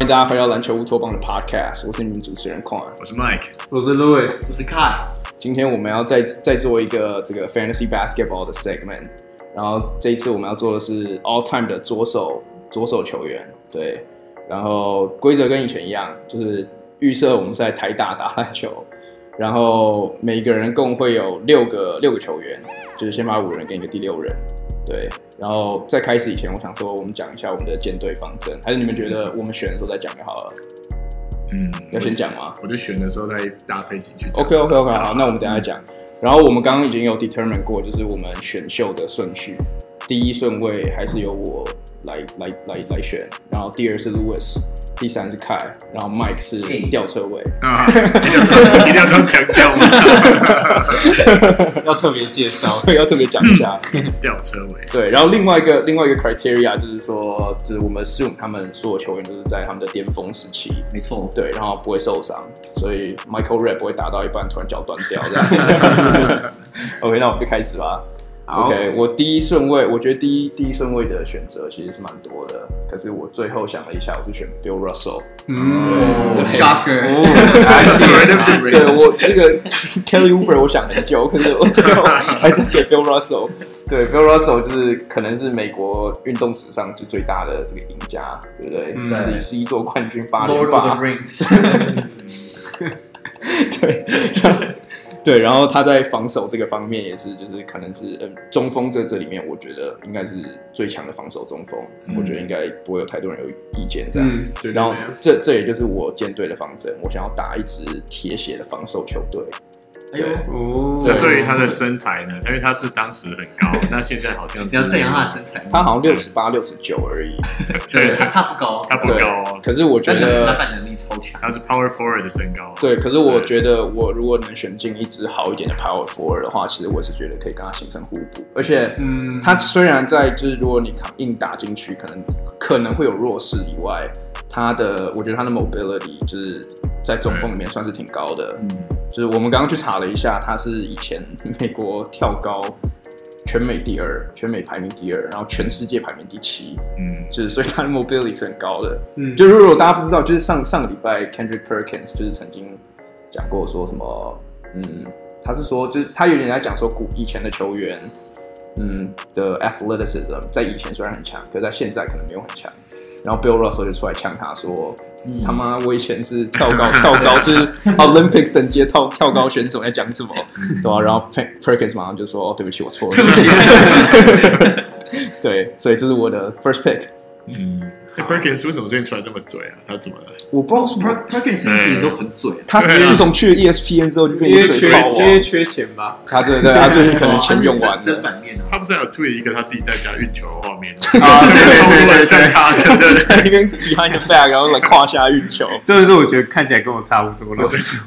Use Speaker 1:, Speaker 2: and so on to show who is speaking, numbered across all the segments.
Speaker 1: 迎大家回到篮球乌托邦的 Podcast，我是你们主持人 Quan，
Speaker 2: 我是 Mike，
Speaker 3: 我是 Louis，
Speaker 4: 我是 Kai。
Speaker 1: 今天我们要再再做一个这个 Fantasy Basketball 的 segment，然后这一次我们要做的是 All Time 的左手左手球员，对，然后规则跟以前一样，就是预设我们是在台大打篮球，然后每个人共会有六个六个球员，就是先把五人跟一个第六人，对，然后在开始以前，我想说我们讲一下我们的舰队方针，还是你们觉得我们选的时候再讲就好了？
Speaker 2: 嗯，
Speaker 1: 要先讲吗？
Speaker 2: 我就选的时候再搭配进去。
Speaker 1: OK 哦 OK OK，好，那我们等一下讲。然后我们刚刚已经有 determine 过，就是我们选秀的顺序，第一顺位还是由我来来来来选，然后第二是 Louis，第三是 Kai，然后 Mike 是吊车尾。
Speaker 2: 啊，一定要这样强调吗？
Speaker 3: 要特别介绍。
Speaker 1: 所以要特别讲一 下，
Speaker 2: 吊车尾，
Speaker 1: 对，然后另外一个另外一个 criteria 就是说，就是我们 assume 他们所有球员都是在他们的巅峰时期，
Speaker 4: 没错，
Speaker 1: 对，然后不会受伤，所以 Michael Red 不会打到一半突然脚断掉这 样。OK，那我们就开始吧。
Speaker 3: 好
Speaker 1: OK，我第一顺位，我觉得第一第一顺位的选择其实是蛮多的，可是我最后想了一下，我是选 Bill Russell。
Speaker 3: 嗯
Speaker 1: 对
Speaker 4: 哦，shocker，
Speaker 3: 哦，
Speaker 1: 对我这个 Kelly Uber 我想很久，可是我最后还是给 Bill Russell。对，Bill Russell 就是可能是美国运动史上就最大的这个赢家，对不对？
Speaker 3: 嗯
Speaker 1: 十十一座冠军，八
Speaker 4: l o r d
Speaker 1: 连
Speaker 4: of the
Speaker 1: 霸。
Speaker 4: Rings，
Speaker 1: 对，然后对，然后他在防守这个方面也是，就是可能是嗯中锋在这里面，我觉得应该是最强的防守中锋，我觉得应该不会有太多人有意见这样。
Speaker 3: 嗯
Speaker 2: 嗯对
Speaker 1: 然后
Speaker 2: 对对
Speaker 1: 这这也就是我舰队的方针，我想要打一支铁血的防守球队。
Speaker 4: 哎呦，你
Speaker 3: 哦，
Speaker 2: 那对于他的身材呢？因为他是当时很高，那现在好像是
Speaker 4: 要啊赞扬他的身材吗？
Speaker 1: 他好像六十八、六十九而已，
Speaker 2: 对
Speaker 4: 他
Speaker 2: 他
Speaker 4: 他不高，
Speaker 2: 他不
Speaker 1: 对
Speaker 2: 嗯高，哦
Speaker 1: 可是我觉
Speaker 4: 但篮篮
Speaker 1: 得。
Speaker 4: 板能力超强。
Speaker 2: 他是 power forward 的身高。哦
Speaker 1: 对，可是我
Speaker 2: 对
Speaker 1: 觉得我如果能选进一支好一点的 power forward 的话，其实我是觉得可以跟他形成互补，而且，
Speaker 3: 嗯，
Speaker 1: 他虽然在就是如果你扛硬打进去，可能可能会有弱势以外，他的我觉得他的 mobility 就是在中锋里面算是挺高的。
Speaker 2: 嗯，
Speaker 1: 就是我们刚刚去查了一下，他是以前美国跳高全美第二，全美排名第二，然后全世界排名第七，
Speaker 2: 嗯
Speaker 1: 就是所以他的 mobility 是很高的。
Speaker 3: 嗯
Speaker 1: 就如果大家不知道，就是上上个礼拜 Kendrick Perkins 就是曾经讲过说什么，嗯，他是说就是他有点在讲说古以前的球员，嗯的 athleticism 在以前虽然很强，可在现在可能没有很强。然后 Bill Russell 就出来呛他说：“他妈，我以前是跳高，跳高就是 Olympics 等级的跳跳高选手，你在讲什么？对吧、然后 Per- Perkins 马上就说：‘哦，对不起，我错了。’对，所以这是我的 first pick。
Speaker 2: 嗯。那 Perkins 为什么最近穿那么嘴啊？他怎么了？
Speaker 1: 我不知道什么
Speaker 4: Per-，Perkins 一直都很嘴，
Speaker 1: 他
Speaker 2: 对啊
Speaker 1: 自从去了 ESPN 之后就变
Speaker 3: 因为
Speaker 1: 成
Speaker 3: 缺
Speaker 1: 嘴炮
Speaker 3: 因为
Speaker 1: 王，
Speaker 3: 缺钱吧，
Speaker 1: 他对对，他最近可能
Speaker 4: 他
Speaker 1: 钱
Speaker 4: 是
Speaker 1: 用完
Speaker 4: 真
Speaker 1: 了。
Speaker 4: 版面啊，
Speaker 2: 他不是还有 tweet 一个他自己在家运球的画面吗？
Speaker 3: 啊
Speaker 2: 超
Speaker 3: 对对
Speaker 2: 多人像他 的，对对
Speaker 1: 他一边 behind the back，然后来胯下运球。
Speaker 3: 这个是我觉得看起来跟我差不多了。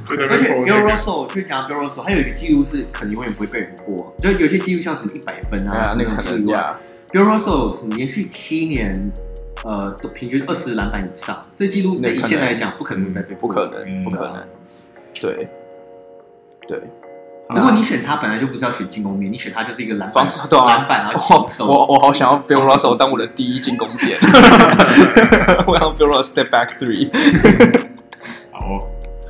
Speaker 2: 对，
Speaker 4: 而且 Bill
Speaker 2: 对
Speaker 4: Russell 就讲 Bill Russell，他有一个记录是可能永远不会被人破，就有些记录像是一百分
Speaker 1: 哎呀
Speaker 4: 啊，，
Speaker 1: 那个可能
Speaker 4: 对
Speaker 1: 呀，
Speaker 4: Bill Russell 连续七年，呃，都平均二十篮板以上，这记录对
Speaker 1: 那
Speaker 4: 以
Speaker 1: 可能
Speaker 4: 现在来讲不可能再被
Speaker 1: 不
Speaker 4: 破
Speaker 1: 可。能，
Speaker 2: 嗯
Speaker 1: 不可能。对，对，
Speaker 4: 如果你选他，本来就不是要选进攻面，你选他就是一个篮板
Speaker 1: 啊防守对啊
Speaker 4: 篮板然后
Speaker 1: 我
Speaker 4: 进
Speaker 1: 我
Speaker 4: 手。
Speaker 1: 我好想要 Bill Russell 当我的第一进攻点，我想要 Bill Russell step back three。
Speaker 2: 好哦，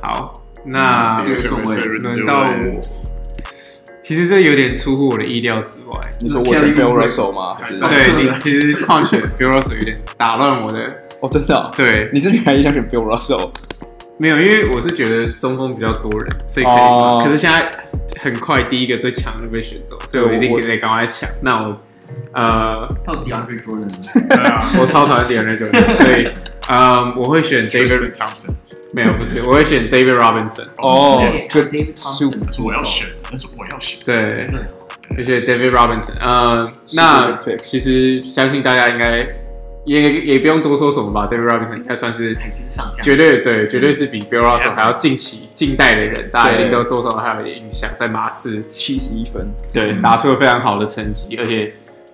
Speaker 3: 好，那
Speaker 1: 嗯
Speaker 2: 第二顺位是
Speaker 3: 轮到我，其实这有点出乎我的意料之外。
Speaker 1: 你说我选 Bill Russell 吗？还是
Speaker 3: 对你其实矿选 Bill Russell 有点打乱我的，
Speaker 1: 哦，真的哦，
Speaker 3: 对，
Speaker 1: 你是原来也想选 Bill Russell？
Speaker 3: 没有，因为我是觉得中锋比较多人，所以可以嘛。
Speaker 1: 哦
Speaker 3: 可是现在很快第一个最强就被选走，所以我一定
Speaker 1: 我
Speaker 3: 得赶快抢。那我 呃，
Speaker 4: 到底 Andre Jordan
Speaker 2: 对啊
Speaker 3: 我超讨厌 d e a 种，所以呃，我会选
Speaker 2: ，Tristan
Speaker 3: David，
Speaker 2: Thompson，
Speaker 3: 没有不是，我会选 David Robinson。
Speaker 1: 哦
Speaker 4: 这 David
Speaker 1: Super，
Speaker 4: Thompson
Speaker 2: 我要选，但是我要选，
Speaker 3: 对，
Speaker 4: 对
Speaker 3: 就是 David Robinson。呃，
Speaker 1: 嗯是
Speaker 3: 那
Speaker 1: good pick
Speaker 3: 其实相信大家应该也也不用多说什么吧，David Robinson 应该算是
Speaker 4: 海军上将，
Speaker 3: 绝对对，绝对是比 Bill Russell
Speaker 2: Yeah
Speaker 3: 还要近期近代的人，大家一定
Speaker 1: 对
Speaker 3: 都多少还有点印象，在马刺
Speaker 1: 七十一分，
Speaker 3: 对打出了非常好的成绩，而且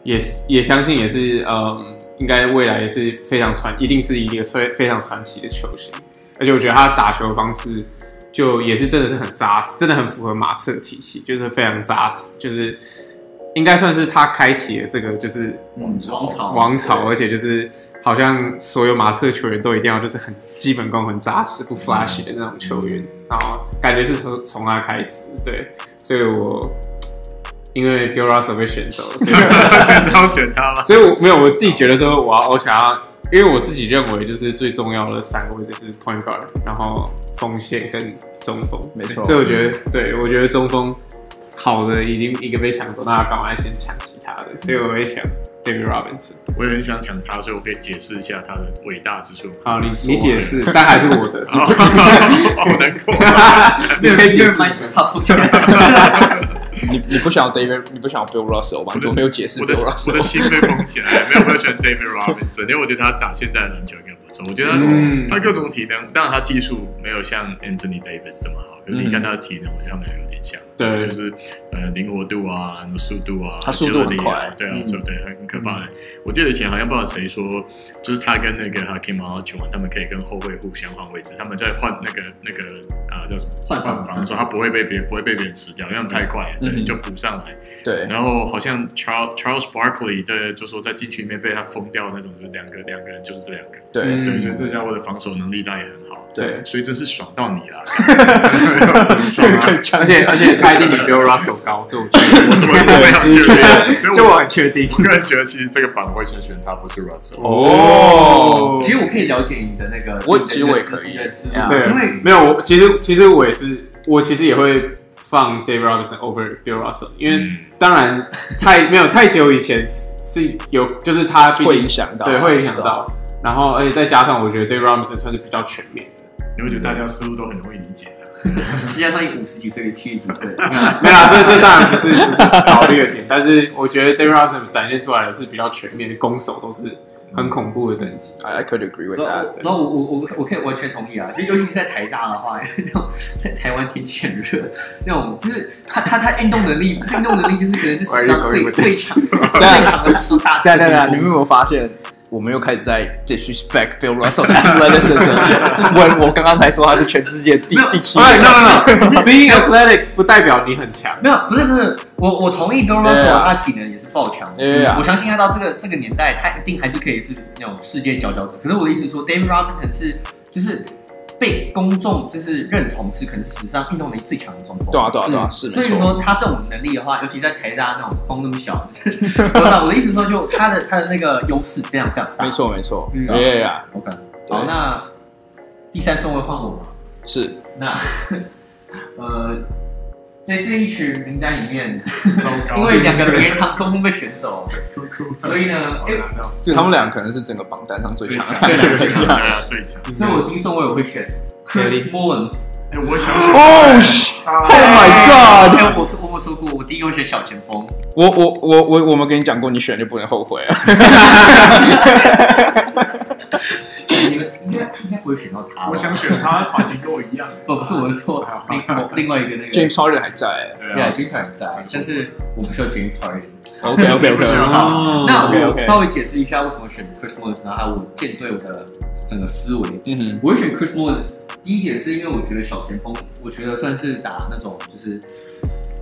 Speaker 3: 也是也相信也是嗯，应该未来也是非常传，一定是一个非非常传奇的球星，而且我觉得他打球方式。就也是真的是很扎实，真的很符合马刺的体系，就是非常扎实，就是应该算是他开启了这个就是
Speaker 1: 王
Speaker 4: 嗯王朝
Speaker 3: 王朝，而且就是好像所有马刺球员都一定要就是很基本功很扎实、不 flashy 的那种球
Speaker 1: 嗯
Speaker 3: 员，然后感觉是从从他开始，对，所以我因为 Bill Russell 被 选走了， 所以
Speaker 2: 现在要选他了。
Speaker 3: 所以我没有我自己觉得说我要我想要，因为我自己认为就是最重要的三个位置是 point guard，然后锋线跟中锋，
Speaker 1: 没错
Speaker 3: 所以我觉得，对我觉得中锋好的已经一个被抢走，那干嘛要先抢其他的？所以我会想 David Robinson。
Speaker 2: 我也很想抢他，所以我可以解释一下他的伟大之处。
Speaker 3: 好，啊你哦
Speaker 1: 你解 释，
Speaker 3: 但还是我的。
Speaker 2: 好 好难过。
Speaker 3: 你可以解释。
Speaker 4: 蛮他付钱。
Speaker 1: 你你不想要 David，你不想要 Bill Russell 吧？你怎么没有解释
Speaker 2: 我的
Speaker 1: Bill
Speaker 2: 我的
Speaker 1: Russell？
Speaker 2: 心被封起来，没有，我很喜欢 David Robinson，因为我觉得他打现在的篮球应该不错。我觉得他、
Speaker 3: 嗯
Speaker 2: 他各种体能，当然他技术没有像 Anthony Davis 这么好，可是你看他的体能，我觉得他们俩有点像，
Speaker 3: 对
Speaker 2: 就是呃灵活度啊，然后速度啊，
Speaker 1: 他速度很
Speaker 2: 肌肉力啊
Speaker 1: 快
Speaker 2: 对啊，
Speaker 1: 嗯
Speaker 2: 对对，很可怕的。我记得以前好像不知道谁说，就是他跟那个 Hakim a l j o n 他们可以跟后卫互相换位置，他们在换那个那个啊叫什么
Speaker 4: 换防
Speaker 2: 防的时候，他不会被别人不会被别人吃掉，因为他们太快了，对，
Speaker 1: 嗯
Speaker 2: 就补上来。
Speaker 1: 对，
Speaker 2: 然后好像 Charles Charles Barkley 的就说在禁区里面被他封掉那种，就是两个两个人就是这两个，
Speaker 1: 对，
Speaker 3: 嗯
Speaker 2: 对，所以这家伙的防守能力他也很好，
Speaker 1: 对
Speaker 2: 所以真是爽到你 了，很爽啊！
Speaker 1: 抢
Speaker 3: 而且而且他一定比 Bill Russell 高，这我确定。
Speaker 2: 我 是我非常确 定，所以
Speaker 3: 这
Speaker 2: 我
Speaker 3: 我很确定。
Speaker 2: 我个人觉得其实这个版我会先选他，不是
Speaker 3: 哦
Speaker 2: Russell。
Speaker 1: 哦
Speaker 4: 其实我可以了解你的那个，
Speaker 1: 我
Speaker 4: 你的
Speaker 1: 其实我也可以
Speaker 4: 你的思路
Speaker 1: 啊
Speaker 3: 对，
Speaker 4: 因为
Speaker 3: 没有我，其实其实我也是，我其实也会放 Dave Robinson over Bill Russell，因为
Speaker 2: 嗯
Speaker 3: 当然太没有太久以前是是有，就是他毕竟
Speaker 1: 会影响到，
Speaker 3: 对会影响到，然后而且再加上我觉得 Dave Robinson 算是比较全面的，
Speaker 2: 你会觉得大家思路都很容易理解的，
Speaker 4: 加上你五十几岁、七十几岁，
Speaker 1: 嗯
Speaker 3: 没有啊，这这当然不是不是考虑的点，但是我觉得 Dave Robinson 展现出来的是比较全面的，攻守都是很恐怖的等级，
Speaker 1: I I could agree with
Speaker 4: 然后
Speaker 1: that。
Speaker 4: 然后我我我我可以完全同意啊，就尤其是在台大的话， 那种在台湾天气很热，那种就是他他他运动能力，运动能力就是可能是史
Speaker 3: Why
Speaker 4: 上
Speaker 3: are you
Speaker 4: 最
Speaker 3: going with
Speaker 4: 最
Speaker 3: this？
Speaker 4: 强最强的史 上大
Speaker 1: 对对对，你们有没有发现，我们又开始在 disrespect Bill Russell 的 athleticism？问 我刚刚才说他是全世界第
Speaker 4: 没有
Speaker 1: 第七
Speaker 3: 哎
Speaker 1: 名，
Speaker 3: ，no no
Speaker 4: 不是
Speaker 3: no，being athletic 不代表你很强，
Speaker 4: 没有，不是不是，我我同意 Bill
Speaker 1: 对
Speaker 4: Russell，
Speaker 1: 啊
Speaker 4: 他体能也是爆强的。嗯
Speaker 1: 对啊
Speaker 4: 我相信他到这个这个年代，他一定还是可以是那种世界佼佼者。可是我的意思是说，David Robinson 是就是被公众就是认同是可能史上运动能力最强的中锋。
Speaker 1: 对啊对啊对啊，
Speaker 3: 嗯
Speaker 1: 是
Speaker 4: 所
Speaker 1: 没
Speaker 4: 以
Speaker 1: 错。
Speaker 4: 说他这种能力的话，尤其在台大那种风那么小，我的 我的意思是说，就他的他的那个优势非常非常大。
Speaker 1: 没。错没错，
Speaker 4: 嗯
Speaker 1: 哎呀，
Speaker 4: OK，
Speaker 1: 对
Speaker 4: 好，那第三顺位换我吗？
Speaker 1: 是
Speaker 4: 那 呃，在这一群名单里面，
Speaker 2: 糟糕
Speaker 4: 因为两个人他中锋被选走，所以 呢，
Speaker 2: 好
Speaker 4: 因为
Speaker 2: 难哦
Speaker 1: 就他们俩可能是整个榜单上最
Speaker 2: 最
Speaker 1: 强
Speaker 2: 强，
Speaker 1: 的
Speaker 2: 最
Speaker 4: 对最
Speaker 1: 人。
Speaker 2: 强，啊对啊最强。
Speaker 1: 嗯
Speaker 4: 所以我第一顺位我会选 Chris Mullin。
Speaker 2: 哎，我想
Speaker 1: 哦，Oh my god！
Speaker 4: 还哎有我说我有说过，我第一个会选小前锋，
Speaker 1: 我我我我我们跟你讲过，你选就不能后悔啊。
Speaker 4: 你们应该应该不会选到他吧。
Speaker 2: 我想选他，发型跟我一样。
Speaker 4: 不不是我是说另我另外一个那个
Speaker 1: James Harden 还在
Speaker 2: 对
Speaker 4: 对啊
Speaker 2: 啊，
Speaker 4: ，James Harden 在，但是我不需要 James Harden。
Speaker 1: ，OK OK
Speaker 2: 不
Speaker 1: OK，
Speaker 2: 是
Speaker 1: 好，
Speaker 3: 哦
Speaker 4: 那
Speaker 1: OK，OK
Speaker 4: 我稍微解释一下为什么选 Chris Mullin，然后还有我舰队我的整个思维。
Speaker 1: 嗯哼，
Speaker 4: 我会选 Chris Mullin，第一点是因为我觉得小前锋，我觉得算是打那种就是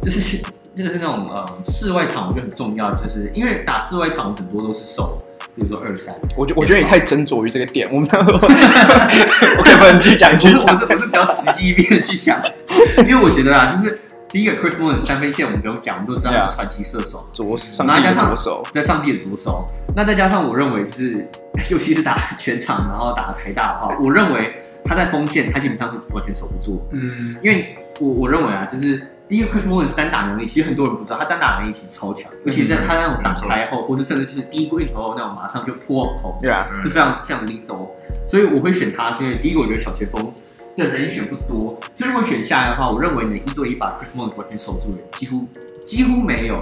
Speaker 4: 就是就是那种呃室外场，我觉得很重要，就是因为打室外场很多都是守，比如说二 三。
Speaker 1: 我觉我觉得你太斟酌于这个点，我们 OK，不能继续讲，
Speaker 4: 我
Speaker 1: 继
Speaker 4: 是
Speaker 1: 续
Speaker 4: 我
Speaker 1: 讲。
Speaker 4: 是我是比较实际一面的 去想，因为我觉得啊，就是第一个 Chris Mullin 三分线我们不用讲，我们都知道他
Speaker 1: Yeah
Speaker 4: 是传奇射手。
Speaker 1: 左上帝的左手，
Speaker 4: 在上帝的左手。那再加上我认为就是， 尤其是打全场，然后打台大的话，我认为他在锋线他基本上是完全守不住，
Speaker 3: 嗯，
Speaker 4: 因为我我认为啊，就是第一个 Chris Mullin 单打能力，其实很多人不知道，他单打能力其实超强，尤其是在他那种挡拆后，或是甚至就是第一个运球后那种马上就扑网头，
Speaker 1: 对啊，
Speaker 4: 是非常非常灵动。所以我会选他，是因为第一个我觉得小前锋。的人选不多，所以如果选下来的话，我认为能一对一把 Chris Mullin 完全守住的人几乎几乎没有，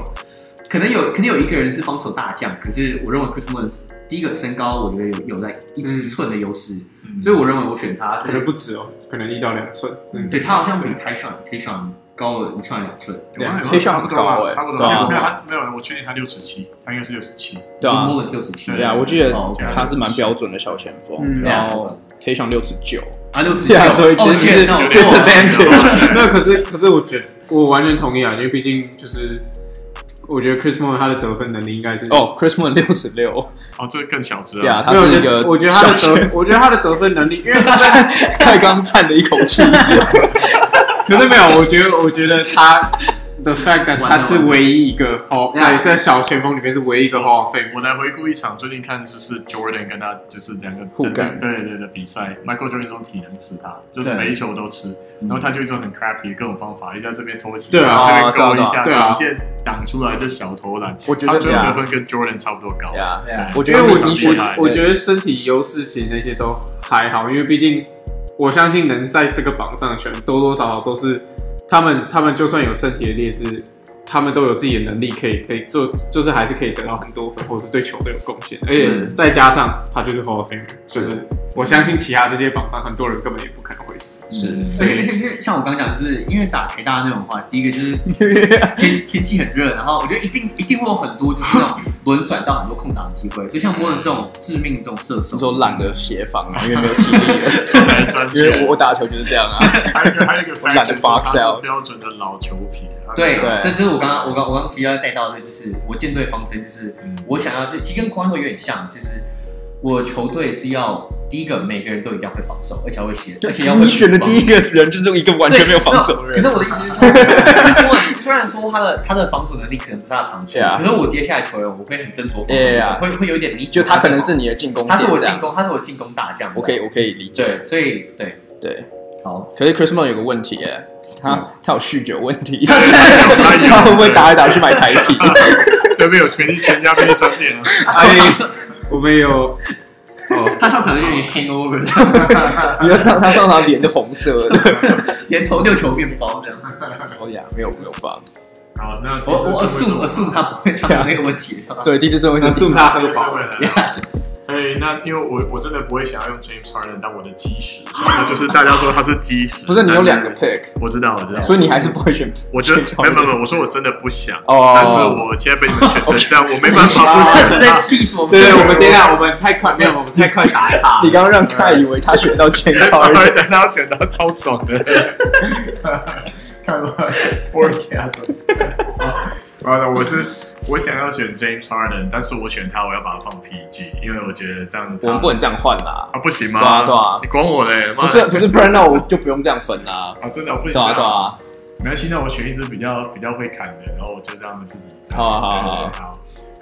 Speaker 4: 可能有，可能有一个人是防守大将，可是我认为 Chris Mullin 是第一个身高，我觉得有有在一
Speaker 3: 嗯
Speaker 4: 一寸的优势，
Speaker 2: 嗯
Speaker 4: 所以我认为我选他
Speaker 3: 可
Speaker 4: 是
Speaker 3: 能不止哦，可能一到两寸，嗯，
Speaker 4: 对他好像比 Tyson Tyson 高了一寸两寸。
Speaker 1: 对
Speaker 2: 我也
Speaker 1: 切向
Speaker 2: 啊差不多吧
Speaker 1: 很高欸
Speaker 2: 差不多。
Speaker 1: 对
Speaker 4: 哎
Speaker 1: 啊
Speaker 2: 没有他没有，我确定他六十七，他应该是六十七。
Speaker 1: 对啊，
Speaker 4: 摸了六十七。
Speaker 1: 对啊，我记得
Speaker 4: 哦，OK
Speaker 1: 他是蛮哦标准的小前锋，
Speaker 3: 嗯
Speaker 1: 然后推上六十九，
Speaker 4: 啊六十哦
Speaker 1: 对啊所以其实是
Speaker 4: 那我
Speaker 1: 这是
Speaker 4: 错了
Speaker 1: disadvantage
Speaker 3: 没有，可是可是我觉得我完全同意啊，因为毕竟就是我觉得 Chris Mon 他的得分能力应该是
Speaker 1: 哦，Chris Mon 六十六，
Speaker 2: 哦，这个更小只
Speaker 1: 对啊，
Speaker 2: 啊，
Speaker 1: 他
Speaker 3: 没有，我
Speaker 1: 是一
Speaker 3: 觉
Speaker 1: 个
Speaker 3: 得我觉得他的
Speaker 1: 小
Speaker 3: 得
Speaker 1: 前，
Speaker 3: 我觉得他的得分能力，因为他在，
Speaker 1: 快刚叹了一口 气，
Speaker 3: 可是没有，我觉得我觉得他的 fact that
Speaker 4: 完了
Speaker 3: 他是唯一一个 hall
Speaker 4: 完了
Speaker 3: 在这小前锋里面是唯一一个 hall of fame，
Speaker 2: 我来回顾一场最近看，就是 Jordan 跟他就是两个
Speaker 1: 互干
Speaker 2: 对对的比赛，Michael Jordan 这种体能吃他，就是
Speaker 4: 对
Speaker 2: 每一球都吃，
Speaker 4: 嗯
Speaker 2: 然后他就一种很 crafty 的各种方法，一直在这边偷袭，
Speaker 3: 对啊
Speaker 2: 这边勾一下，
Speaker 3: 对啊对啊
Speaker 2: 底线挡出来就小投篮，
Speaker 1: 我觉
Speaker 2: 他
Speaker 1: 得
Speaker 2: 最
Speaker 1: 对
Speaker 2: 后得
Speaker 1: 啊，
Speaker 2: 分跟 Jordan 差不多高
Speaker 1: 对，啊，
Speaker 4: 对啊
Speaker 1: 我觉
Speaker 3: 因为
Speaker 1: 得
Speaker 3: 我
Speaker 1: 非常
Speaker 2: 非常
Speaker 3: 的
Speaker 1: 厉
Speaker 3: 确
Speaker 2: 厉害
Speaker 1: 害，
Speaker 3: 我觉得身体优势其实那些都还好，因为毕竟我相信能在这个榜上的球员多多少少都是他们，他们就算有身体的劣势，他们都有自己的能力可以可以做，就是还是可以得到很多分，或者是对球队有贡献，而且
Speaker 4: 是
Speaker 3: 再加上他就是 Hall of Famer，就是我相信其他这些榜上很多人根本也不可能会死。
Speaker 1: 是
Speaker 4: 而且而且就是像我刚讲，就是因为打台大那种话，第一 个就是天天气很热，然后我觉得一定一定会有很多就是那种轮转到很多空档的机会，所以像波恩这种致命这种射手，
Speaker 1: 说懒得协防啊，因为没有体力 了，
Speaker 2: 专来专
Speaker 1: 因
Speaker 2: 去。
Speaker 1: 为我我打球就是这样啊，
Speaker 2: 还有一个还有一个
Speaker 1: 我懒得
Speaker 2: fact 就是
Speaker 1: box
Speaker 2: 他
Speaker 1: out
Speaker 2: 是标准的老球皮，他
Speaker 4: 对，
Speaker 1: 对
Speaker 4: 这这是我刚刚我刚我刚其实要带到的，就是我舰队方针，就是我想要就其实跟光头有点像，就是我球队是要第一个每个人都一定要会防守，而且还会协，而且要会
Speaker 1: 你选的
Speaker 4: 主防
Speaker 1: 第一个人就是一个完全没有防守的
Speaker 4: 对可
Speaker 1: 人，
Speaker 4: 是我的意思是说，就是我虽然说他 的他的防守能力可能不是他的长处
Speaker 1: Yeah
Speaker 4: 可是我接下来球员我会很斟酌防守
Speaker 1: Yeah
Speaker 4: 会会有一点迷，
Speaker 1: 就他可能是你的进攻
Speaker 4: 他
Speaker 1: 点
Speaker 4: 是我
Speaker 1: 这
Speaker 4: 进
Speaker 1: 样，
Speaker 4: 攻，他是我进攻大将。
Speaker 1: 我可以我可以理解，
Speaker 4: 对，所以对，
Speaker 1: 对，
Speaker 4: 好，
Speaker 1: 可是 Chris Mon 有个问题耶，他他有酗酒问 题，
Speaker 2: 他 有
Speaker 1: 他会不会打来打去买台体？
Speaker 2: 对面有全力全家便利商店啊，
Speaker 3: 哎，我们有哦，
Speaker 4: 他上场就有点 hangover，
Speaker 1: 你要上他上场脸是红色 的，
Speaker 4: 连头六球面包这样。
Speaker 1: 哦呀，没有没有放，
Speaker 2: 好，那第
Speaker 4: 我我
Speaker 2: 四顺
Speaker 4: assume
Speaker 2: 位是我
Speaker 4: assume 他不会上那个问题，是吧？
Speaker 1: 啊对，第四顺位
Speaker 3: 那
Speaker 1: 是
Speaker 3: 送他喝饱。
Speaker 2: 哎，那因为我我真的不会想要用 James Harden 当我的基石， 那就是大家说他是基 石，
Speaker 1: 不是你有两个
Speaker 2: 但是
Speaker 1: pick，
Speaker 2: 我知道我知道，
Speaker 1: 所以你还是不会选
Speaker 2: 我觉得
Speaker 1: James
Speaker 2: 没
Speaker 1: Harden
Speaker 2: 有没有没有，我说我真的不想，
Speaker 1: 哦
Speaker 2: 但是我现在被你们 选成这样，我没办法
Speaker 1: 啊
Speaker 2: 不
Speaker 4: 他
Speaker 2: 想
Speaker 4: 只在替什么？
Speaker 3: 对对，我们等一下，我们太快没有，我们太快打 岔了
Speaker 1: 你。刚刚让他
Speaker 2: 嗯
Speaker 1: 以为他选到 James Harden，
Speaker 2: Harden 他选到超爽的， 看了 forecast。好的，我是我想要选 James Harden，但是我选他，我要把他放 PG，因为我觉得这样他
Speaker 1: 我们不能这样换啦，
Speaker 2: 啊，不行吗？
Speaker 1: 对啊对啊
Speaker 2: 你管我嘞？
Speaker 1: 不
Speaker 2: 妈的
Speaker 1: 是不是，不然那我就不用这样分啦，
Speaker 2: 啊，真的我不行。
Speaker 1: 对啊对啊，
Speaker 2: 没关系，那我选一支比较比较会砍的，然后我就让他们自己打。
Speaker 1: 好啊好啊
Speaker 2: 对
Speaker 1: 好啊
Speaker 2: 对好。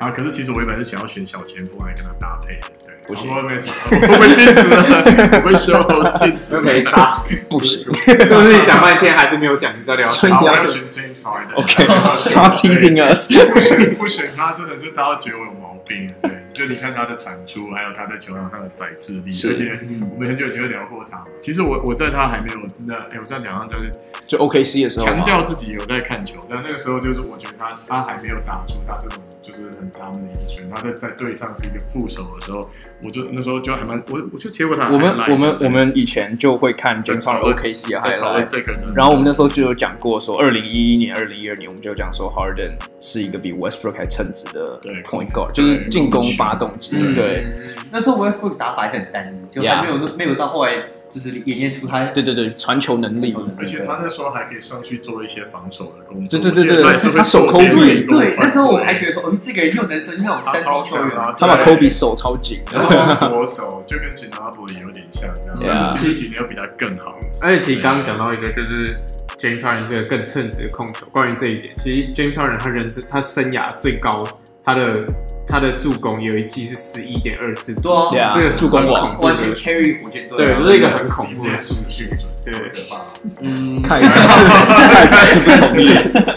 Speaker 2: 啊，可是其实我原本是想要选小前锋来跟他搭配的，对，
Speaker 1: 不行
Speaker 2: 我没有，我们禁止了， 我们 show 禁止了，
Speaker 3: 没差，
Speaker 1: 不行。
Speaker 3: 就是你讲半天还是没有讲你在聊
Speaker 1: 所以
Speaker 2: 好，
Speaker 1: 你
Speaker 2: 我
Speaker 1: 要
Speaker 2: 要
Speaker 1: 选
Speaker 2: 选 James Harden。
Speaker 1: OK，stop teasing us。
Speaker 2: 不选不选他，真的就大家觉得我有毛病。对，就你看他的产出，还有他在球场上的载智力，
Speaker 1: 是嗯
Speaker 2: 而且我们很久以前就聊过他。其实我我在他还没有那，哎、我这样讲好像就是
Speaker 1: 就 OKC 的时候嘛
Speaker 2: 强调自己有在看球，但那个时候就是我觉得他他还没有打出他这种就是很大的一拳，他在在队上是一个副手的时候，我就那时候就还蛮我我就贴过他的
Speaker 1: 我们
Speaker 2: highlight，
Speaker 1: 我们
Speaker 2: 对
Speaker 1: 我们以前就会看
Speaker 2: 在
Speaker 1: James
Speaker 2: 讨
Speaker 1: Harden
Speaker 2: 论
Speaker 1: OKC 的
Speaker 2: 在讨论
Speaker 1: 啊 highlight，
Speaker 2: 这个人，
Speaker 1: 然后我们那时候就有讲过说，二零一一年、二零一二年，我们就有讲说 Harden 是一个比 Westbrook 还称职的
Speaker 2: 对
Speaker 1: point guard，就是进攻发动机
Speaker 4: 嗯，
Speaker 1: 对。
Speaker 4: 那时候 Westbrook 打法还是很单一，就还
Speaker 1: Yeah
Speaker 4: 没有没有到后来就是演练出他
Speaker 1: 对对对，传球能力，
Speaker 2: 而且他那时候还可以上去做一些防守的工作，
Speaker 1: 对对对对
Speaker 2: 我记得他也是会
Speaker 1: 他手抠
Speaker 2: 做边
Speaker 1: 对
Speaker 2: 进攻
Speaker 4: 对，那时候我们还
Speaker 2: 反
Speaker 4: 觉得说，哦，这个人又能射，就像我们
Speaker 2: 他
Speaker 4: 三 D
Speaker 2: 超
Speaker 4: 球
Speaker 2: 强
Speaker 4: 员
Speaker 2: 啊，
Speaker 1: 他把
Speaker 2: 对嗯
Speaker 1: Kobe 手超紧的，
Speaker 2: 然后左手就跟秦阿伯有点像，这样，
Speaker 1: Yeah
Speaker 2: 但是其实体能要比他更好。
Speaker 3: 而且其实刚刚讲到一个，就是 James Harden 是个更称职的控球。关于这一点，其实 James Harden 他人生他生涯最高，他的他的助攻有一季是十一点二次
Speaker 4: 对啊
Speaker 3: 助，这个
Speaker 1: 助攻
Speaker 3: 很
Speaker 1: 王
Speaker 3: 恐怖
Speaker 4: 完
Speaker 3: 的
Speaker 4: 全 carry 火箭队。啊
Speaker 3: 对这是一个很恐怖的
Speaker 2: 数据，
Speaker 3: 对
Speaker 2: 很可怕，
Speaker 4: 嗯，
Speaker 1: 看一看是看一看是不同意。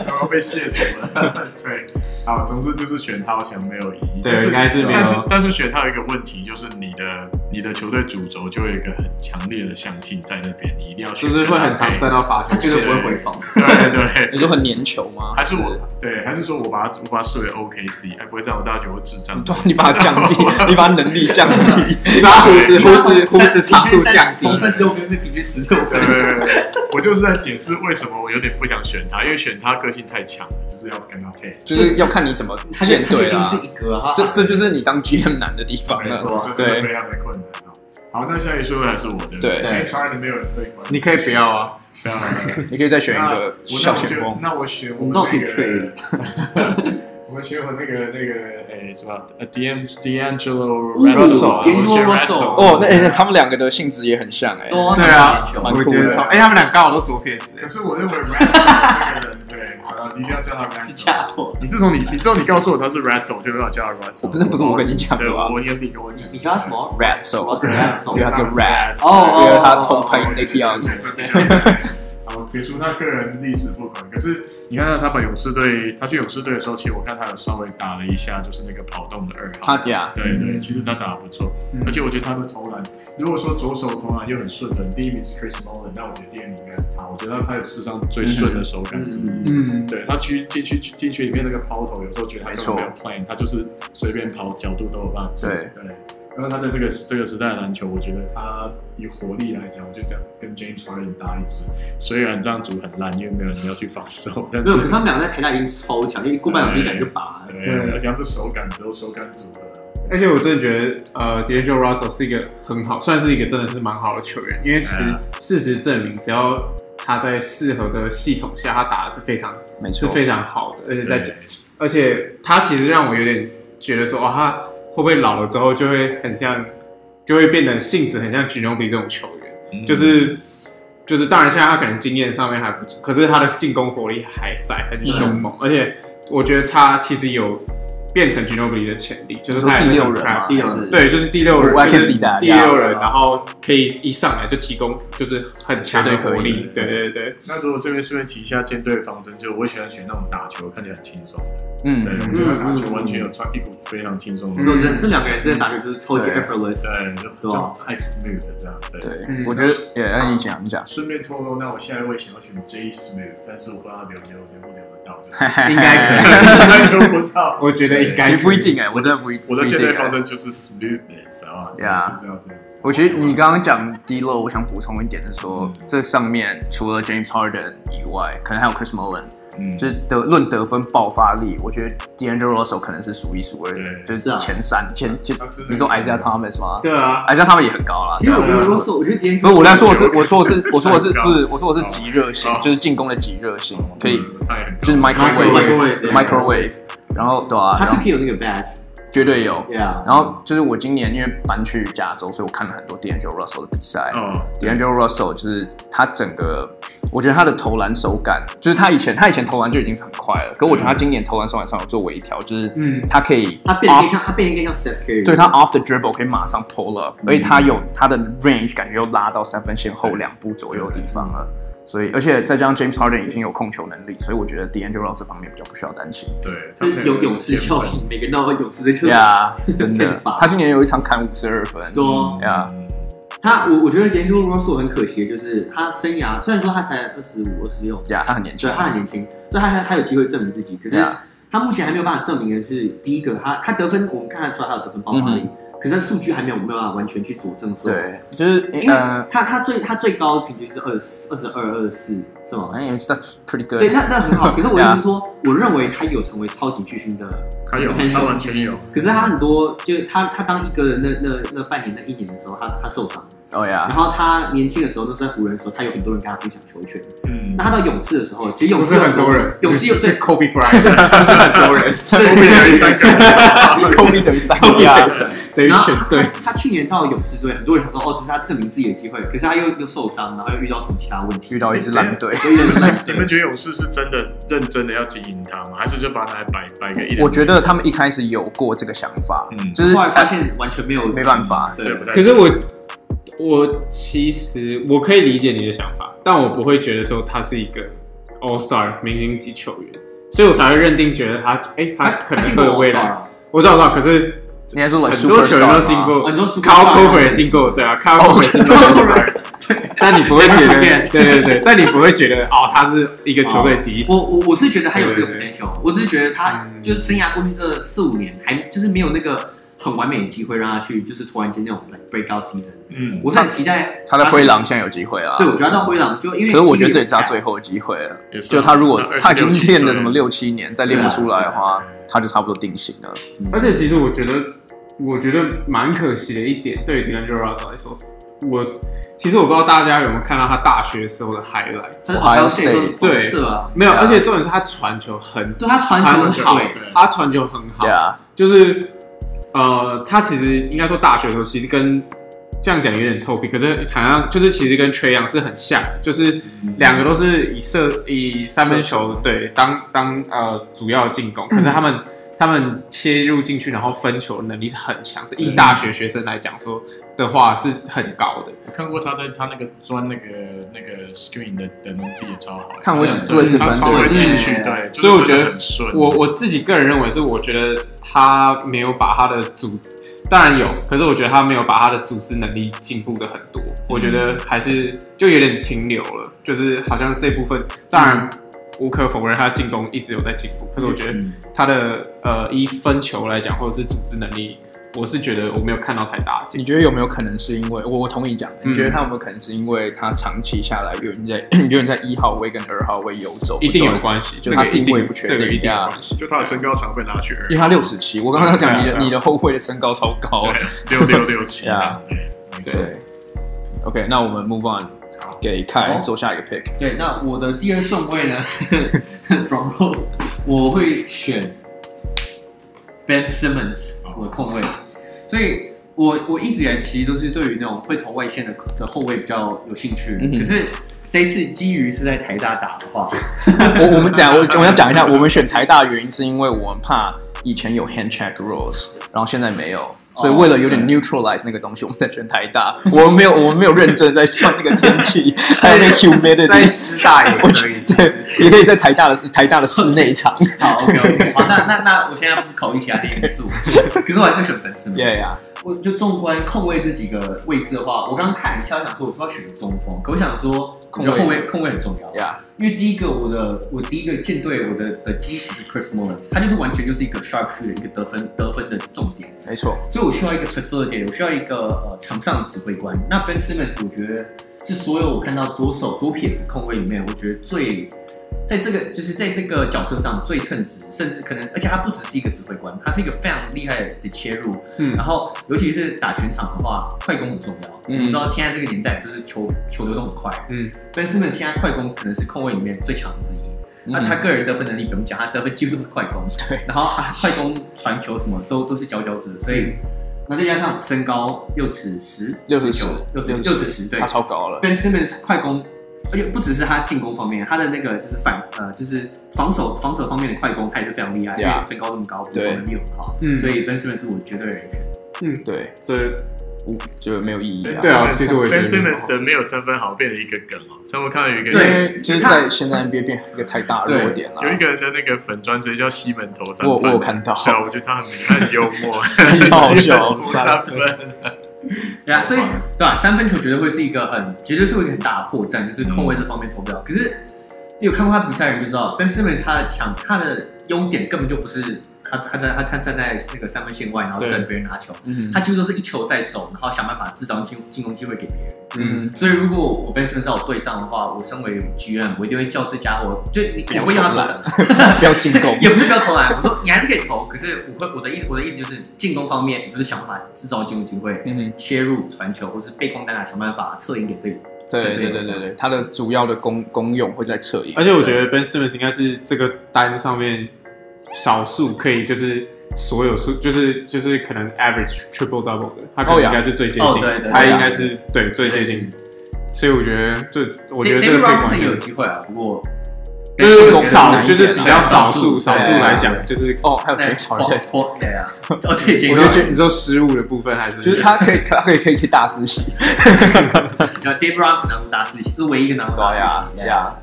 Speaker 2: 然后被亵渎了。对，好，总之就是选他，我想没有意义。
Speaker 3: 对
Speaker 2: 但是
Speaker 3: 应该是没有
Speaker 2: 但是但是选他有一个问题，就是你的你的球队主轴就有一个很强烈的相信在那边，你一定要选
Speaker 3: 就是会很常
Speaker 2: 常
Speaker 3: 站到罚
Speaker 4: 他绝
Speaker 3: 球线
Speaker 4: 对。不会回防。
Speaker 2: 对对。
Speaker 1: 你说很粘球吗？
Speaker 2: 还是我对，还是说我把它我把它视为 OKC，哎，不会这样，我大家觉得我智障。
Speaker 1: 对啊你把它降低，你把它能力降低。
Speaker 3: 你把胡子胡子
Speaker 4: 三
Speaker 3: 胡子长度降低
Speaker 4: 从，三十六分变平均十六
Speaker 2: 对
Speaker 4: 分。
Speaker 2: 对对对，我就是在解释为什么我有点不想选他，因为选他个性太强了，就是要跟他配。
Speaker 1: 就是要看你怎么
Speaker 4: 他就
Speaker 1: 建
Speaker 4: 他就
Speaker 1: 队
Speaker 4: 一定
Speaker 1: 啦
Speaker 4: 是。一格啊，
Speaker 1: 这这就是你当 GM 难的地方啊
Speaker 2: 没
Speaker 1: 了。
Speaker 2: 错，这真的非常的困难啊。好，那下一顺位还是我的。
Speaker 1: 对
Speaker 2: 因为 Charlie 没有人会管。
Speaker 3: 你可以不要啊。
Speaker 2: 对啊。
Speaker 1: 你可以再选一
Speaker 2: 那
Speaker 1: 个
Speaker 2: 我
Speaker 1: 小前
Speaker 2: 那我就
Speaker 1: 锋，
Speaker 2: 那我选
Speaker 4: 我
Speaker 2: 我
Speaker 4: 们
Speaker 2: 们
Speaker 4: 到底
Speaker 2: 那
Speaker 4: 可以
Speaker 2: 个， 我们学过那个那个诶什么呃 d a n D'Angelo
Speaker 3: 啊
Speaker 4: 啊
Speaker 1: Russell，
Speaker 2: D'Angelo
Speaker 4: D'Angelo
Speaker 2: Russell，
Speaker 1: 哦，那、哎那他们两个的性质也很像哎、
Speaker 4: 多
Speaker 3: 对啊
Speaker 4: 打篮球，
Speaker 1: 蛮酷
Speaker 3: 我
Speaker 1: 的
Speaker 3: 觉得超，哎，他们俩刚好都左撇子
Speaker 2: 可，是 我认为 Russell 这个人，对，啊，你一定要叫他 Russell。
Speaker 4: 家伙，
Speaker 2: 你自从你你知道你告诉我他是 Russell，就不要叫他 Russell。
Speaker 1: 不是不是我跟你讲的
Speaker 2: 对，
Speaker 1: 吧
Speaker 2: 我也你跟我讲。
Speaker 4: 你叫他什么哦
Speaker 1: Rat Soul，
Speaker 4: Ratso
Speaker 1: 因为他是 Rat，
Speaker 2: 哦哦
Speaker 1: 因为他同朋友 Nick Young，
Speaker 2: 好，别说他个人历史不管，可是你看到他把勇士队，他去勇士队的时候，其实我看他有稍微打了一下，就是那个跑动的二号
Speaker 1: 他。呀，
Speaker 2: 对
Speaker 3: 嗯
Speaker 2: 对，其实他打得不错，而且我觉得他的投篮，如果说左手投篮又很顺的，第一名是 Chris Mullin，那我觉得第二名应该是他。我觉得他有史上最顺的手感之一。
Speaker 3: 嗯，
Speaker 2: 对他去进去禁区里面那个抛投，有时候觉得他根本没有 plan，他就是随便抛，角度都有办法进。
Speaker 1: 对
Speaker 2: 对，然后他在这个这个时代的篮球，我觉得他以火力来讲，我就讲跟 James Harden 搭一支，虽然这样组很烂，因为没有人要去防守，但
Speaker 4: 没
Speaker 2: 是
Speaker 4: 有，可是他们俩在台下已经超强，因为过半场一两就拔了。
Speaker 2: 对，而且他们手感只有手感组合。
Speaker 3: 而且我真的觉得，呃 d a n g e l Russell 是一个很好，算是一个真的是蛮好的球员，因为其实事实证明，只要他在适合的系统下，他打的是非常
Speaker 1: 没
Speaker 3: 是
Speaker 1: 错，
Speaker 3: 非常好的，而且在
Speaker 2: 对
Speaker 3: 而且他其实让我有点觉得说，哇，他会不会老了之后就会很像，就会变得性子很像 g i n o b i 这种球员，
Speaker 2: 嗯
Speaker 3: 就是就是当然现在他可能经验上面还不足，可是他的进攻火力还在，很凶猛，而且我觉得他其实有变成 g i n o b i 的潜力，就是
Speaker 1: 说
Speaker 3: 他也
Speaker 1: 第
Speaker 3: 会
Speaker 1: 六
Speaker 3: 很
Speaker 1: 人
Speaker 3: crack
Speaker 1: 嘛，
Speaker 4: 第六
Speaker 1: 还
Speaker 4: 人
Speaker 1: 是，
Speaker 3: 对，就是第六人，
Speaker 1: 我 I
Speaker 3: 就
Speaker 1: can
Speaker 3: 是
Speaker 1: see that，
Speaker 3: 第六人，
Speaker 1: yeah
Speaker 3: 然后可以一上来就提供就是很强的
Speaker 1: 绝对
Speaker 3: 火
Speaker 1: 可以
Speaker 3: 力，对对对，
Speaker 2: 那如果这边顺便提一下舰队方针，就我喜欢选那种打球看起来很轻松的，对，
Speaker 1: 嗯，
Speaker 2: 我觉得打球完全有穿一股非常轻松的
Speaker 4: 如
Speaker 2: 味
Speaker 4: 果
Speaker 2: 道，
Speaker 4: 这这两个人真的打球就是超级
Speaker 1: 对
Speaker 4: effortless，
Speaker 2: 对，就
Speaker 4: 对啊
Speaker 2: 就太 smooth 了这样，对。
Speaker 1: 对
Speaker 3: 嗯，
Speaker 1: 我觉得，也那你讲，你讲，
Speaker 2: 顺便透露，那我下一位想要选 J Smith，但是我不知道他留留留不留得到，就是
Speaker 3: 应该 可以。
Speaker 2: 留不到。
Speaker 3: 我觉得应
Speaker 1: 其
Speaker 3: 该
Speaker 1: 实不一。定哎、我真的不一不
Speaker 2: 我的
Speaker 1: 一
Speaker 2: 绝
Speaker 1: 定、
Speaker 2: 对方
Speaker 1: 哎
Speaker 2: 针就是 smoothness 啊
Speaker 1: Yeah
Speaker 2: 就是要这样。
Speaker 1: 我觉得你刚刚讲 D l o 我想补充一点是说
Speaker 2: 嗯，
Speaker 1: 这上面除了 James Harden 以外，可能还有 Chris Mullin，
Speaker 2: 嗯，
Speaker 1: 就是得论得分爆发力，我觉得 D'Angelo Russell 可能是数一数二
Speaker 2: 对，
Speaker 1: 就是
Speaker 4: 啊
Speaker 1: 是前三前前
Speaker 2: 他真的，
Speaker 1: 你说 Isaiah Thomas 吗
Speaker 3: 对
Speaker 2: 嗯
Speaker 3: 啊，
Speaker 1: ？Isaiah Thomas 也很高啦。
Speaker 4: 其实我觉得
Speaker 1: 对啊
Speaker 4: Russell，我觉得 d a n
Speaker 1: 不是我在说我是
Speaker 2: 我觉得
Speaker 1: 我说我是我说我是
Speaker 2: 太高
Speaker 1: 不是我说我是
Speaker 2: 哦
Speaker 1: 极热性
Speaker 2: 哦，
Speaker 1: 就是进攻的极热性
Speaker 2: 哦，
Speaker 1: 可以
Speaker 2: 他也很高
Speaker 1: 就是 microwave
Speaker 4: microwave
Speaker 1: microwave，然后对啊，
Speaker 4: 他
Speaker 1: 然后
Speaker 4: TP 有那个 badge，
Speaker 1: 绝对有。
Speaker 4: 对啊，
Speaker 1: 然后就是我今年因为搬去加州，所以我看了很多 D'Angelo Russell 的比赛。
Speaker 2: 哦，
Speaker 1: D'Angelo Russell 就是他整个，我觉得他的投篮手感，就是他以前他以前投篮就已经是很快了，可我觉
Speaker 4: 嗯
Speaker 1: 得他今年投篮手感上有做微调，就是
Speaker 3: 嗯
Speaker 1: 他可以
Speaker 4: 他变得更
Speaker 1: off-
Speaker 4: 像他变得更像 Steph Curry，
Speaker 1: 对他 off the dribble 可以马上 pull up，、而且
Speaker 4: 嗯
Speaker 1: 他有他的 range 感觉又拉到三分线后两步左右的地方了，所以而且再加上 James Harden 已经有控球能力，所以我觉得 D'Angelo Russell 方面比较不需要担心。
Speaker 2: 对，他
Speaker 4: 就
Speaker 2: 们
Speaker 4: 是
Speaker 2: 两个
Speaker 4: 有勇士效
Speaker 2: 天
Speaker 4: 应，每个人都有勇士的球
Speaker 1: 对
Speaker 4: 员。
Speaker 1: 啊，真
Speaker 4: 开
Speaker 1: 的
Speaker 4: 始拔，
Speaker 1: 他今年有一场砍五十二分，
Speaker 4: 对啊
Speaker 2: 分
Speaker 1: 对啊，
Speaker 2: 嗯
Speaker 4: 他我我觉得 d a n g e l Russell 很可惜，的就是他生涯虽然说他才二十五、二十六，
Speaker 1: 呀，他很年轻
Speaker 4: 对，，他很年轻，所以他还还有机会证明自己。可是
Speaker 1: Yeah.
Speaker 4: 他目前还没有办法证明的是，第一个他他得分，我们看得出来他有得分爆发力，可是他数据还没有没有办法完全去佐证
Speaker 1: 嗯
Speaker 4: 说，，
Speaker 1: 对，就是
Speaker 4: 因为
Speaker 1: 呃，
Speaker 4: 他他最他最高平均是二十二十二二四是吗
Speaker 1: 反？正 that's pretty good，
Speaker 4: 对，那那很好。可是我
Speaker 1: Yeah.
Speaker 4: 就是说，我认为他有成为超级巨星的，
Speaker 2: 他有，他完全有。
Speaker 4: 可是他很多就是他他当一个人那那那半年那一年的时候，他他受伤。
Speaker 1: 哦呀
Speaker 4: 然，后他年轻的时候，那时候在湖人的时候，他有很多人跟他分享球权。
Speaker 2: 嗯
Speaker 4: 那，他到勇士的时候，其实
Speaker 3: 不
Speaker 4: 勇士
Speaker 3: 是
Speaker 4: 有
Speaker 3: 很多人，
Speaker 4: 勇士有
Speaker 3: 是
Speaker 4: 对
Speaker 3: Kobe Bryant，不是很多人，
Speaker 2: 后面有一三个，
Speaker 1: 扣一等于三
Speaker 3: 对
Speaker 1: 呀
Speaker 3: 啊，等于
Speaker 4: 然后
Speaker 3: 选
Speaker 4: 他
Speaker 3: 对
Speaker 4: 他，他去年到勇士队，很多人想说哦，这是他证明自己的机会，可是他又又受伤，然后又遇到什么其他问题，
Speaker 1: 遇到一支烂队。
Speaker 4: 所以有点烂
Speaker 2: 你
Speaker 4: 队。
Speaker 2: 们觉得勇士是真的认真的要经营他吗？还是就把他来摆摆个一两年？
Speaker 1: 我觉得他们一开始有过这个想法，
Speaker 2: 嗯
Speaker 1: 就是
Speaker 4: 后来发现完全没有
Speaker 1: 没办法，
Speaker 2: 对，不太
Speaker 3: 可是我我其实我可以理解你的想法，但我不会觉得说他是一个 All Star 明星级球员，所以我才会认定觉得他，哎，
Speaker 4: 他
Speaker 3: 他可能
Speaker 4: 进
Speaker 3: 会
Speaker 4: 过
Speaker 3: 有未
Speaker 4: All-Star
Speaker 3: 来。
Speaker 4: 啊
Speaker 3: 我知道，我知道，可是
Speaker 1: 应该说 like
Speaker 3: 很多球
Speaker 1: superstar 啊
Speaker 3: 员都
Speaker 1: 嘛
Speaker 3: 经过，
Speaker 4: 哦你说 Super
Speaker 3: Kyle Korver 也进过，对啊，Kyle Korver 进过 All Star，但你不会觉得，对对对，但你不会觉得哦，他是一个球队级一
Speaker 4: 我我我是觉得他有这个
Speaker 3: 对对
Speaker 4: potential，我只是觉得他
Speaker 3: 嗯
Speaker 4: 就是生涯过去这四五年，还就是没有那个很完美的机会让他去，就是突然间那种 like breakout season。
Speaker 2: 嗯，
Speaker 4: 我是很期待
Speaker 1: 他的灰，狼现在有机会啊。
Speaker 4: 对我觉得他到灰狼就因
Speaker 1: 可是
Speaker 4: 为，
Speaker 1: 我觉得这也是他最后的机会了。
Speaker 2: 也是啊
Speaker 1: 就他如果
Speaker 2: 那
Speaker 1: 他已经
Speaker 2: 26
Speaker 1: 练了什么
Speaker 2: 岁
Speaker 1: 六七年，再练不出来的话，他就差不多定型了。
Speaker 3: 而且其实我觉得，我觉得蛮可惜的一点，对于 d a n g e l Russell 来说，我其实我不知道大家有没有看到他大学时候的 highlight，
Speaker 4: 他是 Ohio
Speaker 1: Ohio
Speaker 4: State
Speaker 1: State，
Speaker 4: 做的
Speaker 3: 对
Speaker 4: 是吧？
Speaker 3: 没有，
Speaker 1: 对啊
Speaker 3: 而且重点是他传球很
Speaker 4: 对他传球很
Speaker 3: 很
Speaker 4: 好
Speaker 3: 好
Speaker 2: 对，对，
Speaker 3: 他传球很好，
Speaker 1: 啊，
Speaker 3: 就是呃，他其实应该说大学的时候，其实跟这样讲有点臭屁，可是好像就是其实跟垂杨是很像，就是两个都是以射以三分球对当当呃主要进攻，可是他们。他们切入进去，然后分球能力是很强，这以
Speaker 2: 嗯
Speaker 3: 大学学生来讲说的话是很高的。
Speaker 2: 我看过他在他那个钻那个那个 screen 的的能力也超好，
Speaker 1: 看我
Speaker 2: 对
Speaker 1: 对
Speaker 2: 他超有
Speaker 1: defender
Speaker 2: 兴趣，
Speaker 4: 对
Speaker 2: 对，就是
Speaker 3: 所以我
Speaker 2: 真的
Speaker 3: 觉得
Speaker 2: 很顺。
Speaker 3: 我我自己个人认为是，我觉得他没有把他的组织，当然有，可是我觉得他没有把他的组织能力进步的很多，我觉
Speaker 1: 嗯
Speaker 3: 得还是就有点停留了，就是好像这部分，当然
Speaker 1: 嗯
Speaker 3: 无可否认他进攻一直有在进步，可是我觉得
Speaker 2: 嗯
Speaker 3: 他的呃一分球来讲，或者是组织能力，我是觉得我没有看到太大的进
Speaker 1: 你
Speaker 3: 步。
Speaker 1: 觉得有没有可能是因为我我同意你讲的，你觉得他有没有可能是因为他长期下来有点在有点在一号位跟二号位游走，
Speaker 3: 一定有
Speaker 1: 不断
Speaker 3: 关系，
Speaker 1: 就
Speaker 3: 这
Speaker 1: 他
Speaker 3: 个一
Speaker 1: 定位
Speaker 3: 定
Speaker 1: 不确
Speaker 3: 这个
Speaker 1: 定
Speaker 3: 一定有
Speaker 1: 啊
Speaker 3: 关系。
Speaker 2: 就他的身高常被拿去
Speaker 1: 因为
Speaker 2: 二
Speaker 1: 他六尺七，我刚刚讲你
Speaker 3: 对啊
Speaker 1: 的
Speaker 3: 对啊
Speaker 1: 你的后卫的身高超高，
Speaker 2: 六六 六七啊
Speaker 1: Yeah，
Speaker 2: 对，没错
Speaker 1: 对。OK，那我们 move on
Speaker 2: 好
Speaker 1: 给凯
Speaker 4: 好
Speaker 1: 做下一个 pick。
Speaker 4: 对，那我的第二顺位呢 ，drum roll，我会选 Ben Simmons 我的控卫，所以我我一直以来其实都是对于那种会投外线的的后卫比较有兴趣，
Speaker 1: 嗯哼
Speaker 4: 可是这一次基于是在台大打的 话，
Speaker 1: 我我们 讲，我我要讲一下，我们选台大的原因是因为我们怕以前有 hand check rules，然后现在没有，所以为了有点 neutralize 那个东西，我们才选台大。我们没有，我们没有认真在算那个天气，还有那个 humidity，
Speaker 3: 师大也
Speaker 1: 我觉得也可以在台大的台大的室内场。
Speaker 4: 好 OK OK，好，那那那我现在不考虑其他的因 素，可是我还是选 Ben Simmons。
Speaker 1: Yeah, yeah.
Speaker 4: 我就纵观控卫这几个位置的话，我刚看一下，我想说我说要选中锋，可我想说，我觉得后
Speaker 1: 控卫
Speaker 4: 卫控卫很重要。
Speaker 1: Yeah，
Speaker 4: 因为第一个，我的我第一个舰队我的的基石是 Chris Mullins，他就是完全就是一个 sharp s h o o t 的一个得分得分的重点，
Speaker 1: 没错。
Speaker 4: 所以我需要一个 facilitator，我需要一个呃场上的指挥官。那 Ben Simmons 我觉得是所有我看到左手左撇子控卫里面，我觉得最在这个就是在这个角色上最称职，甚至可能而且他不只是一个指挥官，他是一个非常厉害的切入，
Speaker 3: 嗯
Speaker 4: 然后尤其是打全场的话，快攻很重要。
Speaker 1: 嗯
Speaker 4: 我们知道现在这个年代就是球球流动很快，
Speaker 3: 嗯，
Speaker 4: Ben Simmons 现在快攻可能是控卫里面最强之一。那
Speaker 1: 嗯
Speaker 4: 他个人得分能力不用讲，他得分几乎都是快攻，
Speaker 1: 对
Speaker 4: 然后他快攻、传球什么都都是佼佼者，所
Speaker 1: 嗯
Speaker 4: 以那再加上身高六尺十、
Speaker 1: 六尺十
Speaker 4: 九、六尺
Speaker 1: 六尺
Speaker 4: 六尺十，对
Speaker 1: 他超高了。
Speaker 4: ，Ben Simmons 快攻，而且不只是他进攻方面，他的那个就是反呃就是防守防守方面的快攻，他也是非常厉害，因
Speaker 1: Yeah
Speaker 4: 为身高那么高，补
Speaker 1: 对
Speaker 4: 防能力很好，
Speaker 3: 嗯
Speaker 4: 所以 Ben Simmons 是我绝对的人选。
Speaker 1: 对，
Speaker 3: 这
Speaker 1: 无就没有意义啊。
Speaker 3: 对啊其实我也觉得
Speaker 2: Ben Simmons 的没有三分好变成一个梗哦，所以我看到有一个
Speaker 1: 因
Speaker 4: 对
Speaker 1: 为就是在现 在 NBA 变一个太大的弱点了
Speaker 2: 有。一个人的那个粉砖直接叫西门投三分，
Speaker 1: 我我有看到，
Speaker 2: 对啊，我觉得他很他很幽 默，
Speaker 1: 超好笑
Speaker 2: 西门投三分，
Speaker 4: 对啊，所以对吧、三分球绝对会是一个很，绝对是会一个很大的破绽，就是控卫这方面投不了。可是有看过他比赛的人就知道，Ben Simmons 他的强，他的优点根本就不是他他在他他站在那个三分线外，然后
Speaker 3: 对
Speaker 4: 等别人拿球，
Speaker 1: 嗯
Speaker 4: 他几乎都是一球在手，然后想办法制造进进攻机会给别人。
Speaker 1: 嗯，
Speaker 4: 所以如果我 Ben Simmons 在我队上的话，我身为 GM，我一定会叫这家伙，就你我会让他投篮，。
Speaker 1: 不要进攻
Speaker 4: 也不是不要投篮，我说你还是可以投，可是我会我的意我的意思就是进攻方面，你就是想办法制造进攻机会，
Speaker 1: 嗯哼，
Speaker 4: 切入传球，或是背空单打，想办法策应给队友。
Speaker 1: 对对对对对，他的主要的功功用会在侧翼，
Speaker 3: 而且我觉
Speaker 1: 得
Speaker 3: 得 Ben Simmons 应该是这个单上面少数可以就是所有数就是就是可能 average triple double 的，他可
Speaker 1: Oh
Speaker 3: 能
Speaker 1: yeah
Speaker 3: 应该是最接近，
Speaker 4: 哦对对
Speaker 3: 他
Speaker 1: 对
Speaker 3: 应该是对最接近。所以我觉得这我觉得
Speaker 4: David
Speaker 3: 这个被关
Speaker 4: Robinson 也有
Speaker 3: 键
Speaker 4: 机会啊，不过
Speaker 3: 就是少
Speaker 1: 对
Speaker 3: 就是比较少数
Speaker 4: 对
Speaker 3: 少数
Speaker 1: 对
Speaker 3: 来
Speaker 4: 对
Speaker 3: 讲，就是
Speaker 1: 哦，还有
Speaker 4: 对
Speaker 1: James Harden，
Speaker 4: 火对 啊，哦对，
Speaker 3: 你
Speaker 4: 杰
Speaker 3: 说
Speaker 4: 克
Speaker 3: 你说失误的部分还是
Speaker 1: 就是他可以他可以可以可以大四喜，
Speaker 4: 然后啊 David Robinson 拿过打四席，是唯一一个拿过打四席。
Speaker 1: 对啊
Speaker 4: yeah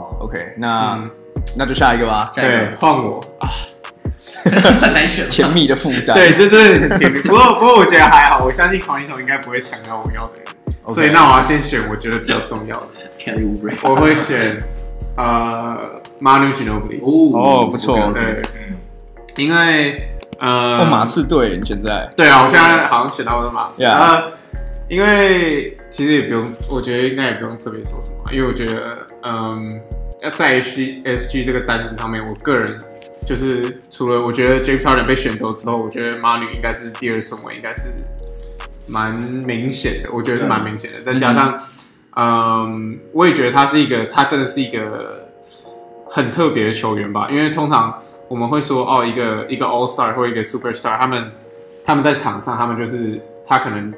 Speaker 4: 哦，
Speaker 1: OK，那
Speaker 3: 嗯
Speaker 1: 那就下一个吧，
Speaker 4: 下一
Speaker 3: 对
Speaker 4: 个
Speaker 3: 换我啊，
Speaker 4: 很难选。
Speaker 1: 甜蜜的负担。
Speaker 3: 对，这真的很甜蜜。不过不过我觉得还好，我相信狂一头应该不会抢到我要的人，
Speaker 1: OK
Speaker 3: 所以那我要先选我觉得比较重要的。
Speaker 4: Kelly u b r e
Speaker 3: 我会选呃 Manu Ginobili。
Speaker 1: 哦不错
Speaker 3: 对，
Speaker 2: 嗯，
Speaker 3: 因为呃
Speaker 1: 哦，马刺队你现在
Speaker 3: 对啊，我现在好像选到我的马刺。
Speaker 1: Yeah
Speaker 3: 呃，因为其实也不用，我觉得应该也不用特别说什么，因为我觉得嗯，要在 SG SG 这个单子上面，我个人。就是除了我觉得 James Harden 被选走之后，我觉得 Manu 应该是第二顺位，应该是蛮明显的，我觉得是蛮明显的。再加上，嗯，我也觉得他是一个，他真的是一个很特别的球员吧。因为通常我们会说，哦，一个一个 All Star 或一个 Super Star，他们他们在场上，他们就是他可能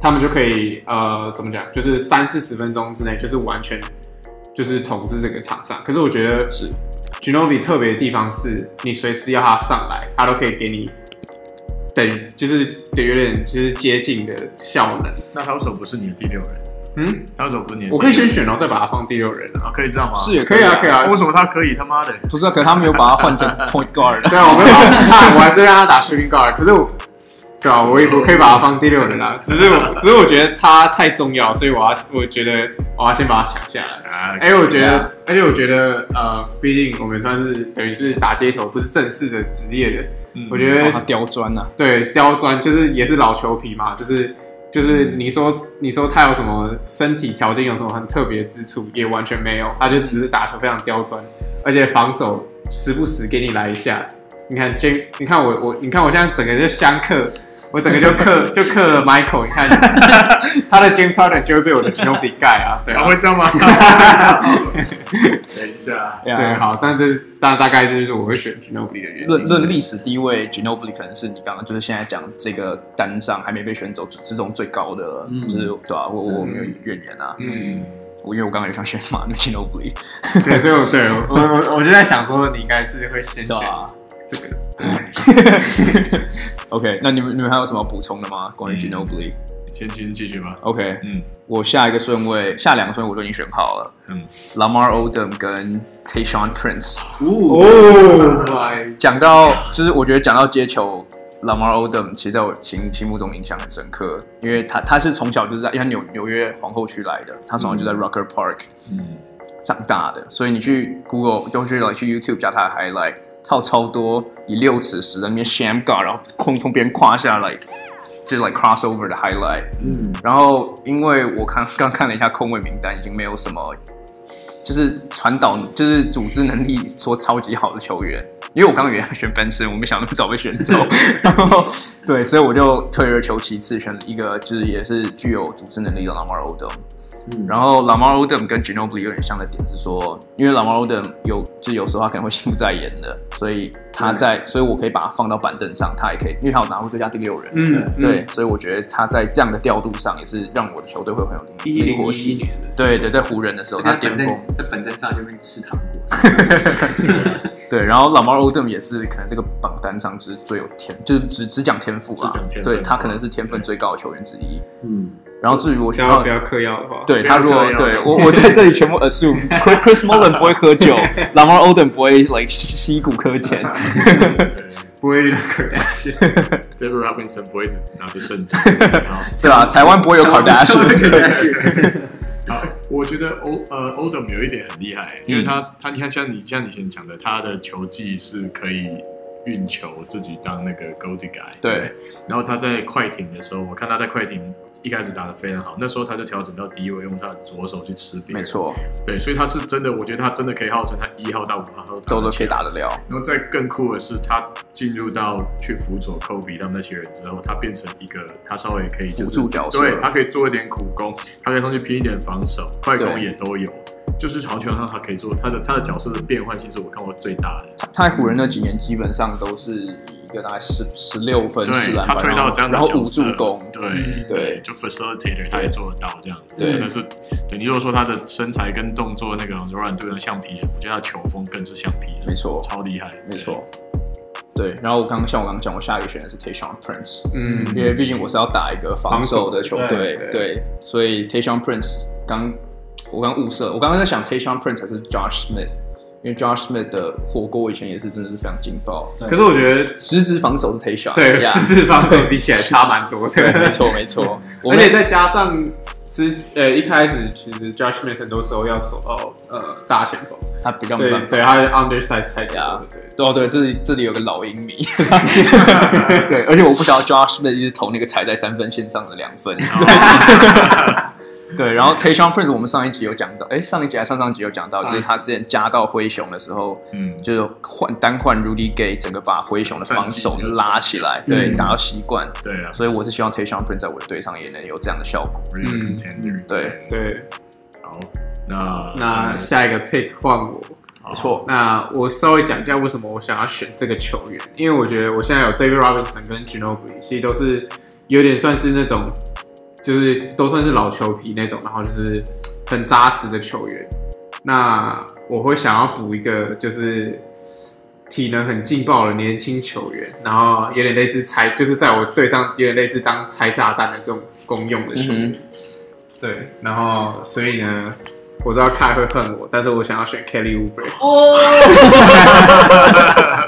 Speaker 3: 他们就可以呃，怎么讲，就是三四十分钟之内，就是完全就是统治这个场上。可是我觉得
Speaker 1: 是
Speaker 3: g i n o b i 特别的地方是，你随时要他上来，他都可以给你等于就是等于有点就是接近的效能。
Speaker 2: 那他为什么不是你的第六人？
Speaker 3: 嗯，
Speaker 2: 他为什么不是你的第六人？
Speaker 3: 我可以先选，然后哦再把它放第六人
Speaker 2: 啊，
Speaker 3: 啊。
Speaker 2: 可以这样吗？
Speaker 1: 是也
Speaker 3: 可以啊，可以啊。
Speaker 2: 为什么他可以？他妈的，
Speaker 1: 不是啊，可能他没有把他换成 point guard，
Speaker 3: 对啊，我没有把他看，我还是让他打 shooting guard。可是我，对啊，我也我可以把他放第六人啊。只是我，只是我觉得他太重要，所以我要，我觉得我要先把他抢下来。
Speaker 2: 啊，
Speaker 3: 哎、我觉
Speaker 1: 对
Speaker 3: 得
Speaker 1: 啊，
Speaker 3: 而且我觉得，呃，毕竟我们算是等于是打街头，不是正式的职业人。
Speaker 2: 嗯
Speaker 3: 我觉
Speaker 1: 把他
Speaker 3: 得
Speaker 1: 刁钻呐、啊。
Speaker 3: 对刁钻就是也是老球皮嘛，就是
Speaker 1: 嗯
Speaker 3: 就是你说你说他有什么身体条件有什么很特别之处，也完全没有，他就只是打球非常刁钻，而且防守时不时给你来一下。你看 J，你看我我你看我现在整个就相克，我整个就 克就克了 Michael，你看 他的 James Harden 就会被我的 Ginobili 盖啊，对
Speaker 2: 他
Speaker 1: 哦
Speaker 3: 啊
Speaker 2: 会。这样 吗？等一下，
Speaker 1: 对啊
Speaker 3: 对，好，但这大大概就是我会选 Ginobili 的原因。
Speaker 1: 论论
Speaker 3: 对
Speaker 1: 历史地位，Ginobili 可能是你刚刚就是现在讲这个单上还没被选走之中最高的，
Speaker 4: 嗯
Speaker 1: 就是对吧、我我没有怨言啊，
Speaker 3: 嗯，
Speaker 1: 我因为我刚刚也想选马 Ginobili，
Speaker 3: 对，所以我对我我我我就在想说，你应该是会先选
Speaker 1: 对啊吧、
Speaker 3: 这个。
Speaker 1: OK，那你们你们还有什么要补充的吗？关于 Ginobili？OK，、
Speaker 2: 先先继续吧。
Speaker 1: OK，
Speaker 2: 嗯，
Speaker 1: 我下一个顺位，下两个顺位我都已经选好了，
Speaker 2: 嗯
Speaker 1: ，Lamar Odom 跟 Tayshawn Prince。
Speaker 3: 哦，对，
Speaker 1: 讲到就是我觉得讲到接球，Lamar Odom 其实在我心心目中影响很深刻，因为他他是从小就是在因为他纽纽约皇后区来的，他从小就在 Rucker Park
Speaker 2: 嗯，
Speaker 1: 长大的，所以你去 Google 都去来去 YouTube 加他的 highlight，他有超多以六尺十的那边 sham guard，然后空从别人胯下来。就是 like crossover 的 highlight，
Speaker 4: 嗯，
Speaker 1: 然后因为我看 刚看了一下空位名单，已经没有什么就是传导就是组织能力说超级好的球员，因为我刚以为他选 Benson，我没想到那么早被 选走，然后对，所以我就退而求其次，选了一个就是也是具有组织能力的 Lamar Odom。
Speaker 4: 嗯
Speaker 1: 然后 Lamar Odom 跟 Ginobili 有点像的点是说，因为 Lamar Odom 有就是有时候他可能会心不在焉的，所以他在，所以我可以把他放到板凳上，他也可以，因为他有拿过最佳第六人，
Speaker 3: 嗯，
Speaker 1: 对，所以我觉得他在这样的调度上也是让我的球队会很有灵
Speaker 4: 一
Speaker 1: 灵
Speaker 4: 零
Speaker 1: 活
Speaker 4: 一一
Speaker 1: 性。
Speaker 4: 年的时候，
Speaker 1: 对对，在湖人的时候
Speaker 4: 我
Speaker 1: 他
Speaker 4: 在板
Speaker 1: 巅峰，
Speaker 4: 凳在板凳上就会吃糖果，
Speaker 1: 对，然后 Lamar Odom 也是可能这个榜单上是最有天，就是只只讲天赋啊
Speaker 2: 只讲，天分
Speaker 1: 对他可能是天分最高的球员之一。
Speaker 4: 嗯，
Speaker 1: 然后至于我
Speaker 3: 只
Speaker 1: 想
Speaker 3: 要
Speaker 1: 要
Speaker 3: 不要嗑药的话，，
Speaker 1: 对
Speaker 2: 不
Speaker 1: 他
Speaker 2: 要
Speaker 1: 如果
Speaker 2: 这样
Speaker 1: 对我我在这里全部 assume Chris Chris Mullin 不会喝酒，Lamar Odom 不会 like 吸吸骨科钱，
Speaker 3: 不会遇到嗑药线。
Speaker 2: 这是 Robinson 不会拿着圣 旨。好
Speaker 1: 对吧？台湾不会有 Kardashian，
Speaker 2: 好，我觉得欧呃 Odom 有一点很厉害，因为他、
Speaker 3: 嗯
Speaker 2: 他你看像你像你以前讲的，他的球技是可以运球自己当那个 g o d y guy。
Speaker 1: 对，
Speaker 2: 然后他在快艇的时候，我看他在快艇一开始打得非常好，那时候他就调整到低位，用他的左手去吃别人。
Speaker 1: 没，错，
Speaker 2: 对，所以他是真的，我觉得他真的可以号称他一号到五号都
Speaker 1: 都都可
Speaker 2: 得
Speaker 1: 以
Speaker 2: 起来
Speaker 1: 打得了，
Speaker 2: 然后再更酷的是，他进入到去辅佐科比他们那些人之后，他变成一个他稍微可以、就是、
Speaker 1: 辅助角色
Speaker 2: 对他可以做一点苦攻，他可以上去拼一点防守，快攻
Speaker 1: 对
Speaker 2: 也都有。就是好像球场上他可以做他的他的角色的变换，其实我看过最大的。
Speaker 1: 他他在湖人那几年基本上都是以一个大概十十六分、十
Speaker 2: 对，
Speaker 1: 篮
Speaker 2: 他
Speaker 1: 板，
Speaker 2: 推
Speaker 1: 然
Speaker 2: 到
Speaker 1: 后
Speaker 2: 这样的
Speaker 1: 然后
Speaker 2: 角
Speaker 1: 五助
Speaker 2: 色
Speaker 1: 攻，嗯
Speaker 2: 对
Speaker 1: 对
Speaker 2: 就 facilitator 他也做得到这样，
Speaker 1: 对
Speaker 2: 真的是。对你如果说他的身材跟动作那个柔软度像橡皮人，我觉得他球风更是橡皮人，
Speaker 1: 没错
Speaker 2: 超厉害，
Speaker 1: 没错。对，然后我刚像我刚刚讲，我下一个选的是 Tayshawn Prince，
Speaker 3: 嗯，
Speaker 1: 因为毕竟我是要打一个防守的球队
Speaker 3: 防守，对
Speaker 1: 对，所以 Tayshawn Prince 刚我刚物色，我刚刚在想 Tayshawn Prince 还是 Josh Smith，因为 Josh Smith 的火锅以前也是真的是非常劲爆，
Speaker 4: 对
Speaker 3: 可是我觉得，
Speaker 1: 实质防守是 Tayshawn，
Speaker 3: 对，
Speaker 1: 哎呀
Speaker 3: 四四方手比起来差蛮多
Speaker 1: 对，没
Speaker 3: 的，
Speaker 1: 错没错，我
Speaker 3: 而
Speaker 1: 们
Speaker 3: 且再加上之呃一开始其实 Josh Smith 很多时候要守到呃大前锋，
Speaker 1: 他比较
Speaker 3: 所
Speaker 1: 没
Speaker 3: 以
Speaker 1: 办法
Speaker 3: 对他的 undersize 太多
Speaker 1: 呀
Speaker 3: 了，对。
Speaker 1: 哦，对，这里这里有个老鹰迷， 对，而且我不晓得 Josh Smith 一直投那个踩在三分线上的两分， 对，然后 Tayshawn Prince 我们上一集有讲到，哎，上一集还上上集有讲到，
Speaker 4: 上一
Speaker 1: 就是他之前加到灰熊的时候，
Speaker 2: 嗯，
Speaker 1: 就是换单换 Rudy Gay，整个把灰熊的防守拉起来，对，
Speaker 3: 嗯
Speaker 1: 打到习惯。
Speaker 2: 对啊
Speaker 1: 所以我是希望 Tayshawn Prince 在我的队上也能有这样的效果。
Speaker 2: ，real
Speaker 3: 嗯
Speaker 2: contender，
Speaker 1: 对
Speaker 3: 对，
Speaker 2: 好，那
Speaker 3: 那下一个 pick 换我，
Speaker 2: 不
Speaker 1: 不，错，
Speaker 3: 那我稍微讲一下为什么我想要选这个球员，因为我觉得我现在有 David Robinson 跟 Ginobili，其实都是有点算是那种，就是都算是老球皮那种，然后就是很扎实的球员。那我会想要补一个，就是体能很劲爆的年轻球员，然后有点类似拆，就是在我队上有点类似当拆炸弹的这种功用的球员。
Speaker 1: 嗯
Speaker 3: 对，然后所以呢，我知道凯会恨我，但是我想要选 Kelly u b r
Speaker 1: 哼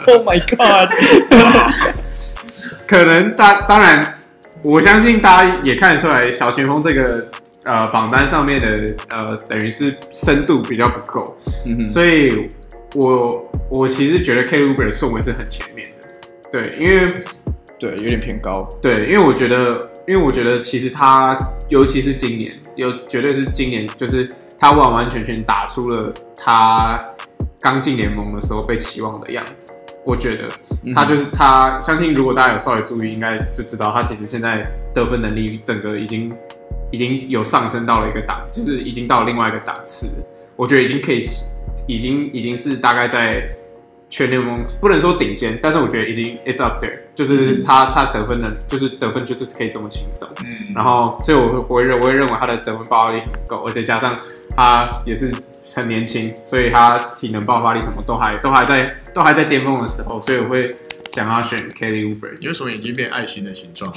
Speaker 1: ，Oh my God，
Speaker 3: 可能大当然，我相信大家也看得出来，小前锋这个呃榜单上面的呃等于是深度比较不够，
Speaker 1: 嗯哼，
Speaker 3: 所以我我其实觉得 K Uber 的顺位是很前面的，对，因为
Speaker 1: 对，有点偏高，
Speaker 3: 对，因为我觉得，因为我觉得其实他，尤其是今年，有绝对是今年，就是他完完全全打出了他刚进联盟的时候被期望的样子。我觉得
Speaker 1: 嗯
Speaker 3: 他就是他，相信如果大家有稍微注意，应该就知道他其实现在得分能力整个已经已经有上升到了一个档，就是已经到了另外一个档次了。我觉得已经可以是，已经已经是大概在全联盟不能说顶尖，但是我觉得已经 it's up there，就是他、他得分能，就是得分就是可以这么轻松。
Speaker 2: 嗯，
Speaker 3: 然后，所以我会我会认我会认为他的得分爆发力很够，而且加上他也是很年轻，所以他体能爆发力什么都还都还在都还在巅峰的时候，所以我会想要选 Kelly u b e r
Speaker 2: 你为什么已经变爱心的形状？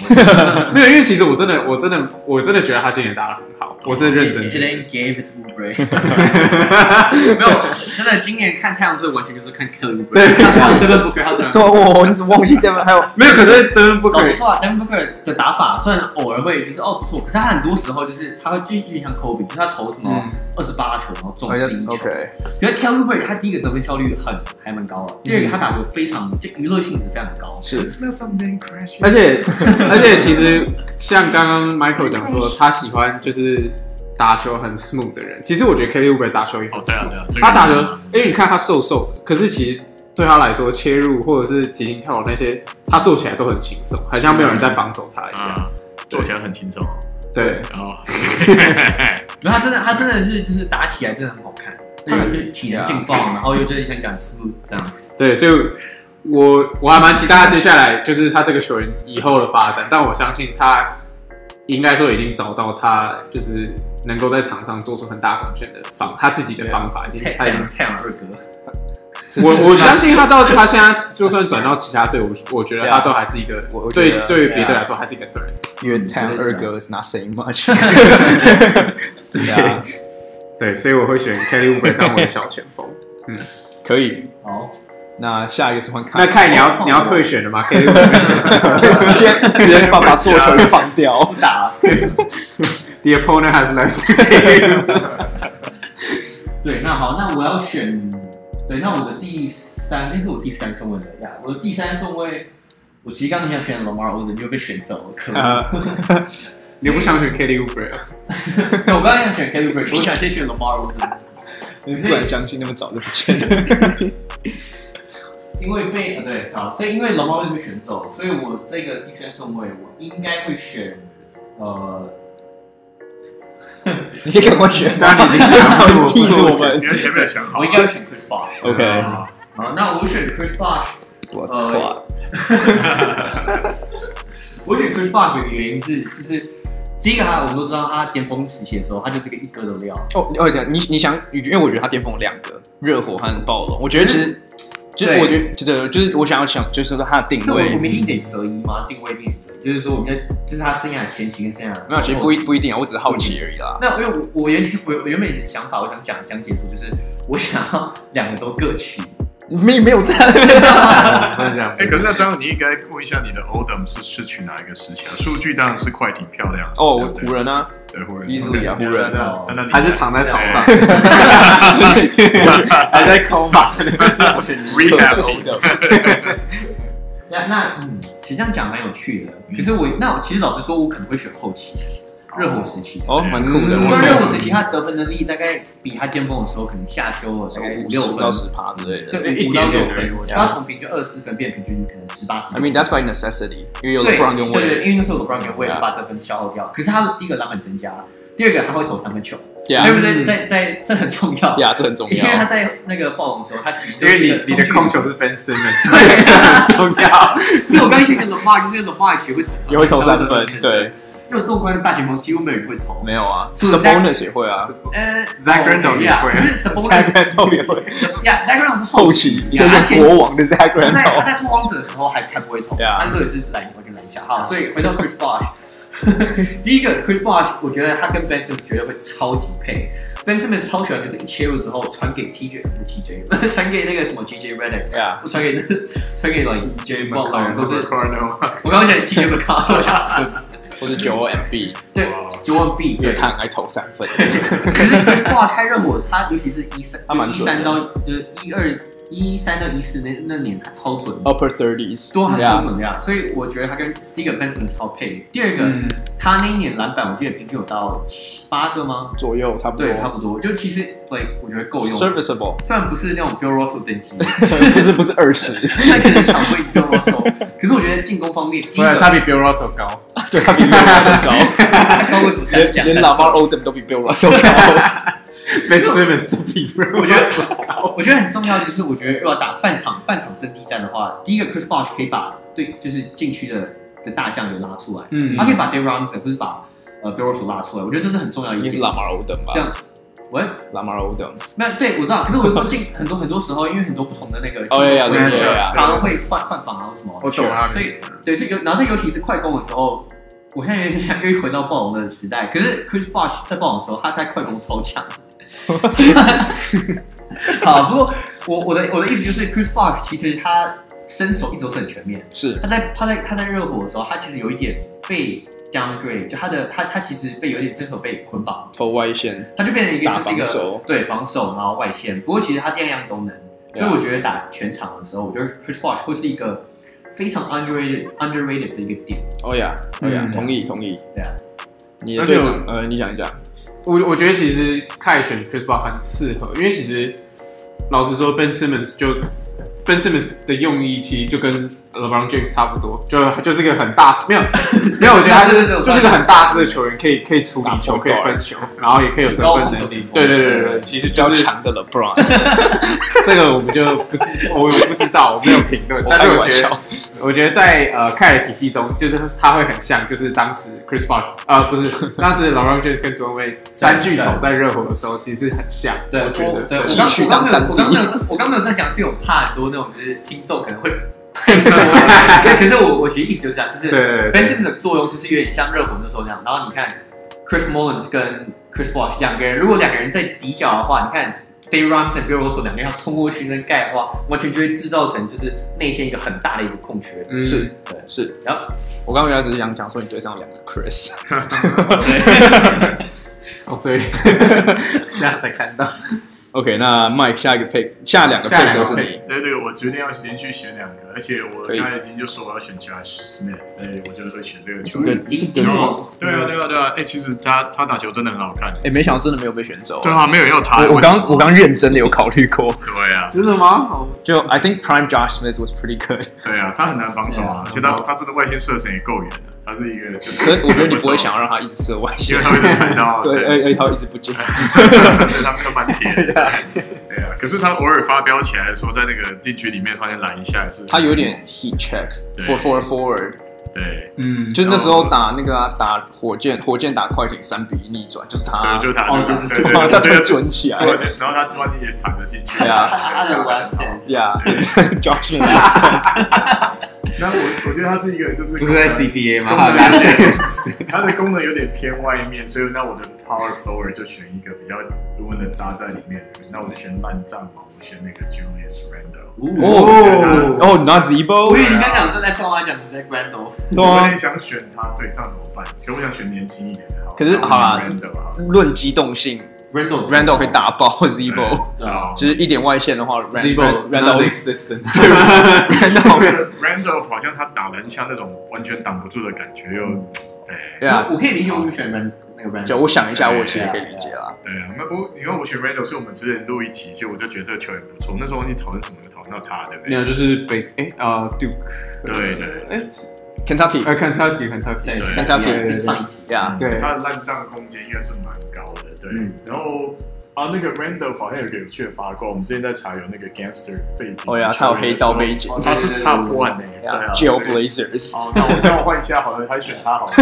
Speaker 3: 没有，因为其实我真的我真的我真的觉得他今年打得很好，我是认真
Speaker 4: 你
Speaker 3: 的
Speaker 4: 觉。得 Gave it to Bray？没有，真的，今年看太阳队完全就是看 Kelly Bray。
Speaker 3: 对
Speaker 4: 他真的不可以，他
Speaker 1: 对，
Speaker 4: 真
Speaker 1: 啊
Speaker 4: 的。
Speaker 1: 我你怎么忘记 d e v 还有
Speaker 3: 没有，可是得分不
Speaker 4: 老
Speaker 3: 可以
Speaker 4: 实。说啊，Devin Booker 的打法虽然偶尔会就是哦不错，可是他很多时候就是他会继续像 Kobe，就是他投什么
Speaker 3: 嗯
Speaker 4: 二十八球，然后中
Speaker 1: 好像
Speaker 4: 十一球。
Speaker 1: 哦 OK，
Speaker 4: 因为 Kelly b r y 他第一个得分效率很还蛮高的，第二个他打球非常就娱乐性质非常高。
Speaker 1: 是
Speaker 2: Smell something crashing。
Speaker 1: 哎
Speaker 3: 而且而且，其实像刚刚 Michael 讲说，他喜欢就是打球很 smooth 的人。其实我觉得 Kelly u b e r 打球也很
Speaker 2: 哦，
Speaker 3: smooth，、
Speaker 2: 对啊，对啊，这个
Speaker 3: 他打球，因为你看他瘦瘦的，可是其实对他来说，切入或者是急停跳那些，他做起来都很轻松，好像没有人在防守
Speaker 1: 哎
Speaker 3: 他一样。
Speaker 2: 啊，做起来很轻松，
Speaker 3: 对，
Speaker 2: 然后
Speaker 4: 然后他真的他真的是就是打起来真的很好看，他很就是体能劲爆，然后又就是像讲 smooth 这样。
Speaker 3: 对，所以我我还蛮期待他接下来就是他这个球员以后的发展，但我相信他应该说已经找到他就是能够在场上做出很大贡献的方他自己的方法，
Speaker 4: 太
Speaker 3: 已经
Speaker 4: 太
Speaker 3: 太
Speaker 4: 阳太阳二哥，
Speaker 3: 我我相信他 到他现在就算转到其他队，我我觉得他都还是一个
Speaker 1: 我我觉
Speaker 3: 对
Speaker 1: 得
Speaker 3: 对于
Speaker 4: 对啊
Speaker 3: 别队来说还是一个 threat。
Speaker 1: 因为太阳二哥 is not saying much，对啊，
Speaker 3: 对，所以我会选 Kelly u b e r 当我的小前锋。
Speaker 1: 可以。
Speaker 4: 好，
Speaker 1: 那下一个是换凯，
Speaker 3: 那看你要你要退选了吗？Kelly u b e r 选择
Speaker 1: 直接直接把把所有球放掉。
Speaker 4: 不打了。
Speaker 3: The opponent has less。
Speaker 4: 对，那好，那我要选，对，那我的第三，那是我第三顺位的呀，我的第三顺位，我其实刚刚想选 Lamar Odom，又被选走了，可恶。
Speaker 3: 呃你不想选 Kelly u b e r
Speaker 4: 对 我刚刚想选 Kelly b r y 我想先选 Lamar Odom，
Speaker 1: 你不敢相信那么早就不见了。
Speaker 4: 因为被呃对，好，所以因为 Lamar Odom 被选走，所以我这个第三顺位我应该会选呃
Speaker 1: 你可以赶快选吧，
Speaker 3: 当然你已经选了不是我
Speaker 1: 替我
Speaker 3: 不是我
Speaker 1: 们
Speaker 2: 因为前面有想好
Speaker 4: 我应该会选 Chris Bosh。
Speaker 1: OK
Speaker 2: 啊
Speaker 4: 好，那我选 Chris Bosh，
Speaker 1: 我
Speaker 4: 呃
Speaker 1: 靠，
Speaker 2: 啊
Speaker 4: 我选 Chris Bosh 的原因是，就是第一个他，我们都知道他巅峰时期的时候，他就是个一哥的料。
Speaker 1: 哦，我讲你你想，因为我觉得他巅峰有两个热火和暴龙，我觉得其实。就是
Speaker 4: 对
Speaker 1: 我觉得，就是就是我想要想，就是说他的定
Speaker 4: 这我
Speaker 1: 位
Speaker 4: 我，们一定得择一吗？定位一定得择一，就是说我们在就是他生涯前期跟生涯
Speaker 1: 没有，其实不一不一定啊，我只是好奇而已啦。
Speaker 4: 那因为我我原我我原本的想法，我想讲讲解出，就是我想要两个都各取，
Speaker 1: 没没有在那边，
Speaker 3: 不能这样
Speaker 2: 哎，可是那这样你应该问一下你的 Odom 是是取哪一个时期啊？数据当然是快艇漂亮
Speaker 1: 哦，我
Speaker 2: 对
Speaker 1: 湖人啊，
Speaker 2: 对湖人
Speaker 1: easily 啊湖人
Speaker 2: 那那那你 哎
Speaker 3: 还是躺在床上，
Speaker 1: 还在抠吧？我选
Speaker 2: Rehab
Speaker 4: 那那嗯，其实这样讲蛮有趣的。可是我那我其实老实说，我可能会选后期，热火时期。
Speaker 1: 哦，蛮酷的。
Speaker 3: 嗯
Speaker 1: 我
Speaker 4: 虽然热火
Speaker 1: 看
Speaker 4: 时期他得分能力大概比他巅峰的时候可能下修了大概五
Speaker 1: 五
Speaker 4: 六
Speaker 1: 六
Speaker 4: 分
Speaker 1: 到，十趴之类的。
Speaker 4: 对，
Speaker 3: 一
Speaker 4: 五到
Speaker 3: 点
Speaker 4: 六
Speaker 3: 点而已
Speaker 4: 分，
Speaker 3: 我
Speaker 1: 觉得
Speaker 4: 他从平均二十四分变平均可能十八十。
Speaker 1: 啊 I mean that's by necessity，因为有
Speaker 4: 对
Speaker 1: LeBron 跟
Speaker 4: 对对，
Speaker 1: Wade。
Speaker 4: 因为那时候 LeBron 跟 Wade 把得分消耗掉，可是他的第一个篮板增加，第二个他会投三分球，对
Speaker 1: Yeah，
Speaker 4: 不对？
Speaker 3: 嗯
Speaker 4: 在在这很重要，
Speaker 1: yeah，这很重
Speaker 4: 因
Speaker 1: 要
Speaker 4: 为。他在那个暴龙的时候，他其实
Speaker 3: 因
Speaker 4: 就是
Speaker 3: 为
Speaker 4: 一个
Speaker 3: 你你的
Speaker 4: 中
Speaker 3: 控
Speaker 4: 距
Speaker 3: 球是 Ben Simmons，所以这很重要。
Speaker 4: 离，所以我刚一去看 LeBron 就是 LeBron 也会投，
Speaker 1: 也会投三分，，对，
Speaker 4: 那种纵观大前锋几乎没有人会投，
Speaker 1: 没有啊
Speaker 4: 所以在
Speaker 1: ，Sabonis 也会 啊
Speaker 4: 呃
Speaker 3: Zach Randolph 也会
Speaker 4: 就是 Sabonis，
Speaker 1: ，Zagrandov 也会，
Speaker 4: 呀，Zach Randolph 是
Speaker 1: 后
Speaker 4: 期
Speaker 1: 期
Speaker 4: 呀
Speaker 1: 应该
Speaker 4: 他
Speaker 1: 是
Speaker 4: 前
Speaker 1: 国王的
Speaker 4: 他在他
Speaker 1: Zagrandov，
Speaker 4: 在拓荒者的时候还还不会投，
Speaker 1: Yeah
Speaker 4: 他那时候也是拦一跟拦一下。
Speaker 1: 啊
Speaker 4: 好，所以回到 Chris Bosh，第一个 Chris Bosh，我觉得他跟 Ben Simmons 绝对会超级配。Ben Simmons 超喜欢就是一切入之后传给 TJ 不是 TJ，传 给那个什么 JJ Redick，
Speaker 1: 呀，
Speaker 4: 传给 传给 like EJ Butler，或是
Speaker 2: Corner，
Speaker 4: 我刚刚讲 TJ McConnell，我想说
Speaker 1: 或者 Joel Embiid
Speaker 4: 对 Joel B
Speaker 1: 也
Speaker 4: 对。
Speaker 1: 看来投三分，
Speaker 4: 可是 Chris Bosh 开热火，他尤其是一三，
Speaker 1: 他蛮
Speaker 4: 一
Speaker 1: 准的
Speaker 4: 三到就是一二一三到一四那那年，他超准的。
Speaker 1: ，Upper Thirties，
Speaker 4: 多他超
Speaker 1: yeah，
Speaker 4: 准的呀，所以我觉得他跟第一个 Benson 超配，第二个、
Speaker 1: 嗯
Speaker 4: 他那一年篮板我记得平均有到七八个吗？
Speaker 1: 左右差不多
Speaker 4: 对，差不多，就其实 like 我觉得够用，
Speaker 1: ，serviceable，
Speaker 4: 虽然不是那种 Bill Russell 等级，
Speaker 1: 不是不是二十，
Speaker 4: 但可能抢不赢 Bill Russell，可是我觉得进攻方面，第一
Speaker 3: 不然
Speaker 4: 个
Speaker 3: 他
Speaker 1: 啊
Speaker 3: 比 Bill Russell 高，
Speaker 1: 对他比 Bill Russell 高，
Speaker 4: 他高过什么
Speaker 1: 连
Speaker 4: 三两
Speaker 1: 连
Speaker 4: 三
Speaker 1: Lamar Odom 都比 Bill Russell 高，
Speaker 3: Ben Simmons 都比 Bill
Speaker 4: 我觉得
Speaker 3: Russell 高。
Speaker 4: 我觉得很重要的就是，我觉得如果要打半场半场阵地战的话，第一个 Chris Bosh 可以把对就是禁区的的大将给拉出来，
Speaker 3: 嗯
Speaker 4: 他可以把 Dave Robinson 或是把呃 Bill Russell 拉出来，我觉得这是很重要的一
Speaker 1: 应该
Speaker 4: 点。
Speaker 1: 是 Lamar Odom 吧
Speaker 4: 这样，喂。
Speaker 1: ，Lamar Odom，
Speaker 4: 没有，对我知道，可是我是说进很多很多时候，因为很多不同的那个，
Speaker 1: 哦呀呀
Speaker 4: 对
Speaker 1: 对
Speaker 3: 呀呀
Speaker 4: 常常会换换防啊或什么，
Speaker 3: 我懂啊
Speaker 4: 所以对，所以尤然后再尤其是快攻的时候，我现在有点想又回到暴龙的时代，可是 Chris Bosh 在暴龙的时候，他在快攻超强。 好，不过我我的我的意思就是 Chris Bosh 其实他身手一直都是很全面，
Speaker 1: 是
Speaker 4: 他在他在他在热火的时候，他其实有一点被 downgrade，就他的他他其实被有一点身手被捆绑
Speaker 1: 投外线，
Speaker 4: 他就变成一个
Speaker 1: 打
Speaker 4: 就是一个
Speaker 1: 防守
Speaker 4: 对防守，然后外线。不过其实他样样都能，
Speaker 1: 啊
Speaker 4: 所以我觉得打全场的时候，我觉得 Chris Bosh 会是一个非常 underrated underrated 的一个点。
Speaker 1: 哦呀哦呀，
Speaker 3: 嗯
Speaker 1: 同意同意，
Speaker 4: 对啊，
Speaker 1: 你的
Speaker 3: 而且
Speaker 1: 对
Speaker 3: 我
Speaker 1: 手，呃，你想一讲，
Speaker 3: 我我觉得其实凯选 Chris Paul 很适合，因为其实老实说，Ben Simmons 就 Ben Simmons 的用意其实就跟 LeBron James 差不多，就就是个很大没有没有，我觉得他就
Speaker 4: 对对
Speaker 3: 是
Speaker 4: 对我
Speaker 3: 就是个很大只的球员，可以可以处理球，
Speaker 1: 打破啊
Speaker 3: 可以分球，然后也可以有得
Speaker 4: 高
Speaker 3: 分
Speaker 4: 空
Speaker 3: 能
Speaker 4: 球
Speaker 3: 力
Speaker 4: 前。锋
Speaker 3: 对对对对对，其实
Speaker 1: 比较
Speaker 3: 就是
Speaker 1: 强的 LeBron，
Speaker 3: 这个我们就不知我我不知道，我没有评 论，但
Speaker 1: 开
Speaker 3: 是
Speaker 1: 个
Speaker 3: 我
Speaker 1: 玩
Speaker 3: 觉得
Speaker 1: 笑。
Speaker 3: 我觉得在呃凯尔体系中，就是他会很像，就是当时 Chris Bosh 呃不 是，当时 LeBron James 跟 d w a y n 三巨头在热火的时候，其实很像，
Speaker 4: 对，
Speaker 3: 我觉得
Speaker 4: 对我
Speaker 1: 继
Speaker 4: 刚
Speaker 1: 续
Speaker 4: 我刚
Speaker 1: 当
Speaker 4: 没有
Speaker 1: 三
Speaker 4: 我刚没有我刚没有在讲，是有怕很多那种就是听众 可能会。对，可是我我其实意思就是这样，就是
Speaker 3: 对对对
Speaker 4: Ben Simmons 的作用就是有点像热火那时候那样。然后你看 Chris Mullins 跟 Chris Bosh 两个人，如果两个人在底角的话，你看 Dave Robinson 跟 Russell 两个人要冲过去那盖的话，完全就会制造成就是内线一个很大的一个空缺。
Speaker 3: 嗯
Speaker 1: 是
Speaker 4: 对
Speaker 1: 是，
Speaker 4: 然后
Speaker 1: 我刚刚原来只是想讲说你对上两个 Chris，
Speaker 4: 对，
Speaker 3: 哦对， 现在才看到，
Speaker 1: OK，那 Mike 下一个 pick，下两个
Speaker 3: 下
Speaker 1: pick
Speaker 3: 两
Speaker 1: 都
Speaker 3: 个
Speaker 1: 是
Speaker 3: pick
Speaker 1: 你。
Speaker 2: 对对，我决定要连续选两个，而且我
Speaker 1: 可以
Speaker 2: 刚才已经就说我要选 Josh Smith，对我就会选这个球
Speaker 1: It's
Speaker 2: 员。
Speaker 1: good, it's a
Speaker 4: 嗯
Speaker 1: good pick。
Speaker 2: 对啊，对啊，对啊！哎，其实他他打球真的很好看。
Speaker 1: 哎，没想到真的没有被选走。哦
Speaker 2: 对啊，没有人要他。
Speaker 1: 我我刚
Speaker 2: 为什么
Speaker 1: 我刚认真的有考虑过，
Speaker 2: 对啊，
Speaker 3: 真的吗？
Speaker 1: 就 I think Prime Josh Smith was pretty good，
Speaker 2: 对啊，他很难防守啊，
Speaker 3: 对啊
Speaker 2: 而且他他真的外线射程也够远的，他是一个就是。
Speaker 1: 所以我觉得你不会想，要让他一直射外
Speaker 2: 因
Speaker 1: 线
Speaker 2: 为，他会被踩到啊。
Speaker 1: 对，而哎而且他一直不进。
Speaker 2: 对他们都蛮铁的。对啊，可是他偶尔发飙起来的时候，在那个禁区里面，发现拦一下也是。
Speaker 1: 他有点 heat check
Speaker 2: 对
Speaker 1: for for a forward，
Speaker 2: 对，
Speaker 3: 嗯，
Speaker 1: 就是那时候打那个啊，打火箭，火箭打快艇三比一逆转，啊就是他
Speaker 2: 对，， 就是他，
Speaker 3: 哦
Speaker 2: 就
Speaker 3: 就是
Speaker 2: 是对对
Speaker 1: 哇，
Speaker 2: 对
Speaker 1: 他
Speaker 2: 对
Speaker 1: 都
Speaker 2: 对
Speaker 1: 准起来
Speaker 2: 对，对然后他抓你也铲了进去。
Speaker 1: 对啊
Speaker 4: 他的 last dance。
Speaker 1: ，Yeah，Josh Smith，
Speaker 2: 那我我觉得他是一个就是
Speaker 3: 不是在 CBA 吗？
Speaker 2: 功能
Speaker 3: 他在
Speaker 2: 它的功能有点偏外面，所以那我的 power forward 就选一个比较稳稳的扎在里面。那我就选烂账嘛，我选那个 Julius Randle。
Speaker 1: 哦哦，Not
Speaker 4: 我
Speaker 1: Zebo，
Speaker 4: 以为你刚讲正在跟我讲你在 Grando，
Speaker 1: 对
Speaker 2: 我有
Speaker 1: 啊
Speaker 2: 点想选他，对，这样怎么办？可我想选年轻一点的，好。
Speaker 1: 可是好啦
Speaker 2: 那我选 Randle 好了。
Speaker 1: 论机动性
Speaker 4: Rando
Speaker 1: ，Randall 可以打爆 Zebo。
Speaker 4: 对
Speaker 2: 哦
Speaker 1: 就是一点外线的话
Speaker 3: Zebo
Speaker 1: Randall
Speaker 3: existent，
Speaker 1: Randall
Speaker 2: Randolph 好像他打篮下那种完全挡不住的感觉，又对
Speaker 1: 对啊，
Speaker 4: 我可以理解我们选 Ran 那个 Ran，
Speaker 1: 就我想一下，我其实可以理解啦。
Speaker 2: 对啊，那不，因为我选 Randall 是我们之前录一期，就我就觉得这个球员不错。那时候忘记讨论什么，就讨论到他，对不
Speaker 3: 没
Speaker 2: 对？
Speaker 3: 有，就是北哎啊 Duke，
Speaker 2: 对对
Speaker 3: 哎
Speaker 1: Kentucky，
Speaker 3: 呃 Kentucky Kentucky，
Speaker 4: 对
Speaker 2: 对
Speaker 4: 跟
Speaker 1: 对
Speaker 3: 对对
Speaker 4: 上一集
Speaker 1: 对啊，
Speaker 3: 对哦
Speaker 2: 他的烂账空间应该是蛮高的，对。
Speaker 4: 嗯
Speaker 2: 然后啊，那个 Randall 好像有个有趣的八卦，我们之前在查有那个 gangster 背景，
Speaker 1: 哦呀，他有黑道背，景
Speaker 4: 哦
Speaker 2: 他是 top one 呢，对啊
Speaker 1: ，Jail Blazers，
Speaker 2: 哦，那我那我换一下好了，他选他好了。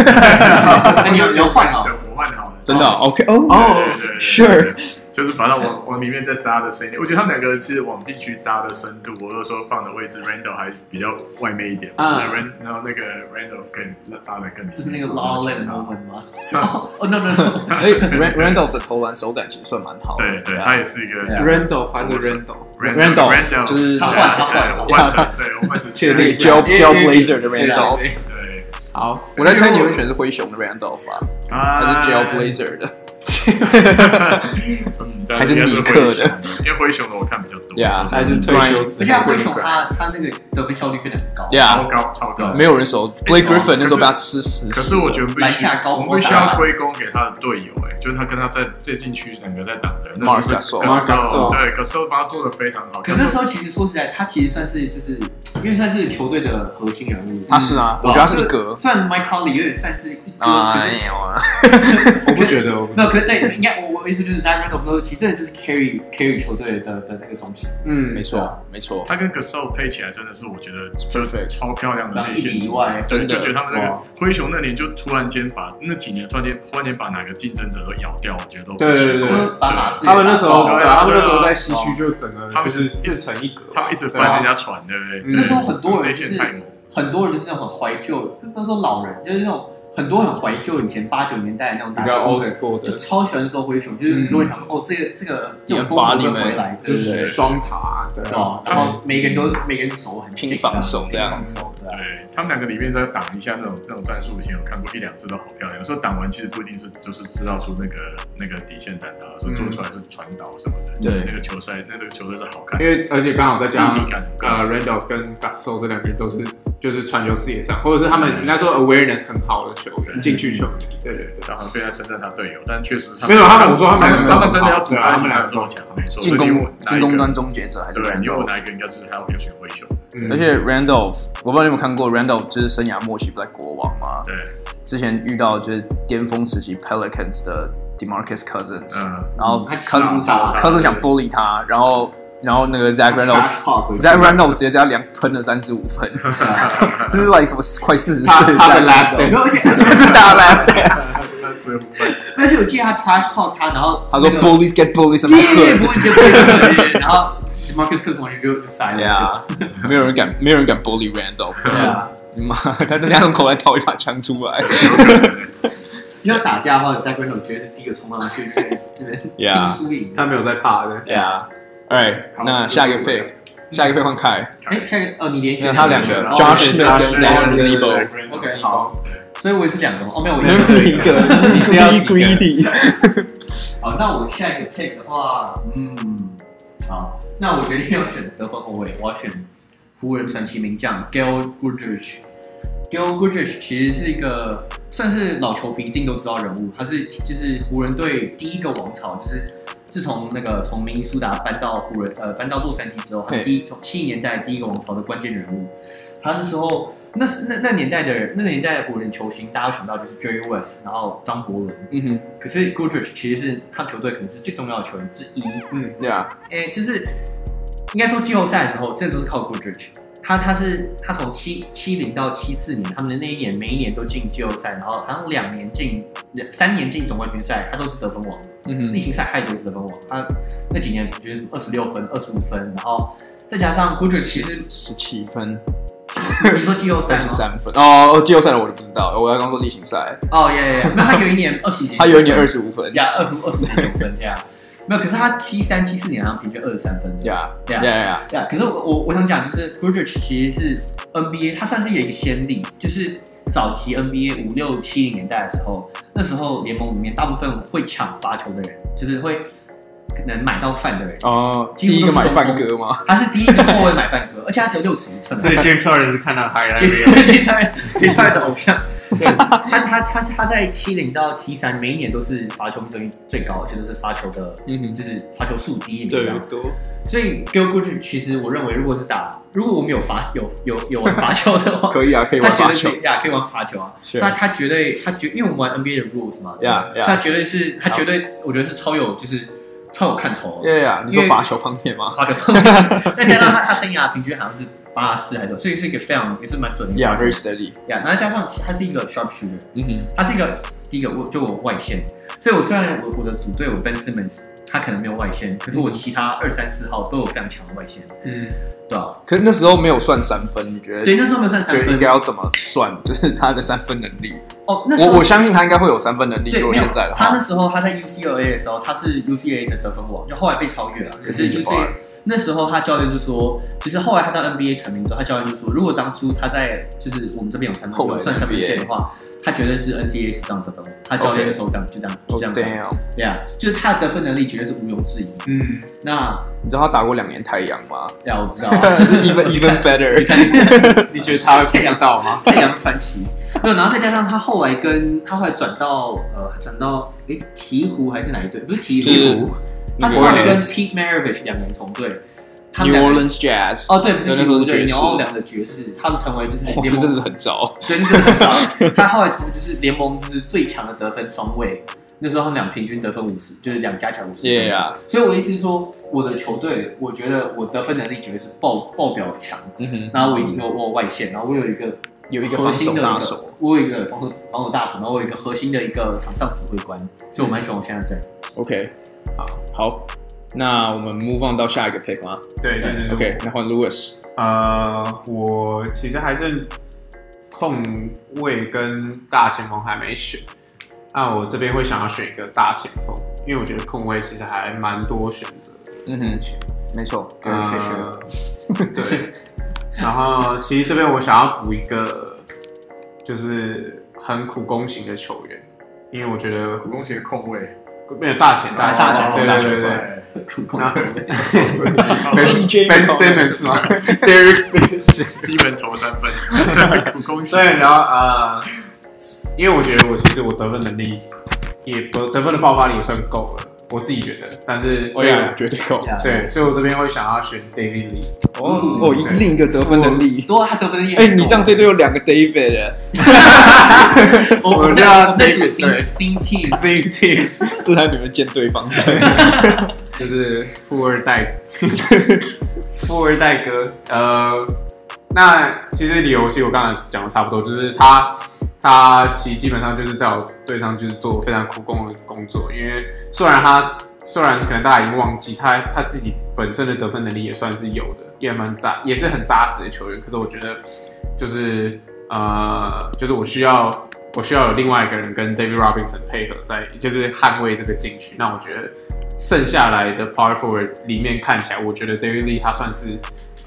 Speaker 4: 你要你要换哦
Speaker 2: 对， 我换好了。
Speaker 1: 真的哦，OK，哦
Speaker 3: 哦
Speaker 2: 对对对对
Speaker 1: Sure
Speaker 2: 就是把它往往里面再扎的深一点。我觉得他们两个其实往禁区扎的深度，我有时候放的位置，Randall 还比较外面一点，
Speaker 4: 啊
Speaker 2: 那 Ran- 然后那个 Randall 更扎的更里面，
Speaker 4: 就是那个 Law Land moment 吗？
Speaker 2: 嗯
Speaker 4: 哦哦 no no no，
Speaker 1: 哎，Ran- Randall 的投篮手感其实算蛮好的，
Speaker 2: 对对，
Speaker 1: 啊
Speaker 2: 他也是一个
Speaker 1: Yeah
Speaker 3: Randall 还是 Randall，
Speaker 1: Randolph，
Speaker 2: Randall
Speaker 1: 就是
Speaker 4: 他换他换
Speaker 2: 我换成对我换
Speaker 1: 那个
Speaker 2: 成 Jared
Speaker 1: Jail
Speaker 2: Allen，
Speaker 1: Jail Blazer 的
Speaker 3: 对对
Speaker 1: Randolph，
Speaker 3: 对
Speaker 2: 对
Speaker 3: 好，
Speaker 1: 我在猜你会选是灰熊的 Randolph 吧，还
Speaker 2: 啊
Speaker 1: 是 Jail Blazer 的？
Speaker 2: 嗯
Speaker 1: 还是
Speaker 2: 应该
Speaker 1: 尼克的
Speaker 2: 灰熊因为灰熊的我看比较多，
Speaker 1: Yeah，
Speaker 2: 说
Speaker 3: 还是退休之
Speaker 4: 而且
Speaker 3: 后
Speaker 4: 灰熊哎啊他他那个得分效率真的很高，
Speaker 2: 超
Speaker 1: Yeah，
Speaker 2: 高超高，
Speaker 1: 没有人守 Blake
Speaker 2: 可是
Speaker 1: Griffin 那时候被他吃死死的，
Speaker 2: 可是我觉得必
Speaker 4: 篮
Speaker 2: 须
Speaker 4: 下，高
Speaker 2: 我们
Speaker 4: 抛
Speaker 2: 必须
Speaker 4: 打
Speaker 2: 要
Speaker 4: 篮
Speaker 2: 归功给他的队友、哎，就是他跟他在最禁区两个在打的，那
Speaker 1: Marc
Speaker 2: 时
Speaker 1: Gasol
Speaker 2: 候是哦
Speaker 3: Marc Gasol
Speaker 2: 对，可是帮他做的非常好。哦
Speaker 4: 可是那时候其实说实在，他其实算是就是因为算是球队的核心人物，嗯
Speaker 1: 他是啊，我觉得他是一格
Speaker 4: 虽然 Mike Conley 有点算是一哥，可是
Speaker 1: 哎呦啊，
Speaker 3: 我不觉得，我不
Speaker 4: 那可是对，应该我我意思就是 Zach Randolph 都其实真的就是 carry carry 球队的的那个中心，
Speaker 3: 嗯
Speaker 1: 没，错没错，
Speaker 2: 他跟 Gasol 配起来真的是我觉得就是
Speaker 1: Perfect
Speaker 2: 超漂亮的
Speaker 4: 然后
Speaker 2: 内
Speaker 4: 一
Speaker 2: 线
Speaker 4: 比以
Speaker 2: 组
Speaker 4: 外，
Speaker 2: 对，
Speaker 1: 真的
Speaker 2: 就觉得他们那
Speaker 1: 哇
Speaker 2: 个灰熊那年就突然间把那几年突然间突然间把哪个竞争者都咬掉，我觉得都
Speaker 3: 对对对
Speaker 4: 就
Speaker 3: 对
Speaker 4: 是把马刺
Speaker 3: 他们那时候
Speaker 2: 对啊
Speaker 3: 对
Speaker 2: 对啊
Speaker 3: 啊，他们那时候在西区就整个
Speaker 2: 他
Speaker 3: 就
Speaker 2: 们
Speaker 3: 是
Speaker 2: 是
Speaker 3: 自成一格，
Speaker 2: 他们一直
Speaker 3: 对啊
Speaker 2: 翻人家船，对不对？
Speaker 3: 嗯
Speaker 2: 对
Speaker 4: 那时候很多人
Speaker 2: 内
Speaker 4: 就
Speaker 2: 线
Speaker 4: 是
Speaker 2: 太猛，
Speaker 4: 很多人就是那种很怀旧，不能说老人，就是那种很多很怀旧以前八九年代的那种打
Speaker 3: 比
Speaker 4: 球
Speaker 3: 较
Speaker 4: 风
Speaker 3: old
Speaker 4: 格
Speaker 3: school
Speaker 4: 就
Speaker 3: 的，
Speaker 4: 超喜欢做灰熊，就是很多人想说、哦，这个这个这种风格会回来，对
Speaker 3: 就
Speaker 4: 不对
Speaker 3: 是？双塔，对
Speaker 4: 对
Speaker 3: 啊
Speaker 1: 哦
Speaker 4: 吧？然
Speaker 1: 嗯
Speaker 4: 后每个人都每个人手很
Speaker 1: 拼防守这
Speaker 4: 拼
Speaker 1: 样
Speaker 4: 防守对啊。
Speaker 2: 对他们两个里面在挡一下那种那种战术，以前有看过一两次都好漂亮。有时候挡完其实不一定是就是知道出那个那个底线单打，有时候做出来是传导什么的。
Speaker 1: 对
Speaker 2: 那个球赛那个球赛是好看
Speaker 3: 因，为而且刚好再加
Speaker 2: 竞技
Speaker 3: 上
Speaker 2: 感很高
Speaker 3: 呃。Randolph 跟 Gasol 这两个人都是就是传球视野上，或者是他们应该说 awareness 很好的球员，
Speaker 2: 对
Speaker 3: 禁区球员，对对对。
Speaker 2: 然后非常称赞他队友，但确实他
Speaker 3: 没有他们我说他们
Speaker 2: 他
Speaker 3: 两个
Speaker 2: 他们真的要主
Speaker 3: 对啊
Speaker 2: 观
Speaker 3: 他们
Speaker 2: 性
Speaker 3: 两个
Speaker 2: 才做强，没错。
Speaker 1: 进
Speaker 2: 所
Speaker 1: 攻
Speaker 2: 以你问哪一个
Speaker 1: 进攻端终结者还是
Speaker 2: 对，你问我
Speaker 1: Randolph？
Speaker 2: 哪一个应该是还有要选灰熊，
Speaker 3: 嗯
Speaker 1: 而且 Randolph，我不知道你们有没有看过 Randolph，就是生涯末期不在国王嘛，
Speaker 2: 对，
Speaker 1: 之前遇到就是巅峰时期 Pelicans 的 Demarcus Cousins，、
Speaker 2: 嗯，
Speaker 1: 然后
Speaker 4: 他欺
Speaker 1: Cousins
Speaker 4: 负他
Speaker 1: Cousins 想 bully 他，然后然后那个 Zach Randolph。Zach
Speaker 4: Randolph，Zach
Speaker 1: Randolph 直接加两喷了三十五分，这是 like 什么快四十
Speaker 3: 他
Speaker 1: 岁
Speaker 3: 他的
Speaker 1: Zach
Speaker 3: last
Speaker 1: Randolph
Speaker 3: dance
Speaker 1: 是不是大 last dance？
Speaker 2: 三十五分，
Speaker 4: 而且我记得他 trash talk 他，然后
Speaker 1: 他说
Speaker 4: 那个
Speaker 1: bullies get bullies 什么
Speaker 4: 对对
Speaker 1: 狠
Speaker 4: 对不会接不会接不会接然后 Marcus Cousins 完全就就塞了。
Speaker 1: 呀，没有人敢没有人敢 bully Randolph，
Speaker 4: 对啊，
Speaker 1: 妈，他在那种口袋掏一把枪出 来
Speaker 4: 要打架的话，Zach Randolph 绝对是第一个冲上去，拼
Speaker 1: ，Yeah
Speaker 4: 输赢。
Speaker 3: 他没有在怕 的，
Speaker 1: Yeah。Alright，
Speaker 3: 好
Speaker 1: 那下一个 pick，下一个 pick 换凯。
Speaker 4: 哎，下一个哦，你连
Speaker 1: 那
Speaker 4: 选
Speaker 1: 他两个
Speaker 4: 哦
Speaker 1: Josh
Speaker 4: 对
Speaker 1: Smith 跟 Zion Gazebo
Speaker 4: OK，
Speaker 3: 好，
Speaker 4: 所以我也是两个嘛。哦，没有，我
Speaker 1: 你们是一个，你是要 greedy。
Speaker 4: 好，那我下一个 pick 的话，嗯，好，那我决定要选得分后卫，我要选湖人传奇名将 Gil Goodrich。Gil Goodrich 其实是一个算是老球迷一定都知道人物，他是就是湖人队第一个王朝，就是自从那个从明尼苏达搬到湖人呃搬到洛杉矶之后，他是
Speaker 1: 嘿
Speaker 4: 第一从七零年代第一个王朝的关键人物。他那时候那是那那年代的人，那年代的湖人球星，大家想到就是 Jerry West，然后张伯伦，
Speaker 1: 嗯哼
Speaker 4: 可是 Goodrich 其实是他球队可能是最重要的球员之一。
Speaker 3: 嗯，
Speaker 1: ，Yeah，
Speaker 4: 诶，就是应该说季后赛的时候，真的都是靠 Goodrich。他他是他从七七零到七四年，他们的那一年每一年都进季后赛，然后好像两年进两三年进总冠军赛，他都是得分王。
Speaker 1: 嗯
Speaker 4: 例
Speaker 1: 哼，
Speaker 4: 行赛他也都是得分王，他那几年平均二十六分、二十五分，然后再加上 Goodrich，其实
Speaker 1: 十七分，
Speaker 4: 你说季后赛
Speaker 1: 三十
Speaker 4: 吗？
Speaker 1: 三分。哦，哦季后赛的我就不知道，我刚刚说例行赛，
Speaker 4: 哦耶耶，那他有一年二十几，
Speaker 1: 他有一年二十五分。
Speaker 4: 呀，二十五、二十九分这样。没有，可是他七三、七四年好像平均二十三分。Yeah
Speaker 1: Yeah，Yeah，Yeah，
Speaker 4: 对啊，可是我我我想讲，就是 Goodrich 其实是 NBA，它算是有一个先例，就是早期 NBA 五六七零年代的时候，那时候联盟里面大部分会抢罚球的人，就是会可能买到饭的人，
Speaker 1: 哦，
Speaker 4: 几乎
Speaker 1: 第一
Speaker 4: 都
Speaker 1: 个
Speaker 4: 是
Speaker 1: 买
Speaker 4: 中
Speaker 1: 饭
Speaker 4: 锋
Speaker 1: 哥吗？
Speaker 4: 他是第一个后卫买饭哥，而且他只有六尺一寸，啊
Speaker 3: James Harden 是看到 high
Speaker 4: 接接下来接下来的偶像 对，他他他他在七零到七三，每一年都是罚球命中率最高，而且都是罚球的，
Speaker 1: 嗯哼
Speaker 4: 就是罚球数第一名这
Speaker 1: 对
Speaker 4: 样。
Speaker 1: 多
Speaker 4: 所以 g i l g o o d 其实我认为，如果是打，如果我们有罚有有有玩罚球的话，
Speaker 1: 可以啊，可以
Speaker 4: 他
Speaker 1: 玩
Speaker 4: 绝
Speaker 1: 罚
Speaker 4: 对
Speaker 1: 球
Speaker 4: 可以呀，可以玩罚球啊。
Speaker 1: Sure
Speaker 4: 他他绝对他绝，因为我们玩 NBA 的 rules 嘛，对吧
Speaker 1: Yeah, yeah
Speaker 4: 所以他绝对是他绝对，我觉得是超有就是超有看头的。
Speaker 1: 对呀，你
Speaker 4: 因
Speaker 1: 说
Speaker 4: 为
Speaker 1: 罚球方面吗
Speaker 4: 罚球 方面，那加上他他生涯平均好像是八四还是多少，所以是一个非常也是蛮准的。
Speaker 1: ？Yeah，very steady。
Speaker 4: 呀，然后加上他是一个 sharp shooter，
Speaker 1: 嗯哼，
Speaker 4: 他是一个第一个我就我外线，所以我虽然我我的组队我 Ben Simmons 他可能没有外线，可是我其他二三四号都有非常强的外线，
Speaker 3: 嗯，
Speaker 4: 对吧、
Speaker 1: 可是那时候没有算三分，你觉得？
Speaker 4: 对，那时候没有算
Speaker 1: 觉
Speaker 4: 三
Speaker 1: 得应
Speaker 4: 分
Speaker 1: 该要怎么算？ 就是他的三分能力，
Speaker 4: 哦，那时候
Speaker 1: 我我相信他应该会有三分能力。
Speaker 4: 对
Speaker 1: 如果
Speaker 4: 没有
Speaker 1: 现在的
Speaker 4: 他
Speaker 1: 话
Speaker 4: 那，时候他在 UCLA 的时候，他是 UCLA 的得分王，就后来被超越了。可是
Speaker 1: 嗯
Speaker 4: UCLA 那时候他教练就说，就是后来他到 NBA 成名之后，他教练就说，如果当初他在就是我们这边有三
Speaker 1: 后
Speaker 4: 分
Speaker 1: 来
Speaker 4: 有算三分
Speaker 1: NBA
Speaker 4: 线的话，他绝对是 NCAA 史上得分王。他教练的时候这样就这样就这样
Speaker 1: 哦对
Speaker 4: 讲，对啊，就是他的得分能力绝对是毋庸置疑。
Speaker 3: 嗯，
Speaker 4: 那
Speaker 1: 你知道他打过两年太阳 吗
Speaker 4: 呀，我知道啊
Speaker 1: ？even even better。
Speaker 3: 你觉得他会不知道吗？
Speaker 4: 太阳传奇。没有，然后再加上他后来跟他后来转到呃转到诶鹈鹕还是哪一队？不是鹈
Speaker 1: 是
Speaker 4: 鹕，啊他
Speaker 1: 那
Speaker 4: 突
Speaker 1: 个
Speaker 4: 然跟 Pete Maravich 两个人同队，他们
Speaker 1: New
Speaker 4: 两个人
Speaker 1: Orleans Jazz，
Speaker 4: 哦，对，不是
Speaker 1: 对
Speaker 4: 鹈
Speaker 1: 那时候
Speaker 4: 鹕对
Speaker 1: 爵士
Speaker 4: 纽奥良的爵士，他们成为就是
Speaker 1: 哇，
Speaker 4: 联
Speaker 1: 哦这真的
Speaker 4: 盟
Speaker 1: 是很糟。
Speaker 4: 对，那是很早，他后来成为就是联盟就是最强的得分双卫。那时候他们俩平均得分五十，就是两加起来五十。
Speaker 1: Yeah，
Speaker 4: 所以我的意思是说，我的球队，我觉得我得分能力绝对是爆爆表强。
Speaker 1: 嗯哼，
Speaker 4: 然后我已经有我有外线，然后我有一个
Speaker 1: 有一个
Speaker 4: 核
Speaker 1: 防
Speaker 4: 心
Speaker 1: 守
Speaker 4: 的一
Speaker 1: 大
Speaker 4: 个
Speaker 1: 手。，
Speaker 4: 我有一个防守防守大手，然后我有一个核心的一个场上指挥官，所以我蛮喜欢我现在这样。
Speaker 1: OK，好，好，那我们 move on 到下一个 pick 吗
Speaker 3: 对对对对
Speaker 1: ？OK，那换 Lewis。
Speaker 3: 呃，我其实还是控卫跟大前锋还没选。那我这边会想要选一个大前锋，因为我觉得控卫其实还蛮多选择的。
Speaker 1: 嗯哼，没错。啊
Speaker 4: 跟 Fisher
Speaker 3: 嗯对。然后其实这边我想要补一个，就是很苦攻型的球员，因为我觉得
Speaker 2: 苦攻型的控卫，
Speaker 3: 没有大前啊大
Speaker 4: 大
Speaker 3: 前
Speaker 4: 前锋
Speaker 3: 对对对对。
Speaker 2: 对
Speaker 4: 苦控
Speaker 3: 然后 Ben
Speaker 2: 对，
Speaker 1: TJ
Speaker 3: Ben
Speaker 1: McConnell
Speaker 3: Simmons 吗？Derek Fisher
Speaker 2: 西门投三 分，苦攻型
Speaker 3: 对，然后呃，因为我觉得我其实我得分能力也不得分的爆发力也算够了，我自己觉得。但是啊
Speaker 1: 哦
Speaker 3: 所以
Speaker 1: 呀，绝对够。
Speaker 4: Yeah
Speaker 3: 对，所以我这边会想要选 David Lee。
Speaker 1: 哦
Speaker 4: 嗯
Speaker 1: 哦，一
Speaker 3: 对
Speaker 1: 另一个得分能
Speaker 3: 哦
Speaker 1: 力。
Speaker 4: 多他得分也
Speaker 1: 哎，
Speaker 4: 很
Speaker 1: 你
Speaker 4: 多
Speaker 1: 这样这队有两个 David，哎
Speaker 4: 我
Speaker 3: 我
Speaker 4: 我
Speaker 3: 就要
Speaker 4: 这是
Speaker 3: David，对
Speaker 4: Team Team，
Speaker 3: Big T
Speaker 1: 这才你们见对方。
Speaker 3: 就是富二代，富二代哥。呃，那其实理由其实我刚才讲的差不多，就是他他其实基本上就是在我队上就是做非常苦工的工作，因为虽然他虽然可能大家已经忘记他他自己本身的得分能力也算是有的，也蛮扎也是很扎实的球员，可是我觉得就是呃就是我需要。我需要有另外一个人跟 David Robinson 配合在，就是捍卫这个禁区。那我觉得剩下来的 Power Forward 里面看起来，我觉得 David Lee 他算是，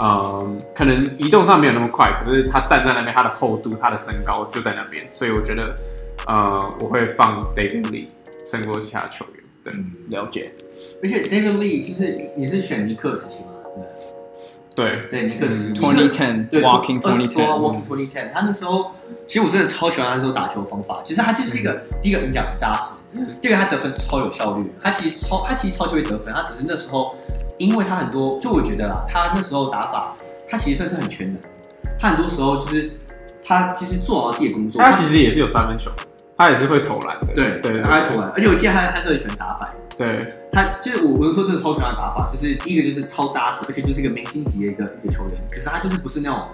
Speaker 3: 嗯，可能移动上没有那么快，可是他站在那边，他的厚度、他的身高就在那边，所以我觉得，呃，我会放 David Lee 胜过其他球员。对
Speaker 2: 嗯
Speaker 1: 了解。
Speaker 4: 而且 David Lee 就是你是选尼克时期吗？
Speaker 3: 对，
Speaker 4: 对，尼克时期。
Speaker 1: Twenty ten
Speaker 4: 对
Speaker 1: walking twenty
Speaker 4: 对
Speaker 3: 嗯
Speaker 1: ten。
Speaker 4: Walking Twenty Ten，他那时候其实我真的超喜欢他那时候打球的方法，就是他就是一个、第一个你讲很扎实，第二个他得分超有效率，他其实超他其实超级会得分，他只是那时候因为他很多，就我觉得啦，他那时候打法他其实算是很全能，他很多时候就是他其实做好自己的工作，
Speaker 3: 他其实也是有三分球，他也是会投篮的。
Speaker 4: 对
Speaker 3: 对，
Speaker 4: 他在投篮，而且我记得他他特别喜欢打板。
Speaker 3: 对，
Speaker 4: 他就是我，我是说真的超喜欢他的打法，就是第一个就是超扎实，而且就是一个明星级的一个一个球员。可是他就是不是那种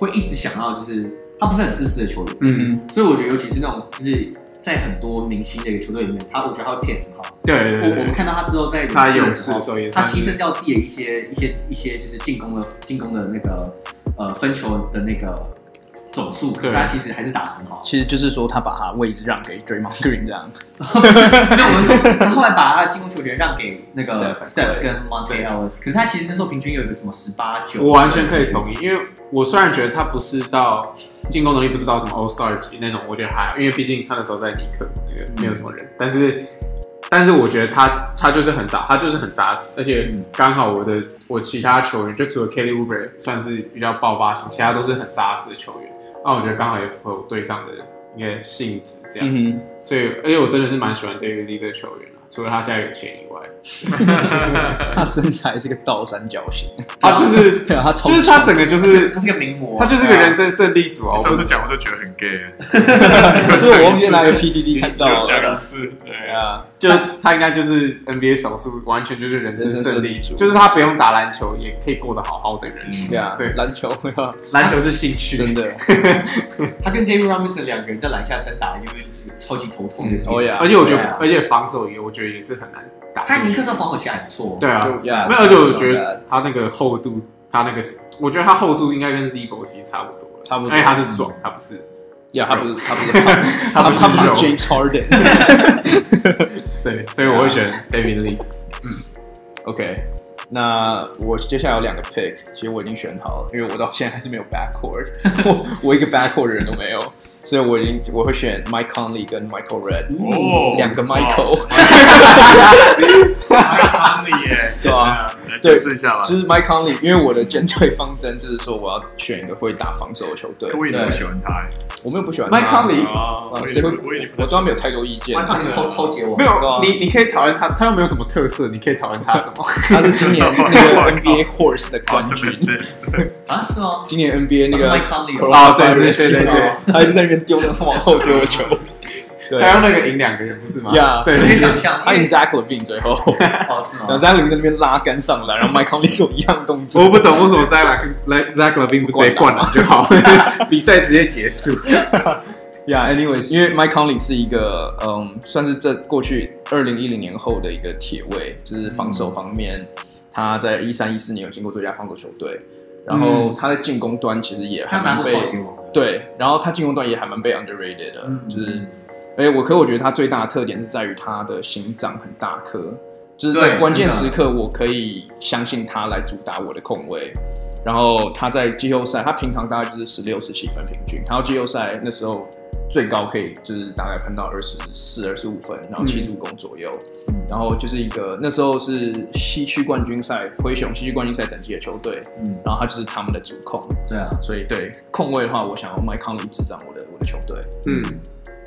Speaker 4: 会一直想要，就是他不是很自私的球员。
Speaker 3: 嗯，
Speaker 4: 所以我觉得，尤其是那种就是在很多明星的一个球队里面，他我觉得他会骗很好。
Speaker 3: 对对
Speaker 4: 我我
Speaker 3: 对
Speaker 4: 们看到他之后在
Speaker 3: 他
Speaker 4: 勇
Speaker 3: 有
Speaker 4: 士
Speaker 3: 事
Speaker 4: 的
Speaker 3: 的
Speaker 4: 时
Speaker 3: 时
Speaker 4: 候，
Speaker 3: 候也
Speaker 4: 他
Speaker 3: 算
Speaker 4: 牺
Speaker 3: 是
Speaker 4: 牲掉自己的一些一些一些就是进攻的进攻的那个呃分球的那个总数，可是他其实还是打得很好。
Speaker 1: 其实就是说，他把他位置让给 Draymond Green 这样。
Speaker 4: 没有，我是说他后来把他的进攻球权让给那个
Speaker 1: Steph，
Speaker 4: Steph
Speaker 1: 对
Speaker 4: 跟 Monte Ellis，可是他其实那时候平均有一个什么十八九，
Speaker 3: 我完全可以同意，因为我虽然觉得他不是到进攻能力不是到什么 All Star 级那种，我觉得还好，因为毕竟他那时候在尼克那个没有什么人，但
Speaker 1: 嗯
Speaker 3: 是但是我觉得他他就是很扎，他就是很扎实，而且
Speaker 4: 嗯
Speaker 3: 刚好我的我其他球员就除了 Kelly o u b r e 算是比较爆发型，其他都是很扎实的球员，那我觉得刚好也符合我队上的一个性质这样。
Speaker 1: 嗯
Speaker 3: 所以，而且我真的是蛮喜欢 David Lee 这个球员啊，除了他家有钱以外，
Speaker 1: 哼，他身材是个倒三角形，
Speaker 3: 他就是
Speaker 1: 对啊他超
Speaker 3: 就是他整个就是
Speaker 4: 他是个名模，
Speaker 3: 他就是个人生胜利组啊！
Speaker 2: 上
Speaker 3: 我
Speaker 2: 次
Speaker 3: 不
Speaker 2: 讲我就觉得很 gay，
Speaker 1: 这个我忘记哪个 PDD 看到
Speaker 2: 有讲一
Speaker 1: 了。
Speaker 2: 次，对
Speaker 1: 对啊，
Speaker 3: 就他应该就是 NBA 少数，完全就是人生胜利
Speaker 1: 人生胜利
Speaker 3: 组，
Speaker 1: 组
Speaker 3: 就是他不用打篮球也可以过得好好的人。
Speaker 1: 对啊，
Speaker 3: 对
Speaker 1: 篮球 对啊
Speaker 3: 篮球是兴趣，
Speaker 1: 真的，
Speaker 4: 他跟 David Robinson 两个人在篮下单打，因为就是超级头痛的。
Speaker 1: 哦呀，
Speaker 3: 而且我觉得，
Speaker 4: 对啊
Speaker 3: 而且防守也我觉得也是很难打
Speaker 4: 他
Speaker 3: 进
Speaker 4: 尼
Speaker 3: 去。
Speaker 4: 克松防守下还不错，
Speaker 3: 对啊，
Speaker 1: 就呀
Speaker 3: 没有，而且我觉得他那个厚度，他那个我觉得他厚度应该跟 Zibo 其实差不多了，
Speaker 1: 差不多
Speaker 3: 因为他是壮，他不是，
Speaker 1: 呀，他不是他不是他
Speaker 3: 不是
Speaker 1: 他不是
Speaker 3: 肉
Speaker 1: James Harden。
Speaker 3: 对，所以我会选 David Lee。
Speaker 1: OK，那我接下来有两个 pick，其实我已经选好了，因为我到现在还是没有 backcourt，我我一个 backcourt 的人都没有，所以我已经我会选 Mike Conley 跟 Michael Red，
Speaker 2: 哦，
Speaker 1: 嗯两个 Michael。
Speaker 2: 太坑耶，
Speaker 1: 对啊，
Speaker 2: 来解释一下吧
Speaker 1: 就。是 Mike Conley，因为我的针对方针就是说我要选一个会打防守的球队。
Speaker 2: 我以为你不
Speaker 1: 对
Speaker 2: 喜欢他，
Speaker 1: 我没有不喜欢
Speaker 3: Mike
Speaker 1: 他
Speaker 3: Conley
Speaker 2: 啊
Speaker 1: 啊
Speaker 2: 我以
Speaker 1: 谁
Speaker 2: 为
Speaker 1: 会
Speaker 2: 我以为你不
Speaker 1: 我对
Speaker 2: 喜
Speaker 1: 他
Speaker 2: 欢
Speaker 1: 没有太多意见
Speaker 4: 哇，。他是超超级王，
Speaker 3: 没
Speaker 1: 对啊
Speaker 3: 有，你你可以讨厌他，他又没有什么特色，你可以讨厌他什么？
Speaker 1: 他是今年那
Speaker 2: 我靠
Speaker 1: 个 NBA Horse 的
Speaker 2: 他，
Speaker 1: 冠
Speaker 2: 这
Speaker 1: 军
Speaker 2: 边。这是
Speaker 4: 啊，是吗？
Speaker 1: 今年 NBA 那个
Speaker 4: 哦是 Mike Conley 哦
Speaker 1: Coronavirus
Speaker 3: 哦对对对对对，
Speaker 1: 他一直在那边丢那个往后丢的 球。对
Speaker 3: 他用那个赢两个人不是吗？
Speaker 1: 呀
Speaker 3: 啊 对啊
Speaker 4: 我可以想象，
Speaker 1: 他
Speaker 4: 因
Speaker 1: 赢
Speaker 4: 为
Speaker 1: Zach Levine 最后，
Speaker 4: 哦是
Speaker 1: 然后
Speaker 4: 吗？
Speaker 1: Zach Levine 在那边拉杆上篮，然后 Mike Conley 做一样动作。
Speaker 3: 我不懂为什么 Zach Le- Zach Levine 不直接灌篮就好， 比赛直接结束。
Speaker 1: 呀、yeah,，anyways，因为 Mike Conley 是一个嗯，算是这过去二零一零年后的一个铁卫，就是防守方面，他在一三一四年有进过最佳防守球队，然
Speaker 3: 嗯
Speaker 1: 后他在进攻端其实也还
Speaker 4: 他拿
Speaker 1: 蛮
Speaker 4: 过
Speaker 1: 被
Speaker 4: 超级王，
Speaker 1: 对，然后他进攻端也还蛮被 underrated 的，
Speaker 4: 嗯
Speaker 1: 就是，而且我可我觉得他最大的特点是在于他的心脏很大颗，就是在
Speaker 4: 对
Speaker 1: 关键
Speaker 4: 真的
Speaker 1: 时刻我可以相信他来主打我的控卫。然后他在季后赛，他平常大概就是十六、十七分平均，然后季后赛那时候最高可以就是大概喷到二十四、二十五分，
Speaker 4: 嗯
Speaker 1: 然后七助攻左右。然后就是一个那时候是西区冠军赛，灰熊西区冠军赛等级的球队，
Speaker 4: 嗯，
Speaker 1: 然后他就是他们的主控。
Speaker 4: 对啊，
Speaker 1: 所以 对控卫的话，我想要 Mike Conley 执掌我的我的球队。
Speaker 3: 嗯，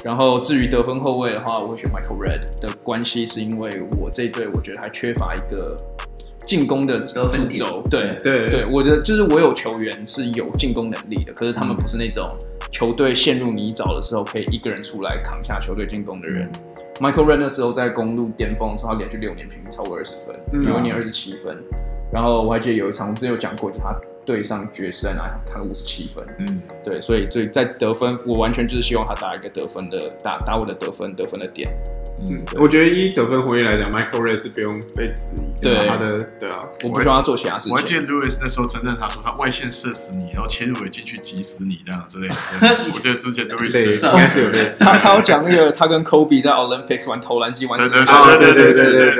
Speaker 1: 然后至于得分后卫的话，我会选 Michael Red 的关系是因为我这一队我觉得还缺乏一个进攻的主
Speaker 4: 得分点
Speaker 1: 轴。对
Speaker 3: 对
Speaker 1: 对，我的就是我有球员是有进攻能力的，可是
Speaker 2: 嗯
Speaker 1: 他们不是那种球队陷入泥沼的时候可以一个人出来扛下球队进攻的人。Michael
Speaker 2: 嗯
Speaker 1: Red 那时候在公路巅峰的时候，他连续六年平均超过二十分，
Speaker 3: 嗯
Speaker 1: 有一
Speaker 2: 啊
Speaker 1: 年二十七分。然后我还记得有一场，我之前有讲过，就是他对上爵士在拿下他五十七分，
Speaker 2: 嗯，
Speaker 1: 对，所以所以在得分，我完全就是希望他打一个得分的打打我的得分得分的点，
Speaker 3: 嗯，我觉得以得分回应来讲，Michael Red 是不用被质疑的，
Speaker 1: 对
Speaker 3: 他的对啊，
Speaker 1: 我不需要他做其他事
Speaker 2: 我还记
Speaker 1: 情。
Speaker 2: 得 Louis 那时候承认他说他外线射死你，然后切入也进去急死你这样之 类的。我记得之前 Louis
Speaker 3: 对，应
Speaker 2: 对
Speaker 3: 该是有类似。
Speaker 1: 他他有讲那个他跟 Kobe 在 Olympics 玩投篮机玩
Speaker 2: 对
Speaker 1: 死
Speaker 2: 对
Speaker 1: 球
Speaker 3: 啊
Speaker 2: 对对对对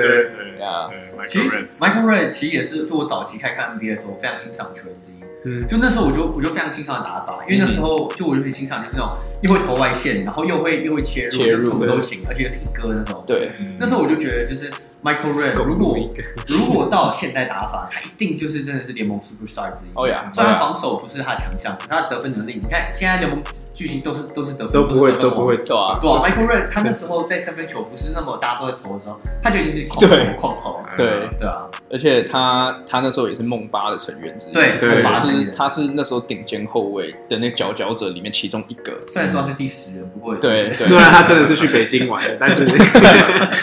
Speaker 1: 对啊
Speaker 2: 对
Speaker 4: 其实
Speaker 2: ，Michael Red，
Speaker 4: Michael Red 其实也是就我早期开始看 NBA 的时候，我非常欣赏的球员之一。
Speaker 3: 嗯
Speaker 4: 就那时候我就我就非常欣赏的打法，因为那时候就我就很欣赏就是那种又会投外线，然后又会又会切入，
Speaker 1: 切入
Speaker 4: 就什么
Speaker 1: 对
Speaker 4: 都行，而且是一哥那种。
Speaker 1: 对，
Speaker 2: 嗯
Speaker 4: 那时候我就觉得，就是 Michael Red，如果 如果到了现代打法，他一定就是真的是联盟 superstar 之一。
Speaker 1: 哦呀
Speaker 4: 虽
Speaker 1: 哦
Speaker 4: 然
Speaker 1: 呀
Speaker 4: 防守不是他的强项，可是他的得分能力，你看现在联盟巨星都是都是得分
Speaker 3: 都不会
Speaker 4: 是得分
Speaker 3: 都
Speaker 4: 王
Speaker 3: 不会
Speaker 1: 对啊
Speaker 4: 对啊，Michael Red 他那时候在三分球不是那么大家都在投的时候，他就已经是
Speaker 1: 对
Speaker 4: 狂投狂投。
Speaker 1: 对
Speaker 4: 对啊，
Speaker 1: 而且他他那时候也是梦八的成员之一，
Speaker 4: 对
Speaker 1: 他
Speaker 3: 对
Speaker 4: 梦八成
Speaker 1: 是
Speaker 4: 员
Speaker 1: 他是那时候顶尖后卫的那佼佼者里面其中一个。
Speaker 4: 虽然说他是第十人，不过啊
Speaker 1: 对
Speaker 3: 虽
Speaker 1: 对，
Speaker 3: 然他真的是去北京玩的，但 是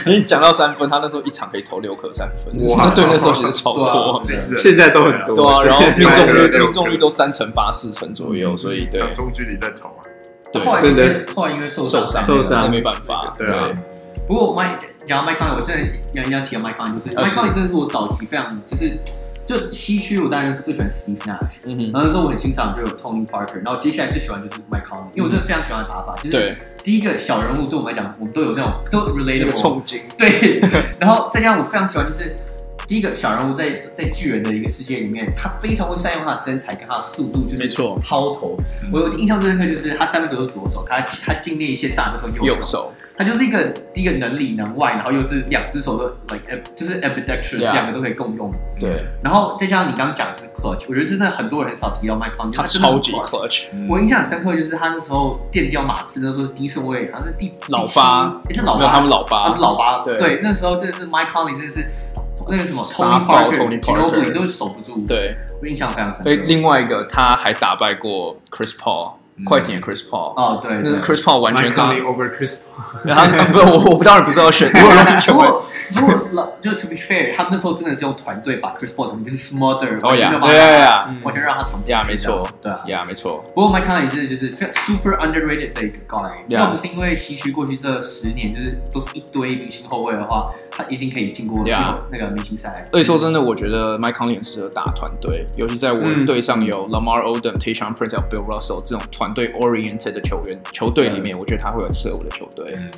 Speaker 1: 你讲到三分，他那时候一场可以投六颗三分，
Speaker 2: 哇
Speaker 1: 那对那时候其实超
Speaker 4: 对啊
Speaker 1: 多，
Speaker 4: 对啊，
Speaker 3: 现在都很多。
Speaker 1: 对啊，然后
Speaker 3: 对
Speaker 1: 命中
Speaker 2: 对
Speaker 1: 率命中率都三成八四成左右，所以对
Speaker 2: 当中距离在投啊，
Speaker 1: 对
Speaker 4: 后来
Speaker 3: 真
Speaker 4: 因
Speaker 3: 的
Speaker 4: 为后来因为受
Speaker 1: 受伤
Speaker 3: 受伤
Speaker 1: 那没办法，
Speaker 2: 对啊，
Speaker 4: 不过麦讲到麦康，我真的要一定要提到麦康，就是
Speaker 1: 啊
Speaker 4: 麦
Speaker 1: 是
Speaker 4: 康真的是我早期非常就是就西区，我当然是最喜欢 Steve Nash，
Speaker 1: 嗯哼，
Speaker 4: 然后那时候我很欣赏就有 Tony Parker，然后接下来最喜欢就是 Mike Conley，因为我真的非常喜欢他的打法，就是
Speaker 1: 对，
Speaker 4: 第一个小人物对我们来讲，我们都有这种都
Speaker 1: 那个
Speaker 4: relatable，
Speaker 1: 冲劲，
Speaker 4: 对，然后再加上我非常喜欢就是。第一个小人物在在巨人的一个世界里面，他非常会善用他的身材跟他的速度，就是
Speaker 1: 没错嗯
Speaker 4: 抛投。我有印象最深刻就是他三分球都是左手，他他境内一些上都是用
Speaker 1: 右
Speaker 4: 手
Speaker 1: 手，
Speaker 4: 他就是一个一个能里能外，然后又是两只手都 like ab- 就是 ambidextrous，
Speaker 1: Yeah
Speaker 4: 两个都可以共用。
Speaker 1: 对，
Speaker 4: 然后再加上你刚刚讲的是 clutch，我觉得真的很多人很少提到 Mike Conley，
Speaker 1: 他
Speaker 4: 真的很
Speaker 1: 超级
Speaker 4: clutch
Speaker 1: clutch，
Speaker 4: 我印象很深刻就是他那时候垫掉马刺，那时候是第一顺位，好像是第
Speaker 1: 老八，
Speaker 4: 第七诶是老
Speaker 1: 没有
Speaker 4: 八，
Speaker 1: 他们老
Speaker 4: 他
Speaker 1: 八
Speaker 4: 是，老八，
Speaker 1: 对
Speaker 4: 啊对，那时候真的是 Mike Conley 真的是那个什么
Speaker 1: 杀爆 Tony Parker
Speaker 4: Parker，Ginobili 都守不住，，
Speaker 1: 对，
Speaker 4: 我印象非常深刻
Speaker 1: 所以。另外一个他还打败过 Chris Paul，
Speaker 2: 嗯
Speaker 1: 快艇的 Chris Paul，
Speaker 4: 哦，对，
Speaker 1: 那
Speaker 4: 对
Speaker 1: 是 Chris Paul 完
Speaker 3: Mike
Speaker 1: 全跟
Speaker 3: Conley over Chris Paul，
Speaker 1: 他不，我我不当然不是要选， 如果让
Speaker 4: 如
Speaker 1: 球员
Speaker 4: 果如果是老，就 to be fair，他们那时候真的是用团队把 Chris Paul 什么就是 smother，
Speaker 1: 哦
Speaker 4: 完全
Speaker 1: 呀
Speaker 4: 没有，把
Speaker 1: 对
Speaker 4: 他
Speaker 1: 呀呀
Speaker 3: 嗯
Speaker 4: 完全让他重
Speaker 1: 呀，没错，
Speaker 4: 对啊。
Speaker 1: 呀，没错，
Speaker 4: 不过 Mike Conley 真的就是非常 super underrated 的一个 guy，
Speaker 1: Yeah
Speaker 4: 要不是因为西区过去这十年就是都是一堆明星后卫的话，他一定可以进过
Speaker 1: Yeah
Speaker 4: 那个明星赛。
Speaker 1: 而且说真的，我觉得 Mike Conley 很适合打团队，尤其在我
Speaker 3: 嗯
Speaker 1: 队上有 Lamar Odom、Tayshaun Prince 还有 Bill Russell 这种团队 oriented 的球员，球队里面，
Speaker 4: 嗯
Speaker 1: 我觉得他会很适合我的球队。
Speaker 2: 嗯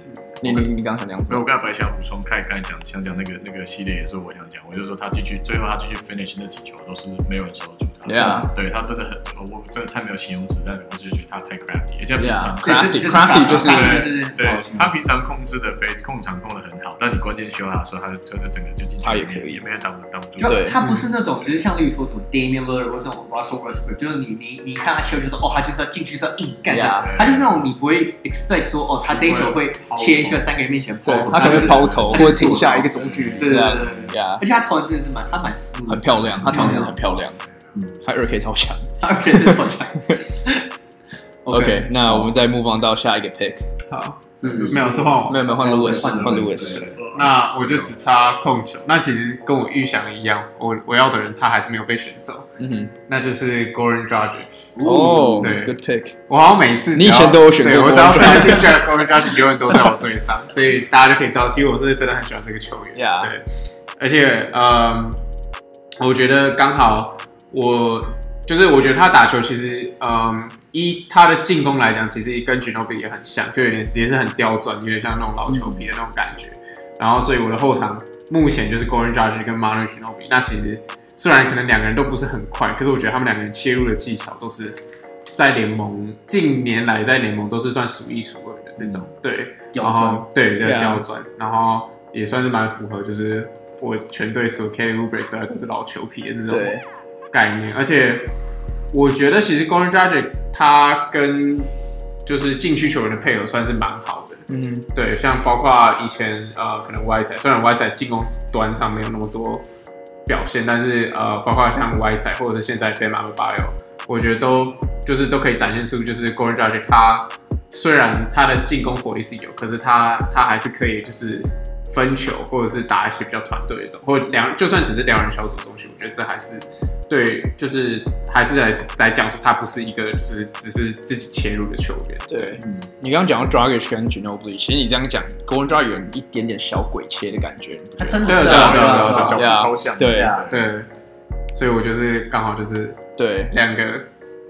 Speaker 1: 你你你刚才讲什
Speaker 2: 没有，
Speaker 1: 么
Speaker 2: 我？刚才本来想补充，看刚才讲想讲那个那个系列也是我想讲，我就说他继续最后他继续 finish 那几球都是没有人守得住他。
Speaker 4: 嗯
Speaker 1: Yeah
Speaker 2: 对他真的很，我真的太没有形容词，但是我只是觉得他太 crafty，而且他平
Speaker 1: Yeah
Speaker 2: 常
Speaker 1: Crafty，
Speaker 4: 这这
Speaker 1: Crafty 就是
Speaker 4: 这这这
Speaker 2: 对
Speaker 4: 这
Speaker 2: 他平常控制的非控场控的很好，但你关键休他的时候，他就真的整个就进去，
Speaker 1: 他也可以
Speaker 2: 也没有挡挡不住。
Speaker 1: 对嗯
Speaker 4: 就他不是那种，就是像例如说什么 Damian l i l l a r 或者那种 Russell Westbrook，就是你你你看他球就是哦，他就是要进去是要硬干的
Speaker 1: Yeah
Speaker 4: 他就是那种你不会 expect 说哦，他这一球会切去三个人面前抛
Speaker 1: 对
Speaker 4: 投，
Speaker 1: 他可能
Speaker 4: 就
Speaker 1: 会
Speaker 4: 是
Speaker 1: 抛投或者停下
Speaker 4: 嗯
Speaker 1: 一个
Speaker 2: 对
Speaker 1: 中距离，
Speaker 4: 对对
Speaker 1: 这样
Speaker 4: 对对，
Speaker 1: 呀
Speaker 4: 而且他投篮真的是蛮他蛮 smooth，的
Speaker 1: 很漂亮，他投
Speaker 4: 嗯
Speaker 1: 篮真的很漂亮，他二 K 超强。
Speaker 4: 他而且是投篮。
Speaker 1: OK，那我们再 move on 到下一个 pick，
Speaker 3: 好，
Speaker 4: 嗯
Speaker 3: 没有是换我
Speaker 1: 没。有没有换
Speaker 4: 换
Speaker 1: Lewis，
Speaker 4: 换
Speaker 1: 换
Speaker 4: Lewis，
Speaker 1: Lewis，
Speaker 3: 那我就只差控球，那其实跟我预想的一样，我我要的人他还是没有被选走，
Speaker 1: 嗯
Speaker 3: 那就是 Goran Dragic。
Speaker 1: 哼，哦
Speaker 3: 对
Speaker 1: ，good pick，
Speaker 3: 我好像每次只要
Speaker 1: 你以前都有选过
Speaker 3: 对
Speaker 1: Goran
Speaker 3: 我只要看到 Goran d r a g i 永远都在我队上，所以大家就可以知道，其实我是真的很喜欢这个球员。
Speaker 1: Yeah
Speaker 3: 对，而且嗯，我觉得刚好我就是我觉得他打球其实嗯，一他的进攻来讲，其实跟 g i n o b i 也很像，就有点也是很刁钻，有点像那种老球皮的那种感觉。然后所以我的后场目前就是 Goran d r a g i 跟 Manu g i n o b i 那其实虽然可能两个人都不是很快，可是我觉得他们两个人切入的技巧都是在联盟近年来在联盟都是算数一数二的这种，对，然
Speaker 4: 刁钻
Speaker 3: 后对对
Speaker 1: 嗯 Yeah
Speaker 3: 刁钻，然后也算是蛮符合，就是我全队除了 Kelly u b r e 之外都是老球皮的那种
Speaker 1: 对
Speaker 3: 概念，而且我觉得其实 Goran d r a g i 他跟就是禁区球员的配合算是蛮好的，
Speaker 1: 嗯
Speaker 3: 对，像包括以前呃，可能 Y 赛，虽然 Y 赛进攻端上没有那么多表现，但是呃，包括像 Y 赛或者是现在 b e m a b a y o 我觉得都就是都可以展现出，就是 Goran d r a g i 他虽然他的进攻火力是有，可是他他还是可以就是分球或者是打一些比较团队的东，或者两就算只是两人小组的东西，我觉得这还是对，就是还是来来讲说他不是一个就是只是自己切入的球员，
Speaker 1: 对，你刚刚讲到 Dragic 跟 Ginobili，其实你这样讲，Goran Dragic 有一点点小鬼切的感觉，
Speaker 4: 他真的
Speaker 3: 对
Speaker 4: 是
Speaker 3: 对
Speaker 4: 啊
Speaker 3: 对对
Speaker 4: 啊
Speaker 2: 脚步
Speaker 1: 对啊
Speaker 2: 超像。
Speaker 1: 对
Speaker 4: 啊
Speaker 3: 对，所以我就是刚好就是
Speaker 1: 对
Speaker 3: 两个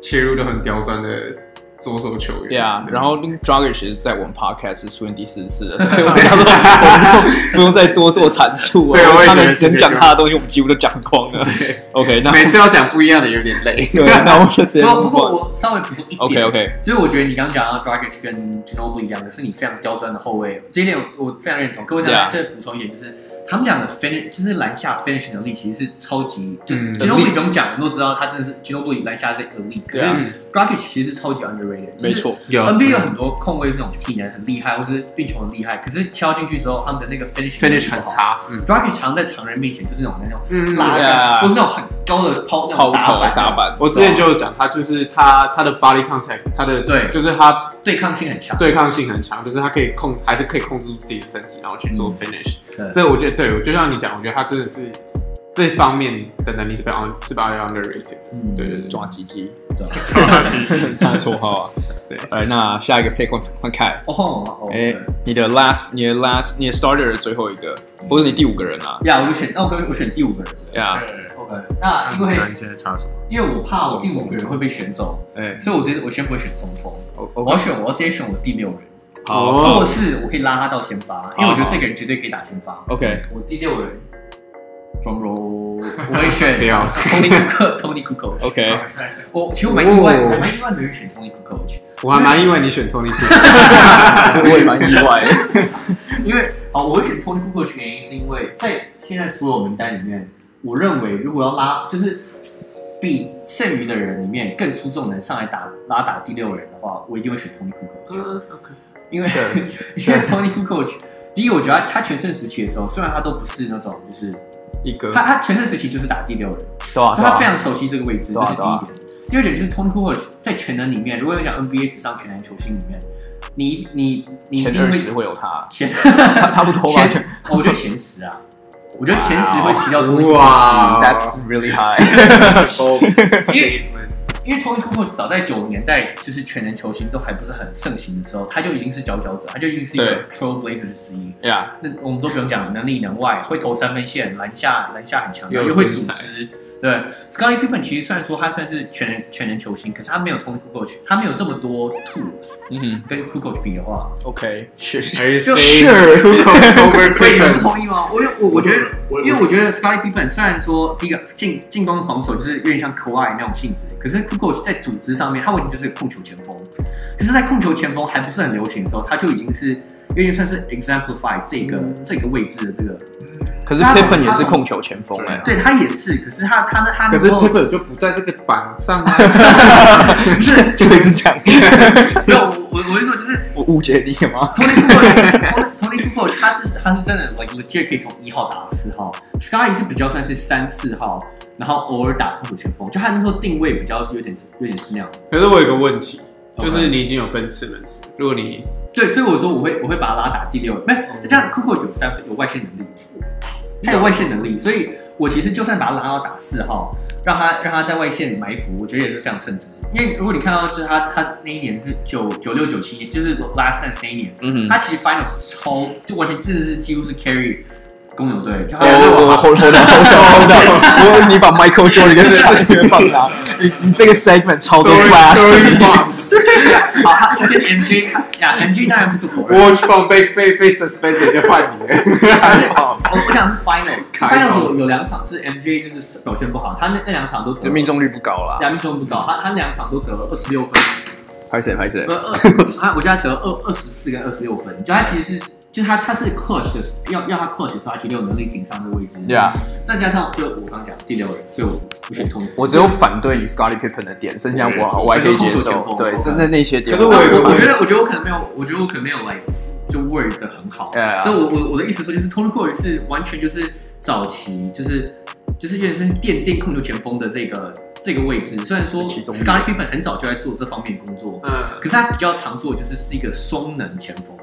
Speaker 3: 切入都很刁钻的左手球员。
Speaker 1: 对啊。然后那个 Dragic 其实在我们 podcast 是出现第四次了，所以我们要说我们不用再多做阐述了，啊
Speaker 3: 对我也觉得
Speaker 1: 他能
Speaker 3: 是这
Speaker 1: 能
Speaker 3: 个
Speaker 1: 讲他的东西，我们几乎都讲光了。OK，那
Speaker 3: 每次要讲不一样的有点累。
Speaker 1: 对，啊那我就直接
Speaker 4: 不过不
Speaker 1: move
Speaker 4: 过
Speaker 1: on。
Speaker 4: 我稍微补充一点
Speaker 1: OK OK，
Speaker 4: 就是我觉得你刚刚讲到 Dragic 跟 Ginobili 两个是你非常刁钻的后卫，这一点我我非常认同。可我想
Speaker 1: Yeah
Speaker 4: 再补充一点，就是他们俩的 finish，就是篮下 finish 能力其实是超级，就
Speaker 3: 嗯
Speaker 4: Ginobili 不用讲，我们都知道他真的是 Ginobili 篮下是 elite，可是
Speaker 1: Yeah
Speaker 3: 嗯
Speaker 4: Dragic 其实是超级 underrated，就是
Speaker 1: 没错，
Speaker 3: 有
Speaker 4: NBA 有很多控卫是那种体能很厉害，或者是运球很厉害，可是敲进去之后，他们的那个 finish
Speaker 3: finish 很。差，嗯
Speaker 4: Dragic 常在常人面前就是那种那种
Speaker 3: 嗯
Speaker 4: 拉杆，
Speaker 1: Yeah
Speaker 4: 或是那种很高的抛那
Speaker 1: 抛
Speaker 4: 种
Speaker 1: 投
Speaker 4: 板，
Speaker 1: 打板，
Speaker 3: 我之前就有讲他就是他他的 body contact，他的
Speaker 4: 对
Speaker 3: 就是他
Speaker 4: 对抗性很强。
Speaker 3: 对抗性很强，就是他可以控还是可以控制住自己的身体，然后去做
Speaker 4: 嗯
Speaker 3: finish。
Speaker 4: 对
Speaker 3: 这我觉得对我就像你讲，我觉得他真的是这方面的能力是被 un 是被 underrated 的。
Speaker 4: 嗯
Speaker 3: 对对对，
Speaker 1: 抓鸡鸡，
Speaker 2: 超级近
Speaker 1: 他的绰号啊。
Speaker 3: 对
Speaker 1: 哎，那下一个 pick 换换凯。
Speaker 4: 哦哦，哦
Speaker 1: 哎
Speaker 4: 对，
Speaker 1: 你的 last，你的 last，你的 starter 的最后一个，不是你第五个人啊
Speaker 4: 呀，我就选，那我可以我选第五个人。
Speaker 1: 呀，
Speaker 4: OK，那因为
Speaker 2: 看现在差什么？
Speaker 4: 因为我怕我第五个人会被选走，
Speaker 1: 哎，
Speaker 4: 所以我直接我先不会选中锋，
Speaker 1: 我
Speaker 4: 我要选我要直接选我第六人，
Speaker 1: 哎好
Speaker 3: 哦
Speaker 4: 或是我可以拉他到先发，因为我觉得这个人绝对可以打先发。
Speaker 1: ，OK，
Speaker 4: 我第六人装柔，我会选
Speaker 3: 不要
Speaker 4: Tony Cook，Tony Cook。
Speaker 1: OK，
Speaker 4: 我其实我蛮意外，
Speaker 3: 哦
Speaker 4: 我蛮意外没有选 Tony Cook，
Speaker 3: 我还蛮意外你 选 Tony Cook。
Speaker 1: 我也蛮意外的。
Speaker 4: 因为哦，我会选 Tony Cook 的原因是因为在现在所有名单里面，我认为如果要拉就是比剩余的人里面更出众的人上来打拉打第六人的话，我一定会选 Tony Cook，因为 因为 Tony Cook。第一，我觉得他他全盛时期的时候，虽然他都不是那种，就是
Speaker 1: 嗯
Speaker 3: 一个
Speaker 4: 他他全盛时期就是打第六人，
Speaker 1: 对啊，
Speaker 4: 所以他非常熟悉这个位置，
Speaker 1: 对
Speaker 4: 这
Speaker 1: 啊
Speaker 4: 是第一点。第二点就是 Tony Cooper 在全能里面，如果有讲 NBA 史上全能球星里面，你你你一
Speaker 1: 前
Speaker 4: 定
Speaker 1: 二
Speaker 4: 会
Speaker 1: 十会有他，
Speaker 4: 前
Speaker 1: 差差不多吧。
Speaker 4: 前，哦我觉得前十啊，我觉得前十会提到 Tony Cooper，
Speaker 3: 哇哦
Speaker 1: That's really high。Oh
Speaker 4: 因为因为 Tony Cooper 早在九零年代就是全能球星都还不是很盛行的时候，他就已经是佼佼者，他就已经是一个
Speaker 1: 对
Speaker 4: Trailblazer 的之一。
Speaker 1: Yeah，
Speaker 4: 那我们都不用讲，能力能外，会投三分线，篮下篮下很强，
Speaker 3: 又有
Speaker 4: 又会组
Speaker 3: 身材
Speaker 4: 织。对，Scottie Pippen 其实虽然说他算是全能全能球星，可是他没有 Tony Kukoc，他没有这么多 tools。
Speaker 1: 嗯哼
Speaker 4: 跟 Kukoc 比的话，
Speaker 1: ，OK，是
Speaker 3: Are you
Speaker 4: 就
Speaker 3: saying Cook over
Speaker 4: 所以你们
Speaker 3: Clayton？
Speaker 4: 同意吗？我我我觉得，
Speaker 2: 我
Speaker 4: 因为我觉得 Scottie Pippen 虽然说第一个进进攻防守就是有点像 k a w i 那种性质，可是 Kukoc 在组织上面，他完全就是个控球前锋。可是，在控球前锋还不是很流行的时候，他就已经是有点算是 exemplify 这个、这个位置的这个
Speaker 1: 可是 Pippen 也是控球前锋哎，
Speaker 4: 对他也是，可是他他那他那
Speaker 3: 可是
Speaker 4: 时候
Speaker 3: Pippen 就不在这个榜上啊。
Speaker 1: 是， 所以是这样。
Speaker 4: 没有我我我是说就是
Speaker 1: 我误解你了吗？
Speaker 4: Tony Kukoc Tony Kukoc 他是他是真的 like legit 可以从一号打到四号，Sky 是比较算是三四号，然后偶尔打控球前锋，就他那时候定位比较是有点有点是那样。
Speaker 3: 可是我有个问题，就
Speaker 4: OK
Speaker 3: 是你已经有 Ben Simmons，如果你
Speaker 4: 对，所以我说我会我会把他拉打第六人，没有，再加上 Kukoc 有三分有外线能力，他有外线能力，所以我其实就算把他拉到打四号，让他让他在外线埋伏，我觉得也是非常称职。因为如果你看到就是他他那一年是九九六九七年，就是 Last Dance 那一年，
Speaker 1: 嗯
Speaker 4: 他其实 Finals 超就完全真的是几乎是 carry 公牛队， 就他
Speaker 1: 哎我我 hold hold on hold on hold on，我你把 Michael Jordan 跟 Scottie 放哪？你你这个 segment 超多啊
Speaker 3: Throwing
Speaker 1: blast。
Speaker 3: bombs
Speaker 4: 好，他跟 MJ 呀 MJ 当然不可否认。
Speaker 3: watch bomb 被被被 suspended 就换你了。
Speaker 4: 但是 我我想是 finals，
Speaker 3: 开
Speaker 4: finals
Speaker 3: 炮
Speaker 4: 有有两场是 MJ 就是表现不好，他那那两场都得
Speaker 1: 这命中率不高啦，
Speaker 4: 加命中不高，他他两场都得了二十六分，
Speaker 1: 拍谁拍谁
Speaker 4: 呃二，他我觉得他得二二十四跟二十六分，就他其实是就他他是 clutch 的时候，要要他 clutch 的时候，他绝对有能力顶上这个位置。
Speaker 1: ？Yeah，
Speaker 4: 再加上就我刚讲第六人，所以我我选通。
Speaker 1: 我只有反对你 Scottie Pippen 的点，剩下
Speaker 2: 我也是
Speaker 1: 我我还可以接
Speaker 4: 我觉得控球前
Speaker 1: 受
Speaker 4: 锋。
Speaker 1: 对，
Speaker 4: 我
Speaker 1: 真的那些点，
Speaker 3: 可是
Speaker 4: 我
Speaker 3: 我有个
Speaker 4: 我觉得
Speaker 3: 问题
Speaker 4: 我觉得我可能没有，我觉得我可能没有 like 就 word 的很好。
Speaker 1: 哎呀
Speaker 4: 但我我我的意思说就是 Tony c o r 是完全就是早期就是就是有点是奠定控球前锋的这个这个位置，虽然说
Speaker 1: 其中一
Speaker 4: Scottie Pippen 很早就在做这方面的工作，
Speaker 3: 嗯，
Speaker 4: 可是他比较常做的就是是一个双能前锋，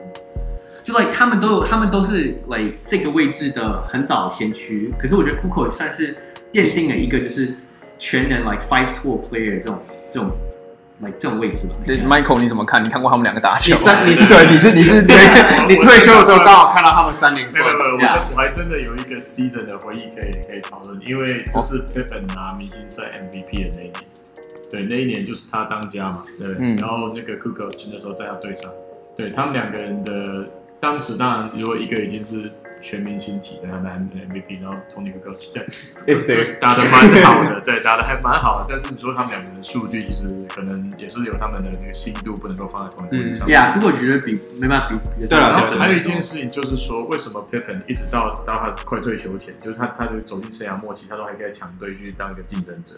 Speaker 4: 就 like 他们都有，他们都是 like 这个位置的很早的先驱。可是我觉得 Kuko 算是奠定了一个就是全能 like five tool player 这种这种 like 这种位置吧。
Speaker 1: 对 Michael 你怎么看？你看过他们两个打球
Speaker 3: 你
Speaker 1: 吗？
Speaker 3: 三你是
Speaker 1: 对，你是你是最
Speaker 3: 你退休的时候刚好看到他们三连
Speaker 2: 没有没有，没有
Speaker 3: 冠，
Speaker 2: 我
Speaker 4: Yeah
Speaker 2: 真我还真的有一个 season 的回忆可以可以讨论，因为就是 Pippen 拿明星赛 MVP 的那一年，对，那一年就是他当家嘛，对，
Speaker 1: 嗯
Speaker 2: 然后那个 Kukoc 那时候在他队上，对他们两个人的当时当然如果一个已经是全明星级的，他拿 MVP，然后 Tony Kukoc 对
Speaker 3: Is there？
Speaker 2: 打的蛮好的， 对，打的还蛮好的，但是你说他们两个人的数据其实可能也是有他们的那个心度不能够放在同一个位置
Speaker 3: 嗯
Speaker 2: 上面。
Speaker 4: Yeah，Kuko 觉得比没办法比比得上
Speaker 3: 对了
Speaker 2: 然
Speaker 3: 对
Speaker 2: 后
Speaker 3: 了
Speaker 2: 还有一件事情就是说，为什么 Pippen 一直到到他快退休前，就是他他就走进生涯末期，他都还可以在强队去当一个竞争者。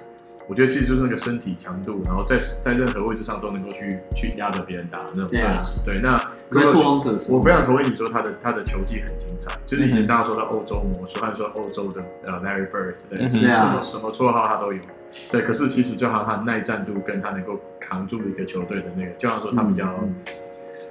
Speaker 2: 我觉得其实就是那个身体强度，然后在在任何位置上都能够去去压着别人打的那种特
Speaker 4: Yeah
Speaker 2: 质。对，那
Speaker 4: 我觉得拓荒者的时候
Speaker 2: 我非常同意你说他的他的球技很精彩，就是以前大家说到欧洲魔术，按说欧洲的呃 Larry Bird，对，
Speaker 1: 嗯哼
Speaker 2: 就是什么、
Speaker 4: Yeah
Speaker 2: 什么绰号他都有。对，可是其实就像他的耐战度跟他能够扛住一个球队的那个，就像说他比较、